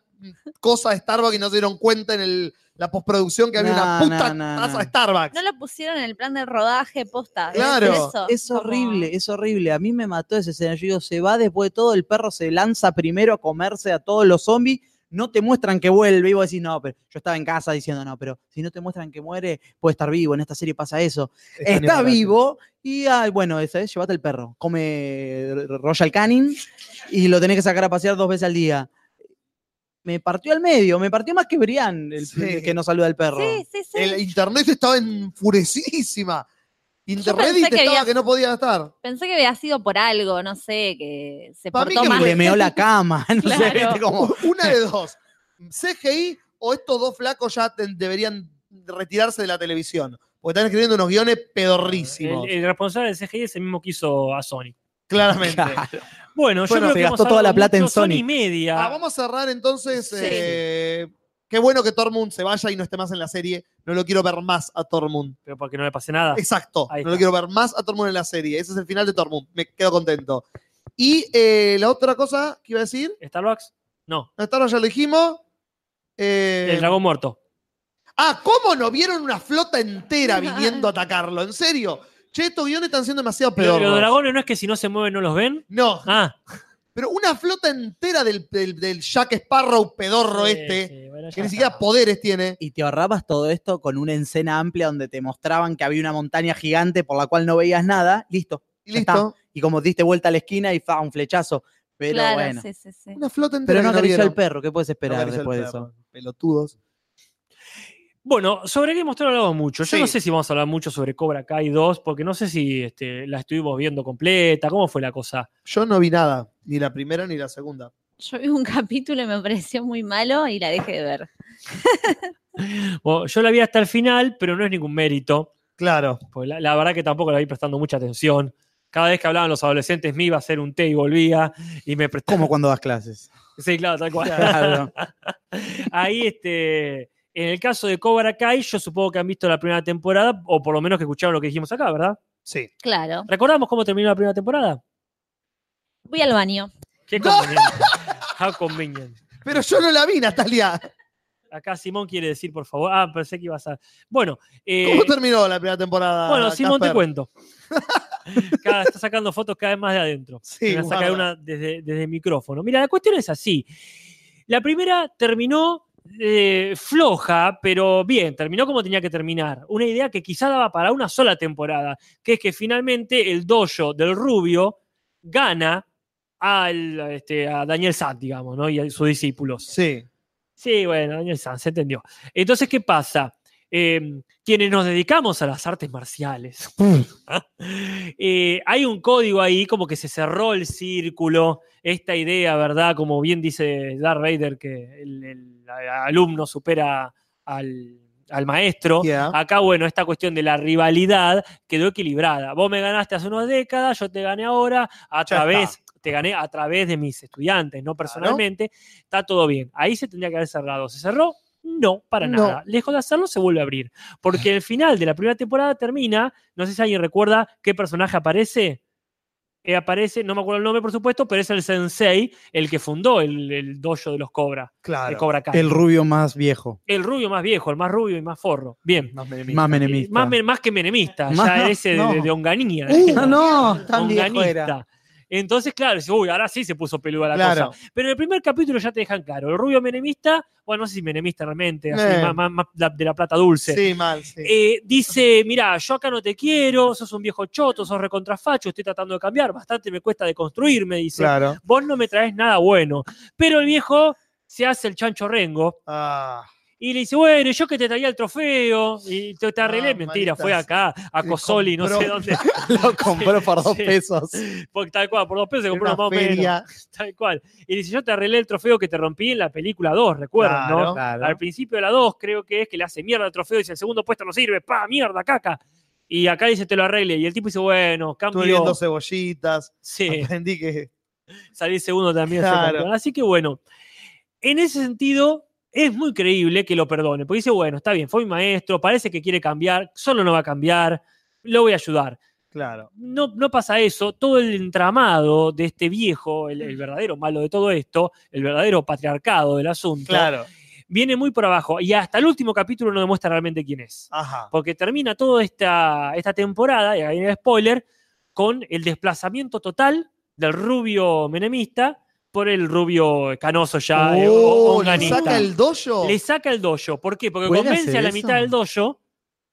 cosa de Starbucks y no se dieron cuenta en el- la postproducción que había No, una puta no, no, taza no. de Starbucks. No lo pusieron en el plan de rodaje posta. Claro. Es como- horrible, es horrible. A mí me mató esa escena. Yo digo, se va después de todo, el perro se lanza primero a comerse a todos los zombies. No te muestran que vuelve. Y vos decís, no, pero yo estaba en casa diciendo, no, pero si no te muestran que muere, puede estar vivo. En esta serie pasa eso. Está Está, nefasto. vivo y, ay, bueno, esa es, eh, llévate el perro. Come r- Royal Canin y lo tenés que sacar a pasear dos veces al día. Me partió al medio, me partió más que Brian, el Sí. que no saluda al perro. Sí, sí, sí. El internet estaba enfurecidísima. Internet pensé que estaba había- que no podía estar. Pensé que había sido por algo, no sé, que se Pa' mí portó que mal. Le meó la cama. no sé, Claro. viste, como- Una de dos. CGI o estos dos flacos ya te- deberían retirarse de la televisión. Porque están escribiendo unos guiones pedorrísimos. El, el responsable del CGI es el mismo que hizo a Sony. claramente. Bueno, yo Bueno, creo se que hemos gastó toda la hablado plata en mucho, son Sony. y media. Ah, vamos a cerrar entonces. Sí. eh, qué bueno que Tormund se vaya y no esté más en la serie. No lo quiero ver más a Tormund. Pero para que no le pase nada. Exacto. Ah, Ahí No está. lo quiero ver más a Tormund en la serie. Ese es el final de Tormund. Me quedo contento. Y eh, la otra cosa que iba a decir, ¿Starbucks? No. no está, no, ya lo dijimos. Eh, El dragón muerto. ah, ¿cómo no vieron una flota entera viniendo a atacarlo? ¿En serio? Che, estos guiones están siendo demasiado Pero los peor. dragones no es que si no se mueven no los ven. No, Ah, pero una flota entera del, del- del Jack Sparrow pedorro Sí, este, sí, bueno, ya que ni está. siquiera poderes tiene. y te ahorrabas todo esto con una escena amplia donde te mostraban que había una montaña gigante por la cual no veías nada, listo. Y ya listo. está. Y como diste vuelta a la esquina y fa, un flechazo. Pero Claro, bueno. sí, sí, sí. Una flota entera. Pero no que acarició vieron. al perro, ¿qué puedes No esperar acarició al después de perro, eso? Pelotudos. Bueno, sobre Game of Thrones hablamos mucho. Yo Sí. no sé si vamos a hablar mucho sobre Cobra Kai 2, porque no sé si este, la estuvimos viendo completa. ¿Cómo fue la cosa? Yo no vi nada, ni la primera ni la segunda. Yo vi un capítulo y me pareció muy malo y la dejé de ver. Bueno, yo la vi hasta el final, pero no es ningún mérito. Claro. porque la, la verdad que tampoco la vi prestando mucha atención. Cada vez que hablaban los adolescentes me iba a hacer un té y volvía y me prestaba. Como cuando das clases. Sí, claro, tal cual. Claro. Ahí, este, en el caso de Cobra Kai, yo supongo que han visto la primera temporada, o por lo menos que escucharon lo que dijimos acá, ¿verdad? Sí. Claro. ¿Recordamos cómo terminó la primera temporada? Voy al baño. Qué ¡No! conveniente. Ah, How convenient. Pero yo no la vi, Natalia. Acá Simón quiere decir, por favor. Ah, pensé que ibas a. Bueno, eh, ¿Cómo terminó la primera temporada? bueno, Simón te Casper? cuento. Cada- está sacando fotos cada vez más de adentro. Sí, Me la saca de guarda. una desde, desde el micrófono. Mira, la cuestión es así. La primera terminó eh, floja, pero bien, terminó como tenía que terminar. Una idea que quizá daba para una sola temporada, que es que finalmente el dojo del rubio gana al, este, a Daniel Sanz, digamos, ¿no? y a sus discípulos. Sí. Sí, bueno, Daniel Sanz, se entendió. Entonces, ¿qué pasa? Eh, quienes nos dedicamos a las artes marciales, ¿ah? eh, hay un código ahí como que se cerró el círculo, esta idea, ¿verdad? Como bien dice Darth Vader, que el, el alumno supera al, al maestro. Yeah. Acá, bueno, esta cuestión de la rivalidad quedó equilibrada. Vos me ganaste hace unas décadas, yo te gané ahora, Ya a través, te gané a través de mis estudiantes, no personalmente. Está todo bien. Ahí se tendría que haber cerrado. ¿Se cerró? No, para No. nada. Lejos de hacerlo, se vuelve a abrir. Porque el final de la primera temporada termina, no sé si alguien recuerda qué personaje aparece. eh, aparece, no me acuerdo el nombre por supuesto, pero es el sensei, el que fundó el, el dojo de los Cobra, de Claro. Cobra Kai. El rubio más viejo. El rubio más viejo, el más rubio y más forro. Bien. Más menemista. Más menemista. Más, me- más que menemista, Más- ya ese de- no. Uh, de, de Onganía. no, Ah, no, tan viejo Onganista. era. Entonces, claro, dice, uy, ahora sí se puso peluda la Claro. cosa. Pero en el primer capítulo ya te dejan claro. El rubio menemista, bueno, no sé si menemista realmente, así, Eh. más, más- más la- de la plata dulce. Sí, mal, sí. Eh, dice, mira, yo acá no te quiero, sos un viejo choto, sos recontrafacho, estoy tratando de cambiar, bastante me cuesta de construirme, dice. claro. Vos no me traes nada bueno. Pero el viejo se hace el chancho rengo Ah, y le dice, bueno, yo que te traía el trofeo y te, te arreglé. Ah, Mentira, manitas. fue acá, a Le Cosoli, no sé compró- dónde. Lo compró por dos Sí. pesos. Porque tal cual, por dos pesos se compró una una más o menos. feria. Tal cual. Y dice, yo te arreglé el trofeo que te rompí en la película 2, recuerdan, Claro. ¿no? Al principio de la 2 creo que es que le hace mierda el trofeo y dice, el segundo puesto no sirve, pa, mierda, caca. Y acá dice, te lo arregle. Y el tipo dice, bueno, Estuve viendo cambio. cebollitas. Sí, Aprendí que. salí segundo también. soy Claro. campeón. Así que bueno, en ese sentido es muy creíble que lo perdone, porque dice, bueno, está bien, fue mi maestro, parece que quiere cambiar, solo no va a cambiar, lo voy a ayudar Claro. no, no pasa eso. Todo el entramado de este viejo, el, el verdadero malo de todo esto, el verdadero patriarcado del asunto, Claro. viene muy por abajo. Y hasta el último capítulo no demuestra realmente quién es. Ajá. Porque termina toda esta, esta temporada, y ahí viene el spoiler, con el desplazamiento total del rubio menemista por el rubio canoso ya, eh, o- Oh, o- ¿le onganista. saca el dojo? Le saca el dojo. ¿Por qué? Porque ¿Puede convence hacer a la eso? mitad del dojo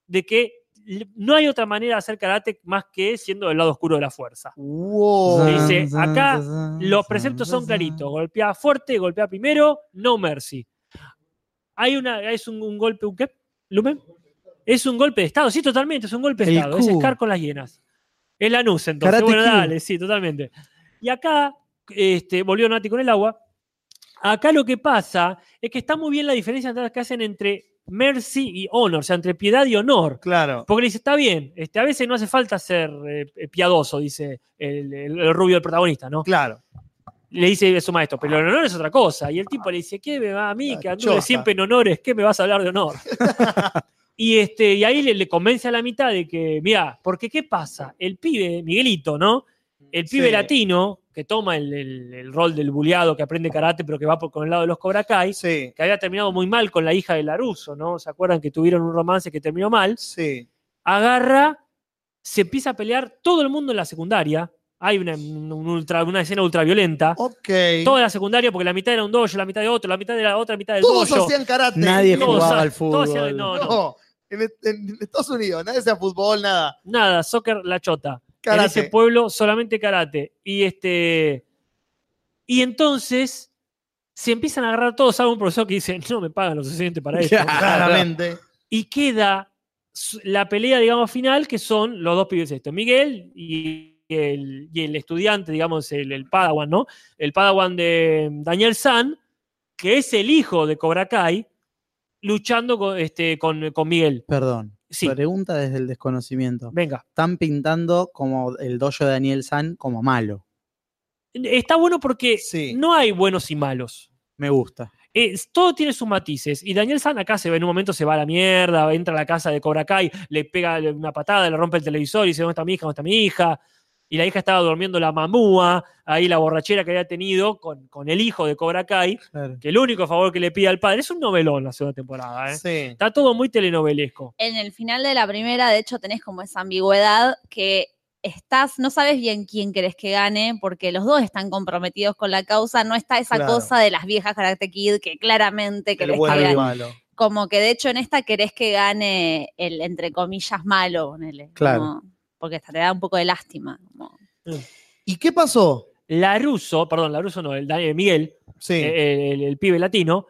de que l- no hay otra manera de hacer karate más que siendo del lado oscuro de la fuerza. Wow. Dice, acá Los preceptos son claritos. Golpea fuerte, golpea primero, no mercy. Hay una, es un, un golpe, ¿un qué? ¿Lumen? Es un golpe de estado, sí, totalmente, es un golpe de El estado. Es Q. escar con las hienas. Es la nus, entonces. Karate bueno, Q. dale, sí, totalmente. Y acá, este, volvió Nati con el agua. Acá lo que pasa es que está muy bien la diferencia que hacen entre mercy y honor, o sea, entre piedad y honor. Claro. Porque le dice, está bien, este, a veces no hace falta ser eh, eh, piadoso, dice el, el- el rubio del protagonista, ¿no? Claro. le dice su maestro, pero el honor es otra cosa. Y el tipo le dice, ¿qué me va a mí? Ah, Que anduve choja. siempre en honores, ¿qué me vas a hablar de honor? y, este, y ahí le, le convence a la mitad de que, mira, porque ¿qué pasa? El pibe, Miguelito, ¿no? El pibe Sí. latino, que toma el, el- el rol del buleado, que aprende karate, pero que va por, con el lado de los Cobra Kai, Sí. que había terminado muy mal con la hija de Laruso, ¿no? ¿Se acuerdan que tuvieron un romance que terminó mal? Sí. agarra, se empieza a pelear todo el mundo en la secundaria. Hay una, un ultra- una escena ultraviolenta. Ok. Toda la secundaria, porque la mitad era un dojo, la mitad de otro, la mitad de la otra mitad del Todos dojo. hacían karate. Nadie Todos jugaba hacían- al todos hacían- fútbol. no, No. no, En, este, en Estados Unidos, nadie hacía fútbol, nada. nada, soccer la chota. En Karate. ese pueblo solamente karate. Y este. Y entonces se empiezan a agarrar todos a un profesor que dice, no me pagan lo suficiente para esto. Claramente. y queda su- la pelea, digamos, final, que son los dos pibes estos, Miguel y el, y el estudiante, digamos, el, el Padawan, ¿no? El Padawan de mm, Daniel San, que es el hijo de Cobra Kai, luchando con, este, con, con Miguel. Perdón. Sí, Pregunta desde el desconocimiento. venga. Están pintando como el dojo de Daniel San como malo. Está bueno porque Sí. no hay buenos y malos. Me gusta. Eh, todo tiene sus matices. Y Daniel San acá se ve en un momento, se va a la mierda, entra a la casa de Cobra Kai, le pega una patada, le rompe el televisor y dice: ¿Dónde está mi hija? ¿Dónde está mi hija? Y la hija estaba durmiendo la mamúa, ahí la borrachera que había tenido con, con el hijo de Cobra Kai, Claro. que el único favor que le pide al padre es un novelón la segunda temporada. ¿eh? Sí. Está todo muy telenovelesco. En el final de la primera, de hecho, tenés como esa ambigüedad que estás, no sabes bien quién querés que gane, porque los dos están comprometidos con la causa, no está esa Claro. cosa de las viejas Karate Kid que claramente El querés bueno que y el gane. malo. Como que de hecho en esta querés que gane el entre comillas malo, ponele, Claro. como- porque hasta te da un poco de lástima. como- ¿Y qué pasó? Laruso, perdón, Laruso no, el Daniel Miguel, Sí. eh, el, el pibe latino,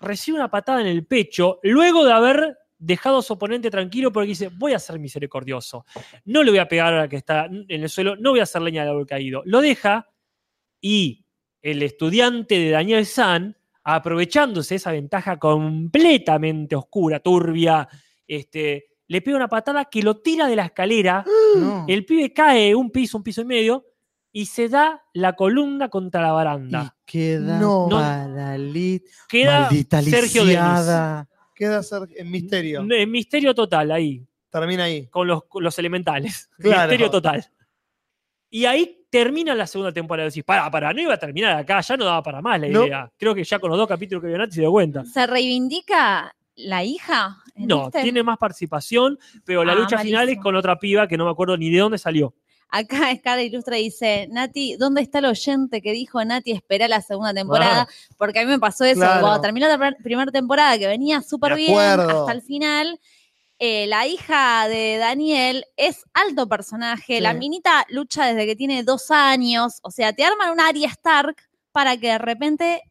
recibe una patada en el pecho luego de haber dejado a su oponente tranquilo porque dice, voy a ser misericordioso, no le voy a pegar a la que está en el suelo, no voy a hacer leña del árbol caído. Lo deja y el estudiante de Daniel San, aprovechándose esa ventaja completamente oscura, turbia, este, le pega una patada que lo tira de la escalera No. el pibe cae un piso, un piso y medio, y se da la columna contra la baranda. Y queda No. paralit- Queda Maldita Sergio Denis. lisiada. Queda ser en misterio. N- Misterio total ahí, Termina ahí. con los, con los elementales. Claro. Misterio total. Y ahí termina la segunda temporada. Decís, para, para, no iba a terminar acá, ya no daba para más la No. idea. Creo que ya con los dos capítulos que vio Nati se dio cuenta. ¿Se reivindica la hija? en No, este? tiene más participación, pero la Ah, lucha final es malísimo. con otra piba que no me acuerdo ni de dónde salió. Acá Escara Ilustra dice, Nati, ¿dónde está el oyente que dijo Nati espera la segunda temporada? Porque a mí me pasó eso, Claro. cuando terminó la pr- primera temporada que venía súper De bien acuerdo. hasta el final, eh, la hija de Daniel es alto personaje, la Sí. minita lucha desde que tiene dos años, o sea, te arman una Arya Stark para que de repente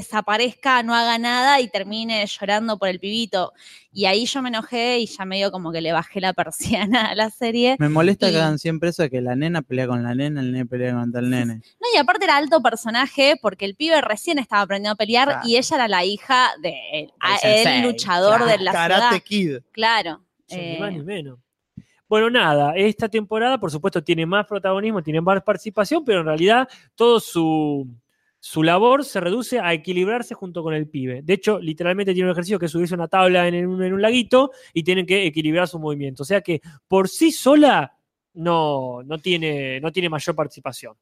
desaparezca, no haga nada y termine llorando por el pibito. Y ahí yo me enojé y ya medio como que le bajé la persiana a la serie. Me molesta Y- que hagan siempre eso de que la nena pelea con la nena, el nene pelea contra el nene. No, y aparte era alto personaje porque el pibe recién estaba aprendiendo a pelear Claro. y ella era la hija de él, a- Ah, el sensei, luchador de la Karate ciudad. Kid. Claro. Yo, ni Eh, más ni menos. Bueno, nada, esta temporada, por supuesto, tiene más protagonismo, tiene más participación, pero en realidad todo su, su labor se reduce a equilibrarse junto con el pibe. De hecho, literalmente tiene un ejercicio que es subirse a una tabla en, un, en un laguito y tienen que equilibrar su movimiento. O sea que por sí sola no, no, tiene, no tiene mayor participación.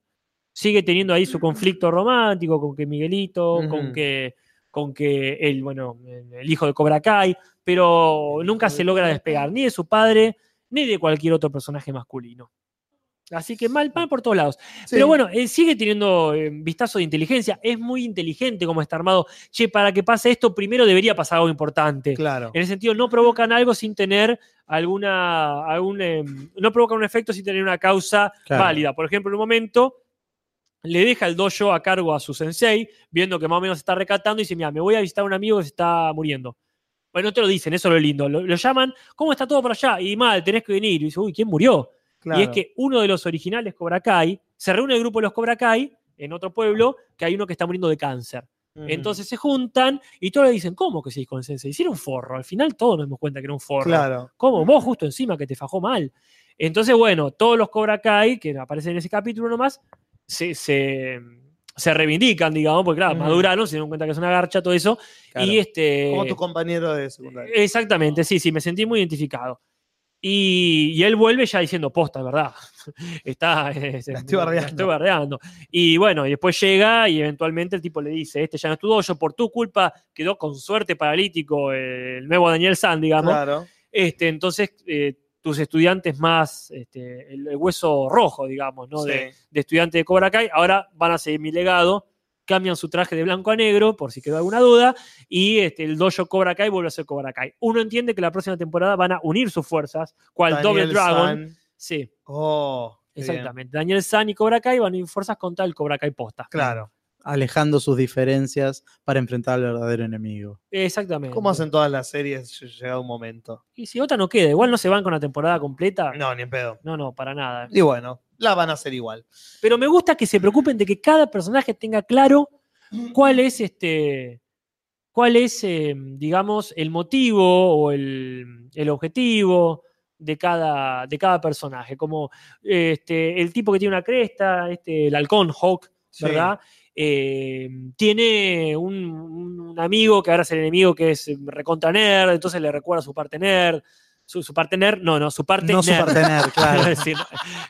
Sigue teniendo ahí su conflicto romántico con que Miguelito, con Ujú. que con que el, bueno, el hijo de Cobra Kai, pero nunca se logra despegar ni de su padre ni de cualquier otro personaje masculino. Así que mal, mal por todos lados. Sí. Pero bueno, eh, sigue teniendo eh, vistazo de inteligencia. Es muy inteligente como está armado. Che, para que pase esto, primero debería pasar algo importante. Claro. En el sentido, no provocan algo sin tener alguna. Algún, eh, no provocan un efecto sin tener una causa Claro. válida. Por ejemplo, en un momento le deja el dojo a cargo a su sensei, viendo que más o menos se está recatando, y dice: Mira, me voy a visitar a un amigo que se está muriendo. Bueno, no te lo dicen, eso es lo lindo. Lo, lo llaman, ¿cómo está todo por allá? Y mal, tenés que venir. Y dice, uy, ¿quién murió? claro. Y es que uno de los originales Cobra Kai, se reúne el grupo de los Cobra Kai en otro pueblo, que hay uno que está muriendo de cáncer. Mm. Entonces se juntan y todos le dicen, ¿cómo que se con Sensei? Hicieron un forro. Al final todos nos dimos cuenta que era un forro. Claro. ¿Cómo? Vos justo encima que te fajó mal. Entonces, bueno, todos los Cobra Kai que aparecen en ese capítulo nomás se, se, se reivindican, digamos, porque claro, Ujú. maduraron, se dieron cuenta que es una garcha, todo eso. Claro. Y este. Como tu compañero de eh, secundaria. Exactamente, sí, sí, me sentí muy identificado. Y, y él vuelve ya diciendo, posta, es verdad. Está, eh, se- La estoy bardeando. la estoy bardeando. Y bueno, y después llega y eventualmente el tipo le dice, este ya no estuvo yo, por tu culpa quedó con suerte paralítico eh, el nuevo Daniel San, digamos. Claro. Este, entonces, eh, tus estudiantes más, este, el, el hueso rojo, digamos, ¿no? Sí. De, de estudiante de Cobra Kai, ahora van a seguir mi legado, cambian su traje de blanco a negro, por si quedó alguna duda, y este, el dojo Cobra Kai vuelve a ser Cobra Kai. Uno entiende que la próxima temporada van a unir sus fuerzas, cual Doble Daniel Dragon. San. Sí, Oh. qué bien. exactamente. Daniel San y Cobra Kai van a unir fuerzas contra el Cobra Kai posta. Claro. Alejando sus diferencias para enfrentar al verdadero enemigo. Exactamente. ¿Cómo hacen todas las series llegado un momento? Y si otra no queda, igual no se van con la temporada completa. No, ni en pedo. No, no, para nada. Y bueno, la van a hacer igual. Pero me gusta que se preocupen de que cada personaje tenga claro cuál es este. cuál es, eh, digamos, el motivo o el, el objetivo de cada, de cada personaje. Como eh, este, el tipo que tiene una cresta, este, el halcón Hawk, Sí. ¿verdad? Eh, tiene un, un- un amigo que ahora es el enemigo que es eh, recontra nerd, entonces le recuerda su parte nerd. Su, su parte nerd, no, no, su parte No nerd. Iba supertener, a claro. decir,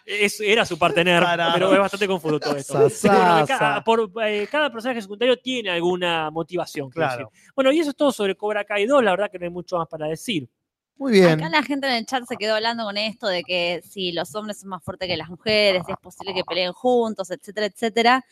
es- era su partener, Pará. pero es bastante confuso todo esto. Sa, sa, Bueno, acá, sa. por, eh, cada personaje secundario tiene alguna motivación. quiero Claro. decir. Bueno, y eso es todo sobre Cobra Kai 2, la verdad que no hay mucho más para decir. Muy bien. Acá la gente en el chat se quedó hablando con esto de que si los hombres son más fuertes que las mujeres, si es posible que peleen juntos, etcétera, etcétera.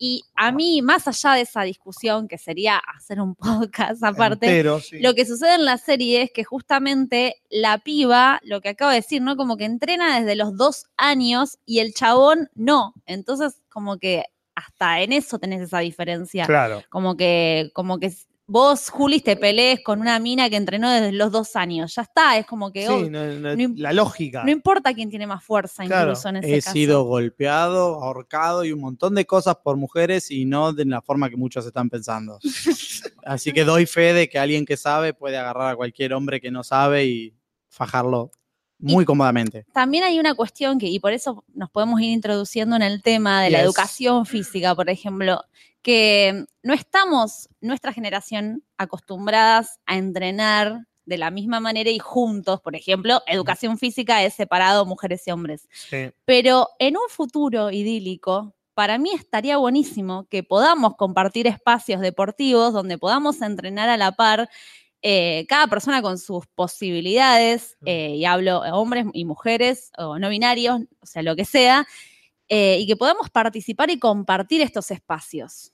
Y a mí, más allá de esa discusión, que sería hacer un podcast aparte, Entero, sí. Lo que sucede en la serie es que justamente la piba, lo que acabo de decir, ¿no? Como que entrena desde los dos años y el chabón no. Entonces, como que hasta en eso tenés esa diferencia. Claro. Como que, como que vos, Julis, te pelees con una mina que entrenó desde los dos años. Ya está, es como que Sí, oh, no, no- no- no im- la lógica. importa quién tiene más fuerza, Claro, incluso en ese He caso. sido golpeado, ahorcado y un montón de cosas por mujeres y no de la forma que muchos están pensando. Así que doy fe de que alguien que sabe puede agarrar a cualquier hombre que no sabe y fajarlo muy cómodamente. también hay una cuestión que, y por eso nos podemos ir introduciendo en el tema de la Yes. educación física, por ejemplo, que no estamos, nuestra generación, acostumbradas a entrenar de la misma manera y juntos, por ejemplo, educación física es separado mujeres y hombres. Sí. Pero en un futuro idílico, para mí estaría buenísimo que podamos compartir espacios deportivos donde podamos entrenar a la par. eh, cada persona con sus posibilidades, eh, y hablo eh, hombres y mujeres o no binarios, o sea, lo que sea, eh, y que podamos participar y compartir estos espacios.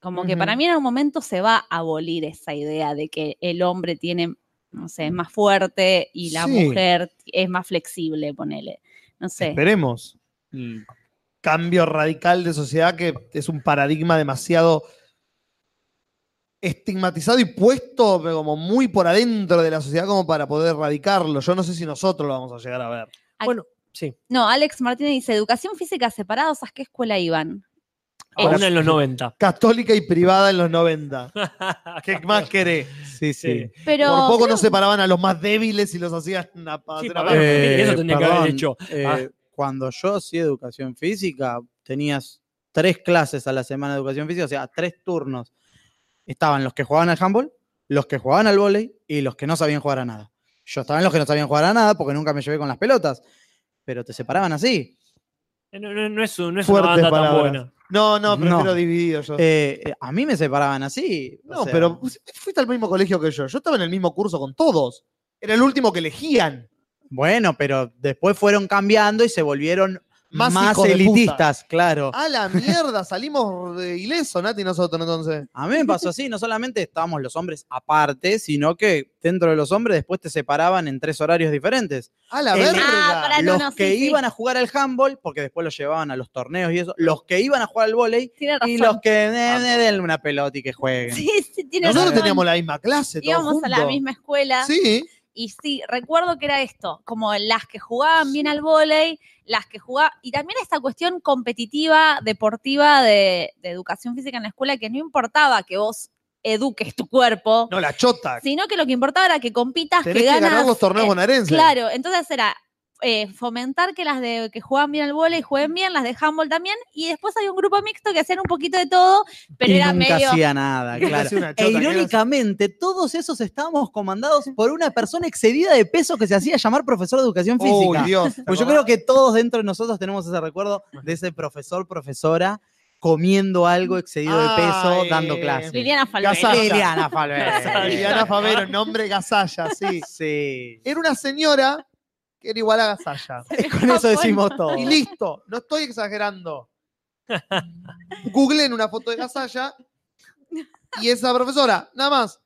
Como que Ujú. para mí en algún momento se va a abolir esa idea de que el hombre tiene, no sé, es más fuerte y la Mm. Sí. mujer es más flexible, ponele. No sé. Esperemos. Mm. el Cambio radical de sociedad que es un paradigma demasiado estigmatizado y puesto pero como muy por adentro de la sociedad como para poder erradicarlo. Yo no sé si nosotros lo vamos a llegar a ver. Ac- Bueno, sí. No, Alex Martínez dice, educación física separados, ¿a qué escuela iban? A una en los 90. Católica y privada en los 90. ¿Qué más querés? Sí, sí. Pero por poco no creo- separaban a los más débiles y los hacían a Sí, hacer para abajo. ver. eso tendría que haber hecho. eh, Ah. Cuando yo hacía educación física, tenías tres clases a la semana de educación física, o sea, tres turnos. Estaban los que jugaban al handball, los que jugaban al vóley y los que no sabían jugar a nada. Yo estaba en los que no sabían jugar a nada porque nunca me llevé con las pelotas, pero te separaban así. No, no- no es, un- no es una Fuertes banda tan palabras. buena. No, no, prefiero No. dividido yo. Eh, eh, a mí me separaban así. o no, sea, pero fu- fuiste al mismo colegio que yo. Yo estaba en el mismo curso con todos. Era el último que elegían. Bueno, pero después fueron cambiando y se volvieron Más más, hijos de puta. elitistas, claro. A la mierda, salimos de ileso, Nati, nosotros entonces. A mí me pasó así, no solamente estábamos los hombres aparte, sino que dentro de los hombres después te separaban en tres horarios diferentes. A la El- verga. Ah, pará, no, los no, sí, que sí. iban a jugar al handball, porque después los llevaban a los torneos y eso, los que iban a jugar al vóley Tiene razón. y los que de- de- denle una pelota y que jueguen. Sí, sí, tiene Nosotros razón. teníamos la misma clase. todos Íbamos a la juntos. misma escuela. Sí, Y sí, recuerdo que era esto, como las que jugaban bien al vóley, las que jugaban, y también esta cuestión competitiva, deportiva, de, de educación física en la escuela, que no importaba que vos eduques tu cuerpo, no, la chota. sino que lo que importaba era que compitas, Tenés que que ganas. ganar los torneos eh, bonaerenses. Claro, entonces era eh, fomentar que las de que juegan bien al vóley jueguen bien, las de handball también, y después había un grupo mixto que hacían un poquito de todo, pero y era nunca medio... hacía nada, Era claro. así una chota, E que era irónicamente, todos esos estábamos comandados por una persona excedida de peso que se hacía llamar profesor de educación así. Uy, física. Dios. Pues yo creo que todos dentro de nosotros tenemos ese recuerdo de ese profesor, profesora, comiendo algo excedido de Ah, peso, eh, dando clases. Liliana Falvero. Gasalla. Liliana Gasalla, Liliana Favero, nombre Gasalla, sí. Sí. Era una señora que era igual a Gasalla. Con eso decimos todo. Y listo, no estoy exagerando. Google en una foto de Gasalla y esa profesora, nada más.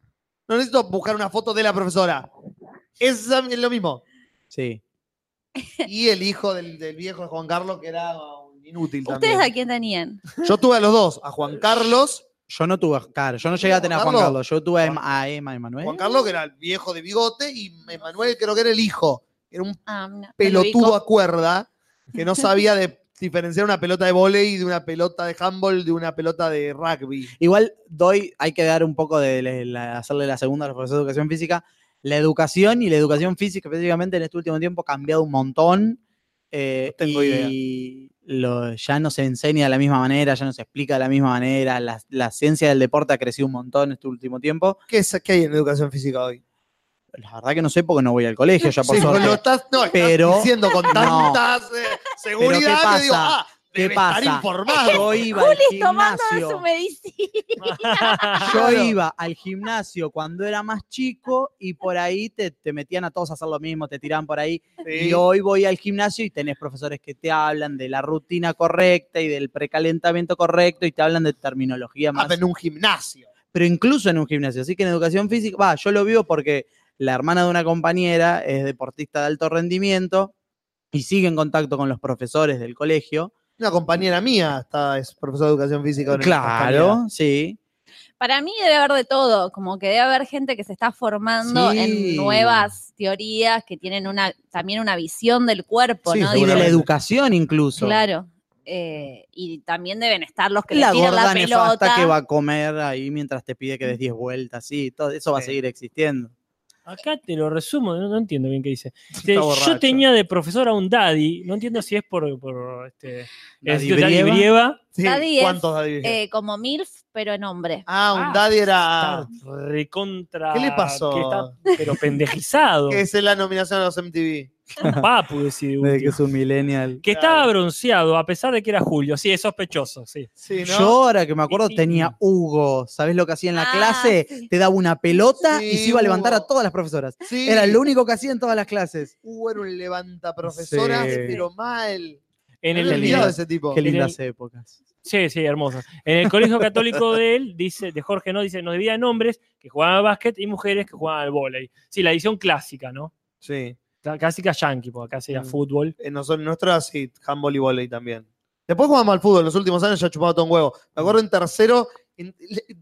No necesito buscar una foto de la profesora. Es es lo mismo. Sí. Y el hijo del, del viejo de Juan Carlos, que era un inútil ¿Ustedes a también. quién tenían? Yo tuve a los dos, a Juan Carlos, Yo no tuve, claro, yo no llegué a tener a Juan Carlos. Carlos, yo tuve a Emma, a Emma Emanuel. Juan Carlos, que era el viejo de bigote, y Emanuel creo que era el hijo. Era un Ah, no, te lo ubico. pelotudo a cuerda que no sabía de diferenciar una pelota de volei de una pelota de handball de una pelota de rugby. Igual doy, hay que dar un poco de le- la- hacerle la segunda a los profesores de educación física. La educación y la educación física, específicamente en este último tiempo, ha cambiado un montón. eh, No tengo y lo- ya no se enseña de la misma manera, ya no se explica de la misma manera. La, la ciencia del deporte ha crecido un montón en este último tiempo. ¿Qué, es, qué hay en educación física hoy? La verdad que no sé porque no voy al colegio, ya por Sí, suerte. lo estás, no, lo Pero- estás diciendo con no. tanta eh, seguridad Pero ¿qué que digo, pasa? ah, ¿Qué debe estar pasa? informado. Yo iba al Juli tomando su gimnasio. medicina. Yo Claro. iba al gimnasio cuando era más chico y por ahí te, te metían a todos a hacer lo mismo, te tiraban por ahí. Sí. Y hoy voy al gimnasio y tenés profesores que te hablan de la rutina correcta y del precalentamiento correcto y te hablan de terminología más. Ah, en un gimnasio. Pero incluso en un gimnasio. Así que en educación física, va, yo lo vivo porque la hermana de una compañera es deportista de alto rendimiento y sigue en contacto con los profesores del colegio. Una compañera mía está, es profesora de educación física. en el- Claro, sí. Para mí debe haber de todo, como que debe haber gente que se está formando Sí. en nuevas teorías que tienen una también una visión del cuerpo, Sí, ¿no? Ah, Y de la Seguramente. educación incluso. Claro. Eh, y también deben estar los que la le tiran gorda la pelota. nefasta que va a comer ahí mientras te pide que des 10 vueltas, sí, todo eso va a Sí. seguir existiendo. Acá te lo resumo, no, no entiendo bien qué dice. Está Este, borracho. yo tenía de profesor a un daddy, no entiendo si es por, por este, Daddy es- daddy Brieva. Brieva, Sí, Daddy es, ¿Cuántos daddy? Eh, como MILF, pero en hombre. Ah, un daddy era. Está recontra. Ah. ¿Qué le pasó? que está, pero pendejizado. Que es la nominación a los MTV. Papu, decide Desde que último. es un millennial. Que estaba bronceado, a pesar de que era Julio. Sí, es sospechoso, sí. Sí, ¿no? Yo ahora que me acuerdo Sí, sí. tenía Hugo. ¿Sabés lo que hacía en la Ah, clase? sí. Te daba una pelota y Sí, se iba a levantar Hugo. a todas las profesoras. Sí. Era lo único que hacía en todas las clases. Hugo era un levanta profesoras, Sí. pero mal. En Me he el, olvidado libro. de ese tipo. Qué En el- lindas épocas. sí, sí, hermoso. En el colegio católico de él, dice, de Jorge no, dice, nos debían hombres que jugaban al básquet y mujeres que jugaban al vóley. Sí, la edición clásica, ¿no? Sí. La Clásica yankee, porque acá sería Mm. fútbol. En nosotros, nosotros sí, handball y volley también. Después jugamos al fútbol, en los últimos años ya chupaba todo un huevo. Me acuerdo en tercero. en- le-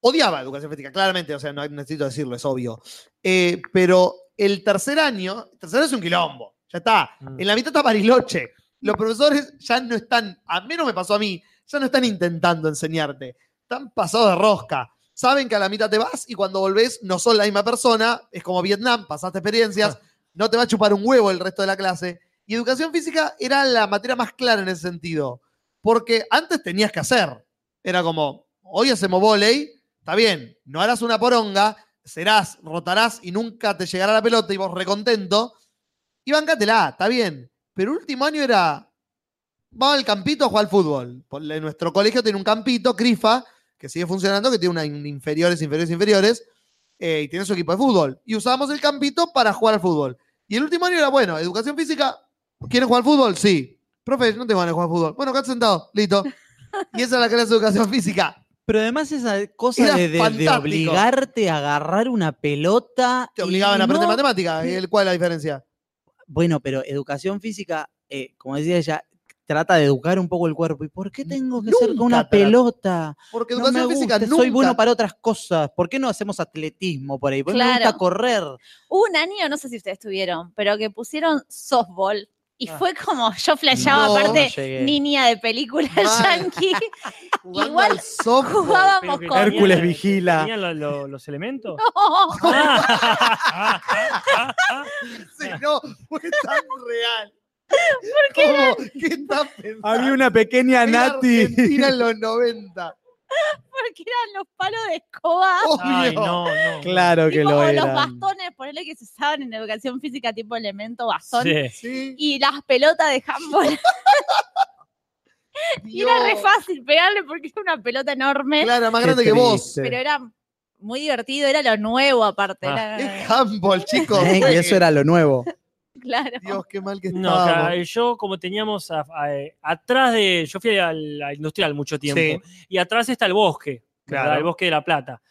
odiaba educación física, claramente, o sea, no necesito decirlo, es obvio. Eh, pero el tercer año, el tercer año es un quilombo, ya está. Mm. En la mitad está Bariloche. Los profesores ya no están, a menos me pasó a mí, ya no están intentando enseñarte. Están pasados de rosca. Saben que a la mitad te vas y cuando volvés no son la misma persona. Es como Vietnam, pasaste experiencias, no te va a chupar un huevo el resto de la clase. Y educación física era la materia más clara en ese sentido. Porque antes tenías que hacer. Era como, hoy hacemos volei, está bien, no harás una poronga, serás, rotarás y nunca te llegará la pelota y vos recontento. Y bancátela, está bien. Pero último año era, vamos al campito a jugar al fútbol. Por- en Nuestro colegio tiene un campito, Crifa, que sigue funcionando, que tiene una in- inferiores, inferiores, inferiores, eh, y tiene su equipo de fútbol. Y usábamos el campito para jugar al fútbol. Y el último año era, bueno, educación física, ¿quieren jugar al fútbol? Sí. Profe, no tengo ganas de jugar al fútbol. Bueno, quédate sentado, listo. Y esa es la clase de educación física. Pero además esa cosa Era de, de- de fantástico. obligarte a agarrar una pelota. Te y obligaban a aprender no- matemáticas. ¿y el- ¿Cuál es la diferencia? Bueno, pero educación física, eh, como decía ella, trata de educar un poco el cuerpo. ¿Y por qué tengo que ser Nunca con una tra- pelota? Porque No educación me física gusta, nunca. soy bueno para otras cosas. ¿Por qué no hacemos atletismo por ahí? Porque me Claro. gusta correr. Hubo un año, no sé si ustedes tuvieron, pero que pusieron softball. Y Ah. fue como, yo flasheaba No, aparte llegué. niña de película Mal. yankee. jugando igual al softball. Jugábamos Pero que con. tenían- Hércules vigila. ¿Tenían lo- lo- los elementos? No. Ah, ah, ah, ah. Sí, no, fue tan real. ¿Por qué? ¿Qué estás pensando? una pequeña Era Argentina en los 90. porque eran los palos de escoba. Obvio. Ay, no, no. Claro que tipo, lo o era. los bastones, ponele que se usaban en educación física, tipo elemento bastón. Sí. Sí. Y las pelotas de handball. Y era re Dios. fácil pegarle porque era una pelota enorme. Claro, más Qué grande que vos. triste. Pero era muy divertido, era lo nuevo aparte. era- Ah. Es handball, chicos. Eh, que eso era lo nuevo. claro. Dios, qué mal que No, estábamos. claro, yo como teníamos a- a- eh, atrás de, yo fui a la industrial mucho tiempo y atrás está el bosque, ¿verdad? Claro. el bosque de la plata.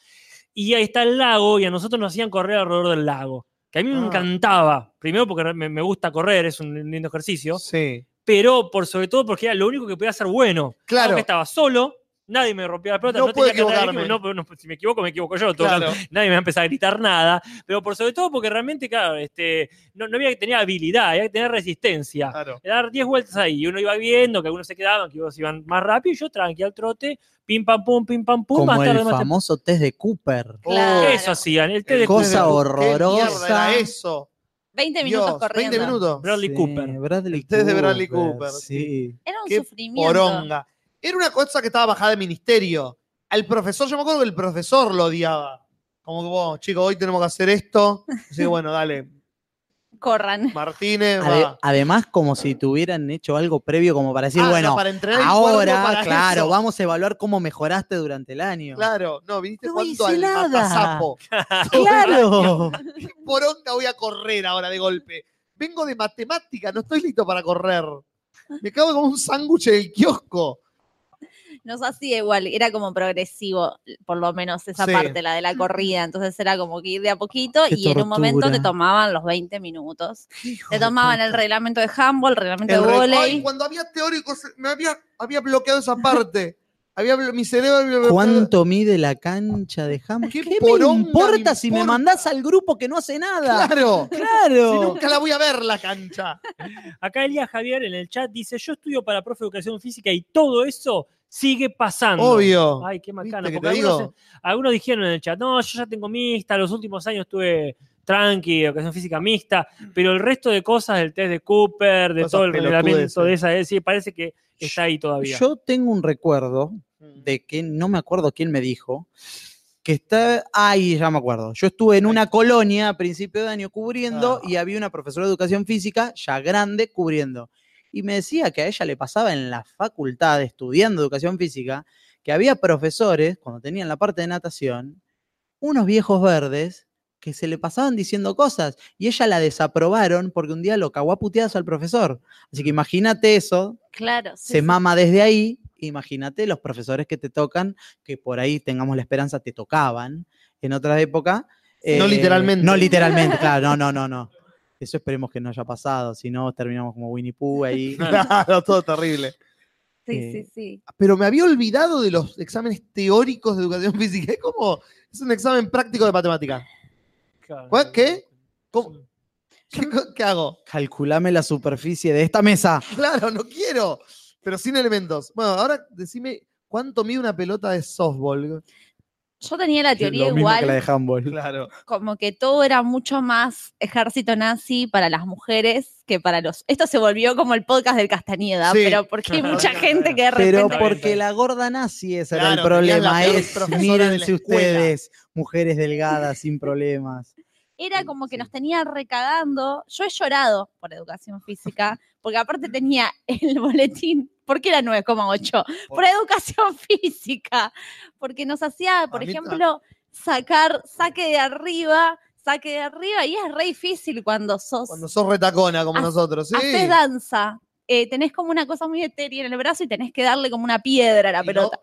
Y ahí está el lago y a nosotros nos hacían correr alrededor del lago, que a mí Ah. me encantaba, primero porque me, me gusta correr, es un lindo ejercicio, Sí. pero por sobre todo porque era lo único que podía hacer bueno. Claro. Porque estaba solo, nadie me rompía la pelota, No no, puedo tenía que andar equivocarme. de equipo, no, no, si me equivoco me equivoco yo, todo Claro. nadie me va a empezar a gritar nada, pero por sobre todo porque realmente, claro, este, no, no había que tener habilidad, había que tener resistencia. Ah. Claro. Dar 10 vueltas ahí, y uno iba viendo que algunos se quedaban, que otros iban más rápido, y yo tranqui al trote, pim pam pum, pim pam pum, Como más tarde el más temprano. famoso test de Cooper. Oh, Claro. Eso hacían, el té de Cosa Cooper. horrible. Qué mierda era horrorosa. eso. 20 Dios, minutos corriendo. 20 minutos. Bradley Sí, Cooper. Bradley El test de Cooper. Bradley Cooper, Sí. Era un Qué sufrimiento. poronga. Era una cosa que estaba bajada de ministerio. Al profesor, yo me acuerdo que el profesor lo odiaba. Como que, vos, chicos, hoy tenemos que hacer esto. Así que, bueno, dale. Corran. Martínez, Ade- va. además, como si tuvieran hecho algo previo, como para decir, Ah, no, bueno, para entrenar el cuerpo ahora, para claro, eso. vamos a evaluar cómo mejoraste durante el año. Claro, no, viniste No cuánto hice al nada. matasapo. Claro. Por onda voy a correr ahora de golpe. Vengo de matemática, no estoy listo para correr. Me cago como un sándwich del kiosco. Nos hacía igual. Era como progresivo, por lo menos esa Sí. parte, la de la corrida. Entonces era como que ir de a poquito Qué y en un momento te tortura. tomaban los 20 minutos. Hijo Te de tomaban puta. el reglamento de handball, el reglamento El de re- volei. Ay, cuando había teóricos, me había, había bloqueado esa parte. Había, blo- mi cerebro había bloqueado. ¿Cuánto mide la cancha de Hammond? ¿Qué ¿Qué, poronga me importa si me me importa? mandás al grupo que no hace nada? Claro. Si Claro. nunca la voy a ver la cancha. Acá Elías Javier en el chat dice, yo estudio para profe de educación física y todo eso sigue pasando. Obvio. Ay, qué macana. ¿Viste que Porque te algunos, digo? algunos dijeron en el chat, no, yo ya tengo mixta, los últimos años tuve tranqui, educación física mixta, pero el resto de cosas del test de Cooper, de Cosas todo el pelotudeces. eh, reglamento de esa, eh, sí, parece que está ahí todavía. Yo tengo un recuerdo de que no me acuerdo quién me dijo, que está, ay, ya me acuerdo, yo estuve en una colonia a principio de año cubriendo y había una profesora de educación física ya grande cubriendo. Y me decía que a ella le pasaba en la facultad estudiando educación física, que había profesores, cuando tenían la parte de natación, unos viejos verdes que se le pasaban diciendo cosas y ella la desaprobaron porque un día lo cagó a puteadas al profesor. Así que imagínate eso, Claro. sí, se sí. mama desde ahí. Imagínate los profesores que te tocan, que por ahí tengamos la esperanza, te tocaban en otras épocas. No literalmente. No literalmente, claro, no, no, no, no. Eso esperemos que no haya pasado, si no terminamos como Winnie Pooh ahí. Claro, todo terrible. Sí, sí, eh, sí. Pero me había olvidado de los exámenes teóricos de educación física. Es como, es un examen práctico de matemática. ¿Cuál- qué? ¿Cómo? ¿Qué, qué hago? Calculame la superficie de esta mesa. Claro, no quiero, pero sin elementos. Bueno, ahora decime cuánto mide una pelota de softball. Yo tenía la teoría Lo mismo igual, que la de handball. Claro. como que todo era mucho más ejército nazi para las mujeres que para los. Esto se volvió como el podcast del Castañeda, Sí. pero porque hay mucha Claro. gente que de Pero repente- por- porque la gorda nazi, ese era el Claro, tenías la problema. peor Es, profesora de la mírense escuela. ustedes, mujeres delgadas, sin problemas. era como que nos tenía recagando. Yo he llorado por educación física, porque aparte tenía el boletín. ¿Por qué era 9,8? Por educación física. Porque nos hacía, por A mí ta- ejemplo, sacar saque de arriba, saque de arriba, y es re difícil cuando sos. Cuando sos retacona como Ha- nosotros. Sí. Haces danza. eh, tenés como una cosa muy etérea en el brazo y tenés que darle como una piedra a la Y no- pelota.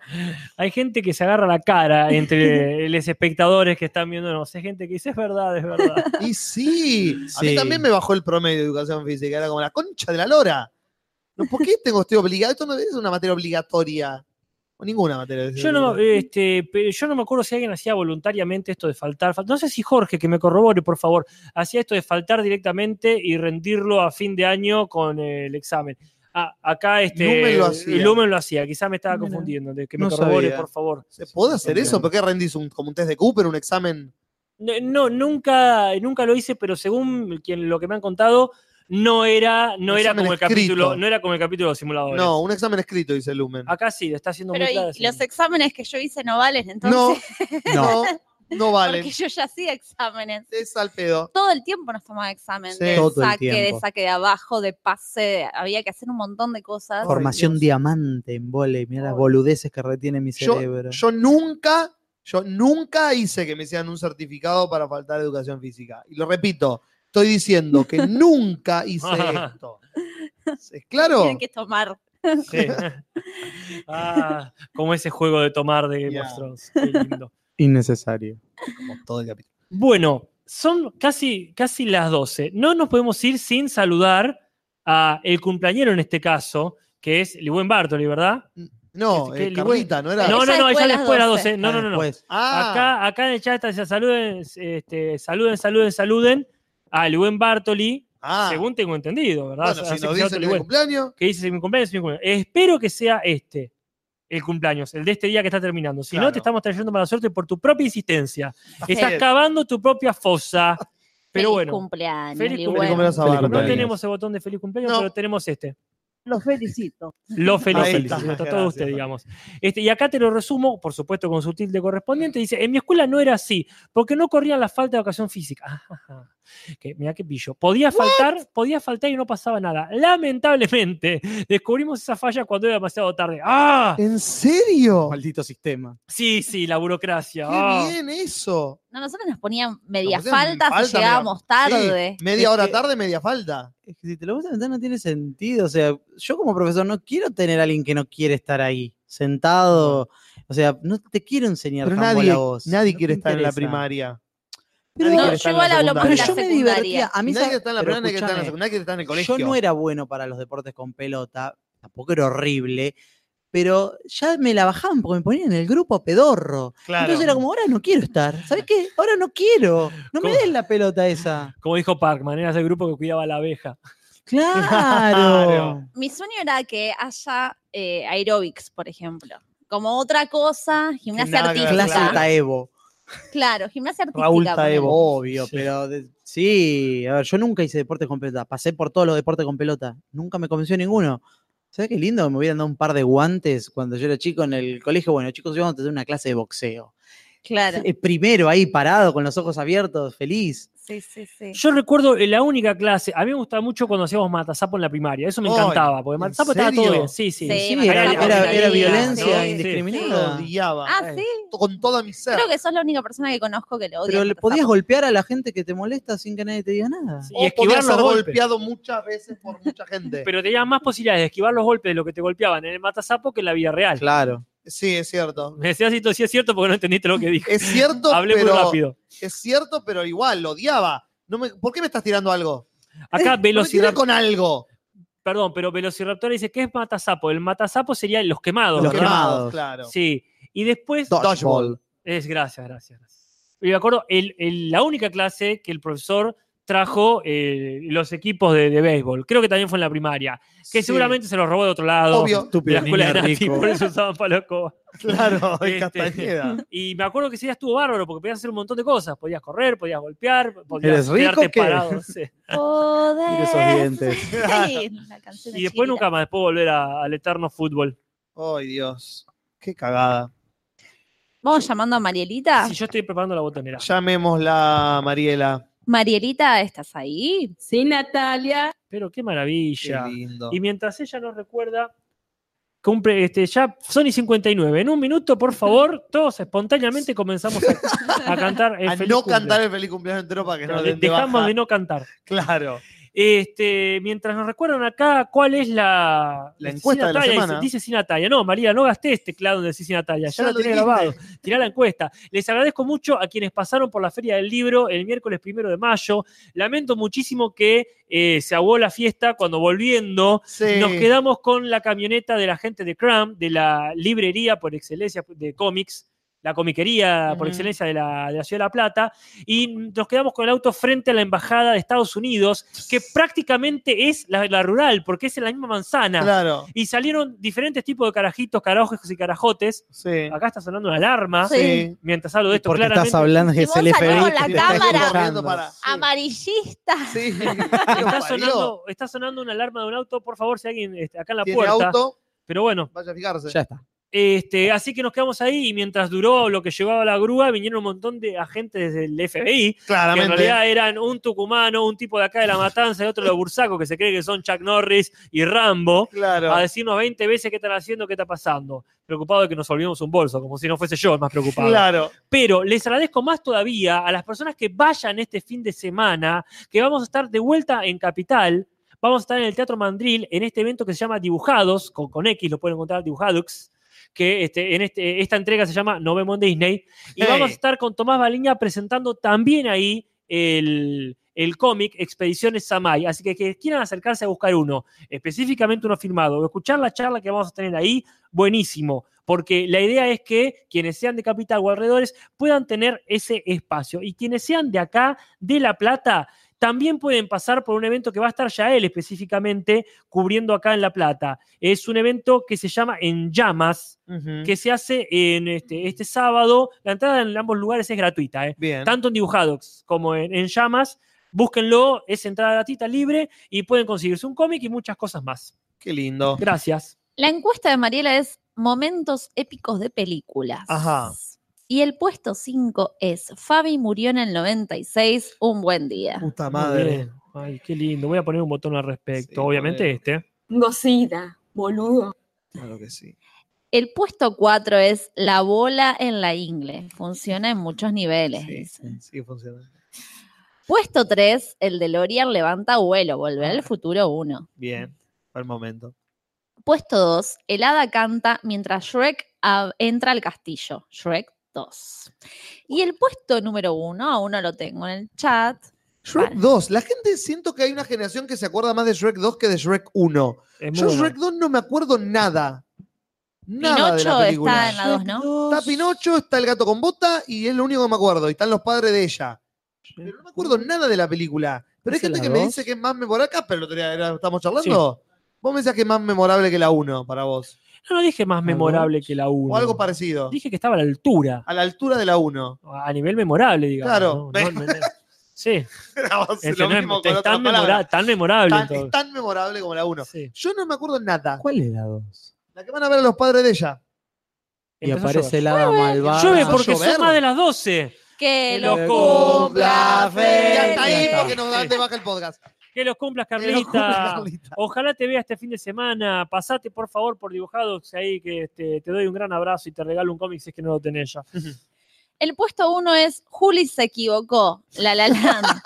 Hay gente que se agarra la cara entre los espectadores que están viéndonos. Hay gente que dice, es verdad, es verdad. Y sí. A mí Sí. también me bajó el promedio de educación física. Era como la concha de la lora. No, ¿Por qué tengo estoy obligado? Esto no es una materia obligatoria. O ninguna materia. Yo no, me- este, pe- yo no me acuerdo si alguien hacía voluntariamente esto de faltar. fal- No sé si Jorge, que me corrobore, por favor, hacía esto de faltar directamente y rendirlo a fin de año con eh, el examen. Ah, acá este, Lumen lo hacía. Lumen lo hacía, quizá me estaba Mira, confundiendo. de- Que me no corrobore, sabía. por favor. ¿Se puede hacer eso? ¿Por qué rendís un, como un test de Cooper, un examen? No, no, nunca, nunca lo hice, pero según quien, lo que me han contado, no era, no era Examen como el escrito. capítulo, no era como el capítulo de los simuladores. No, un examen escrito, dice Lumen. Acá sí, lo está haciendo Pero muy y- claro. y los exámenes que yo hice no valen, entonces. No, No. no, no valen. Porque yo ya hacía exámenes. Es al pedo. Todo el tiempo nos tomaba examen Sí. de Todo el saque, de tiempo. saque de abajo, de pase, de- había que hacer un montón de cosas. Por- Formación Dios. diamante en volei. Mira las boludeces que retiene mi Yo- cerebro. Yo nunca, yo nunca hice que me hicieran un certificado para faltar a educación física. Y lo repito, estoy diciendo que nunca hice esto. ¿Es claro? Tienen que tomar. Sí. Ah, como ese juego de tomar de Game of Ya. Thrones. Qué lindo. Innecesario. Como todo el capítulo. Bueno, son casi, casi las 12. No nos podemos ir sin saludar a el cumpleañero en este caso, que es Ligüen Bartoli, ¿verdad? No, Es que eh, el Carlita, no era. no, no, Ella no, después ella de las después de las 12. 12. No, no, no, no. Después, Ah, Acá, acá en el chat dice saluden, este, saluden, saluden, saluden a Ligüen Bartoli, ah. según tengo entendido, ¿verdad? bueno, Así si nos que sea dicen otro el Ligüen. cumpleaños, que dice "Si mi cumpleaños, si mi cumpleaños. Espero que sea este el cumpleaños, el de este día que está terminando. Si no, Claro. te estamos trayendo mala suerte por tu propia insistencia. Estás es. cavando tu propia fosa. Pero Feliz bueno, cumpleaños. Feliz Lil Feliz Wayne. cumpleaños. cumpleaños a Feliz Barbie. no cumpleaños. tenemos el botón de feliz cumpleaños, No. pero tenemos este. Los felicito. Lo feliz, Ahí felicito, está. a todo Gracias, usted, Fabi. digamos. Este, y acá te lo resumo, por supuesto, con su tilde correspondiente. Dice, en mi escuela no era así, porque no corrían la falta de educación física. Ajá. Que, mirá qué pillo. Podía faltar, podía faltar y no pasaba nada. Lamentablemente, descubrimos esa falla cuando era demasiado tarde. ¡Ah! ¿En serio? Maldito sistema. Sí, sí, la burocracia. Qué Ah. bien eso. No, nosotros nos ponían media Nos hacían falta, falta, si llegábamos Sí, tarde. media Es hora que- tarde, media falta. Es que si te lo vas a pensar no tiene sentido. O sea, yo como profesor no quiero tener a alguien que no quiere estar ahí, sentado. O sea, no te quiero enseñar Pero tan nadie, a vos. nadie No quiere te estar en la interesa. primaria. Pero, Nadie No, quiere yo estar en igual la hablo por pero secundaria. la yo me divertía. secundaria. A mí nadie sa- que está en la pero primaria, nadie que está en la escúchame, secundaria, nadie que está en el Yo colegio. no era bueno para los deportes con pelota, tampoco era horrible, pero ya me la bajaban porque me ponían en el grupo pedorro. Claro. Entonces era como, ahora no quiero estar. ¿Sabes qué? Ahora no quiero. No me ¿Cómo? den la pelota esa. Como dijo Parkman, eras el grupo que cuidaba a la abeja. Claro. Claro. Mi sueño era que haya eh, aeróbics, por ejemplo. Como otra cosa, gimnasia Gimnasia, artística. Clase Claro, Taebo. gimnasia artística. Raúl ponele. Taebo, obvio, Sí. pero de- sí, a ver, yo nunca hice deportes con pelota, pasé por todos los deportes con pelota, nunca me convenció ninguno. ¿Sabes qué lindo? Me hubieran dado un par de guantes cuando yo era chico en el colegio. Bueno, chicos, hoy vamos a tener una clase de boxeo. Claro. Eh, primero ahí parado, con los ojos abiertos, feliz. Sí, sí, sí. Yo recuerdo la única clase, a mí me gustaba mucho cuando hacíamos matazapo en la primaria, eso me Ay, encantaba, porque ¿en matazapo estaba todo serio? bien, sí, sí. Sí, Sí, Matazapo era, era- era sí, violencia sí. indiscriminada. Lo odiaba. Ah, sí. Con toda mi ser. Creo que sos la única persona que conozco que lo odia. Pero le Matazapo. podías golpear a la gente que te molesta sin que nadie te diga nada. Sí. O Y esquivar podía los ser golpes. golpeado muchas veces por mucha gente. Pero tenías más posibilidades de esquivar los golpes de lo que te golpeaban en el matazapo que en la vida real. Claro. sí, es cierto. Me decías esto, sí es cierto porque no entendiste lo que dije. Es cierto, Hablé pero muy rápido. es cierto, pero igual lo odiaba. No me- ¿Por qué me estás tirando algo? Acá No me tiré Velociraptor, con algo. perdón, pero Velociraptor dice, ¿qué es matazapo? El matazapo sería los quemados, Los ¿verdad? quemados. claro. Sí. Y después, Dodgeball. Es, gracias, gracias. gracias. Y me acuerdo, el- el- la única clase que el profesor trajo eh, los equipos de, de béisbol. Creo que también fue en la primaria. Sí, Que seguramente se los robó de otro lado. Obvio. De la Estúpido. escuela de Niño Nati, rico. por eso usaban palo de escoba. Claro, en Este, Castañeda. Y me acuerdo que ese día estuvo bárbaro porque podías hacer un montón de cosas. Podías correr, podías golpear, podías ¿Eres rico quedarte o qué? parado. no sé. Mira esos Este. Poder. dientes. Sí, la canción de Y después Chirita. nunca más, después volver a- al eterno fútbol. Ay, Dios. Qué cagada. Vamos llamando a Marielita. Si yo estoy preparando la botonera. Llamémosla, Mariela. Marielita, ¿estás ahí? Sí, Natalia. Pero qué Qué maravilla. lindo. Y mientras ella nos recuerda, cumple este, ya Sony 59. En un minuto, por favor, todos espontáneamente comenzamos a, a cantar el a eh, feliz no cumple. cantar el feliz cumpleaños entero para que no, No, nos de- den de dejamos baja. de no cantar. Claro. Este, mientras nos recuerdan acá cuál es la, La Sin encuesta de la Natalia, semana. dice- Dice sin Natalia. No, María, no este gastes teclado donde decís sin Natalia. Ya, Ya lo lo tenés dijiste. grabado. Tirá la encuesta. Les agradezco mucho a quienes pasaron por la Feria del Libro el miércoles primero de mayo. Lamento muchísimo que eh, se aguó la fiesta cuando volviendo Sí. nos quedamos con la camioneta de la gente de Cram, de la librería por excelencia de cómics, la comiquería por Ujú. excelencia de la, de la Ciudad de La Plata, y nos quedamos con el auto frente a la Embajada de Estados Unidos, que prácticamente es la, la rural, porque es en la misma manzana. Claro. Y salieron diferentes tipos de carajitos, carajos y carajotes. Sí. Acá está sonando una alarma. Sí. Mientras hablo de esto, Porque claramente. estás hablando que Y es vos salí el FBI con que la te está cámara. escuchando. Para. Amarillista. Sí. Está sonando, está sonando una alarma de un auto, por favor, si alguien este, acá en la Tiene puerta. auto, Pero bueno, vaya a fijarse. Ya está. Este, así que nos quedamos ahí y mientras duró lo que llevaba la grúa, vinieron un montón de agentes del FBI, que en Claramente. realidad eran un tucumano, un tipo de acá de La Matanza y otro de Bursaco, que se cree que son Chuck Norris y Rambo, Claro. a decirnos 20 veces qué están haciendo, qué está pasando. Preocupado de que nos olvidemos un bolso, como si no fuese yo el más preocupado. Claro. Pero les agradezco más todavía a las personas que vayan este fin de semana, que vamos a estar de vuelta en Capital. Vamos a estar en el Teatro Mandril en este evento que se llama Dibujados, con, con X lo pueden encontrar, Dibujadux, que este, en este, esta entrega se llama No vemos en Disney. Y Hey. vamos a estar con Tomás Baliña presentando también ahí el, el cómic Expediciones Samay. Así que que quieran acercarse a buscar uno, específicamente uno firmado, o escuchar la charla que vamos a tener ahí, buenísimo, porque la idea es que quienes sean de capital o alrededores puedan tener ese espacio y quienes sean de acá, de La Plata, también pueden pasar por un evento que va a estar ya él específicamente cubriendo acá en La Plata. Es un evento que se llama En Llamas, Ujú. que se hace en este, este sábado. La entrada en ambos lugares es gratuita, ¿eh? Bien. tanto en dibujados como en, en llamas. Búsquenlo, es entrada gratuita, libre y pueden conseguirse un cómic y muchas cosas más. Qué lindo. Gracias. La encuesta de Mariela es momentos épicos de películas. Ajá. Y el puesto 5 es Fabi murió en el 96, un buen día. Puta Muy madre. bien. Ay, qué lindo. Voy a poner un botón al respecto. Sí, Obviamente ponelo. este. Gocida, boludo. Claro que sí. El puesto 4 es La bola en la ingle. Funciona en muchos niveles. Sí, dice. sí, funciona. Puesto 3, el DeLorean levanta vuelo, volver al futuro 1. Bien. Para el momento. Puesto 2, el hada canta mientras Shrek ab- entra al castillo. Shrek 2. Y el puesto número 1, aún no lo tengo en el chat. Shrek Vale. 2. La gente siento que hay una generación que se acuerda más de Shrek 2 que de Shrek 1. Es muy Yo bueno. Shrek 2 no me acuerdo nada. Nada de la Pinocho película. está en la 2, ¿no? Está Pinocho, está el gato con bota y es lo único que me acuerdo. Y están los padres de ella. Pero no me acuerdo nada de la película. Pero hay ¿Es en gente la que me dos? dice que es más memorable. Acá, pero el otro día era- estamos charlando. Vos me decías que es más memorable que la 1 para vos. Yo no dije más memorable que la 1. O algo parecido. Dije que estaba a la altura, A la altura de la 1. a nivel memorable, digamos. Claro. ¿no? No, no, no. Sí, Grabamos es, que lo no es- mismo con es otra tan, palabra. memora- tan memorable. Tan- entonces. es tan memorable como la 1. Sí. Yo no me acuerdo nada. ¿Cuál es la 2? La que van a ver a los padres de ella. Y Empezó a aparece la hada malvada. Llueve ¿Va a porque llover? son más de las 12. Que Que lo lo cumpla cumpla Y hasta ahí feliz. feliz. porque nos dan de baja el podcast. Que los cumplas, Que lo cumpla Carlita. Carlita. Ojalá te vea este fin de semana. Pasate, por favor, por dibujados ahí, que este, te doy un gran abrazo y te regalo un cómic si es que no lo tenés ya. El puesto uno es Juli se equivocó, la la Land.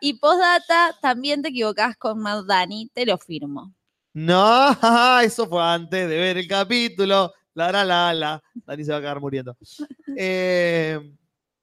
Y postdata, también te equivocás con Mad Dani, te lo firmo. No, eso fue antes de ver el capítulo. La, la, la, la. Dani se va a acabar muriendo. Eh,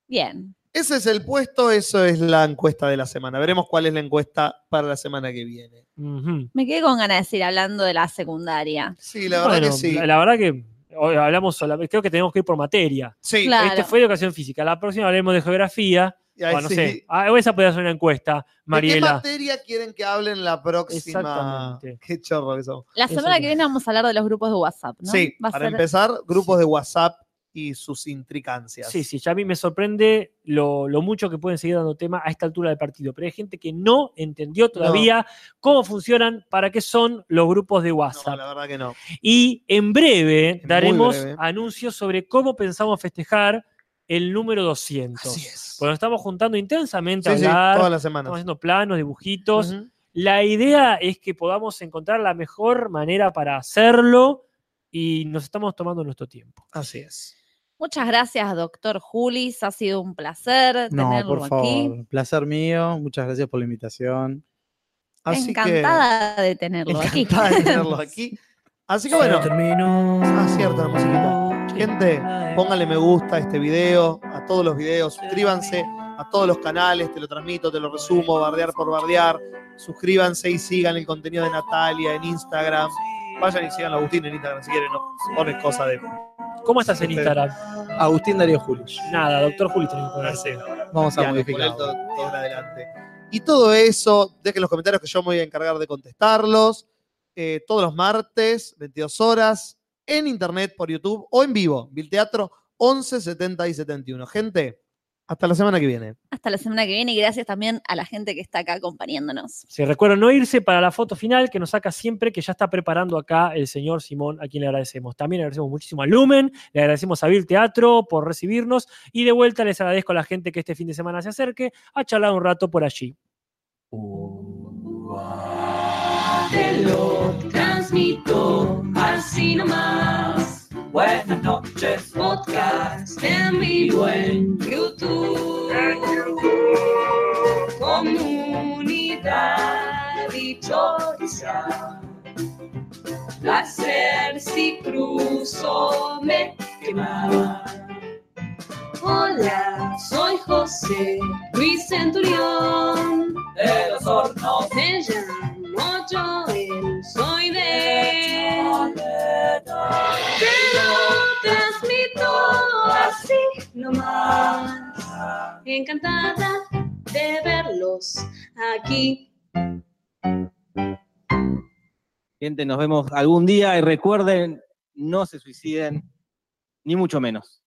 Bien. ese es el puesto, eso es la encuesta de la semana. Veremos cuál es la encuesta para la semana que viene. Ujú. Me quedé con ganas de decir hablando de la secundaria. Sí, la verdad Bueno, que sí. La, la verdad que hoy hablamos solamente, creo que tenemos que ir por materia. sí, Claro. Este fue educación física. La próxima hablaremos de geografía. y ahí o no sí. sé. Ah, o esa podría ser una encuesta, ¿De qué Mariela. materia quieren que hablen la próxima? Exactamente. Qué chorro que somos. La Eso semana sí. que viene vamos a hablar de los grupos de WhatsApp, ¿no? Sí, Va a para ser- empezar, grupos de WhatsApp y sus intricancias. Sí, sí, ya a mí me sorprende lo, lo mucho que pueden seguir dando tema a esta altura del partido, pero hay gente que no entendió todavía cómo funcionan, para qué son los grupos de No, WhatsApp. la verdad que no. Y en breve Muy daremos breve. anuncios sobre cómo pensamos festejar el número 200. Así es. Bueno, estamos juntando intensamente a Sí, sí, hablar, todas las estamos semanas. haciendo planos, dibujitos. Ujú. La idea es que podamos encontrar la mejor manera para hacerlo y nos estamos tomando nuestro tiempo. Así es. Muchas gracias, doctor Julis. Ha sido un placer No, tenerlo por aquí. favor. Placer mío. Muchas gracias por la invitación. Así Encantada de que. tenerlo aquí. Encantada de tenerlo aquí. Así que bueno, ah, cierto, la musiquita. Gente, póngale me gusta a este video, a todos los videos, suscríbanse a todos los canales, te lo transmito, te lo resumo, bardear por bardear. Suscríbanse y sigan el contenido de Natalia en Instagram. Vayan y sigan a Agustín en Instagram si quieren, no ponen cosa de ¿Cómo estás en Sí. Instagram? Agustín Darío Julich. Nada, doctor Juli tenés que ponerse. Vamos a piano, modificar. poner todo- todo para adelante. Y todo eso, dejen los comentarios que yo me voy a encargar de contestarlos. eh, todos los martes, 22 horas, en internet, por YouTube o en vivo. Vilteatro 11, 70 y 71. Gente, hasta la semana que viene. Hasta la semana que viene y gracias también a la gente que está acá acompañándonos. Si recuerdo no irse para la foto final que nos saca siempre, que ya está preparando acá el señor Simón, a quien le agradecemos. También le agradecemos muchísimo a Lumen, le agradecemos a Bill Teatro por recibirnos y de vuelta les agradezco a la gente que este fin de semana se acerque a charlar un rato por allí. Te lo transmito así nomás. Buenas noches, podcast en vivo en YouTube. Comunidad dichosa. Placer si cruzo me quema. Hola, soy José Luis Centurión. De los hornos. Me llamo Joel, soy de. Te lo transmito así nomás. Ah. Encantada de verlos aquí. Gente, nos vemos algún día y recuerden, no se suiciden, ni mucho menos.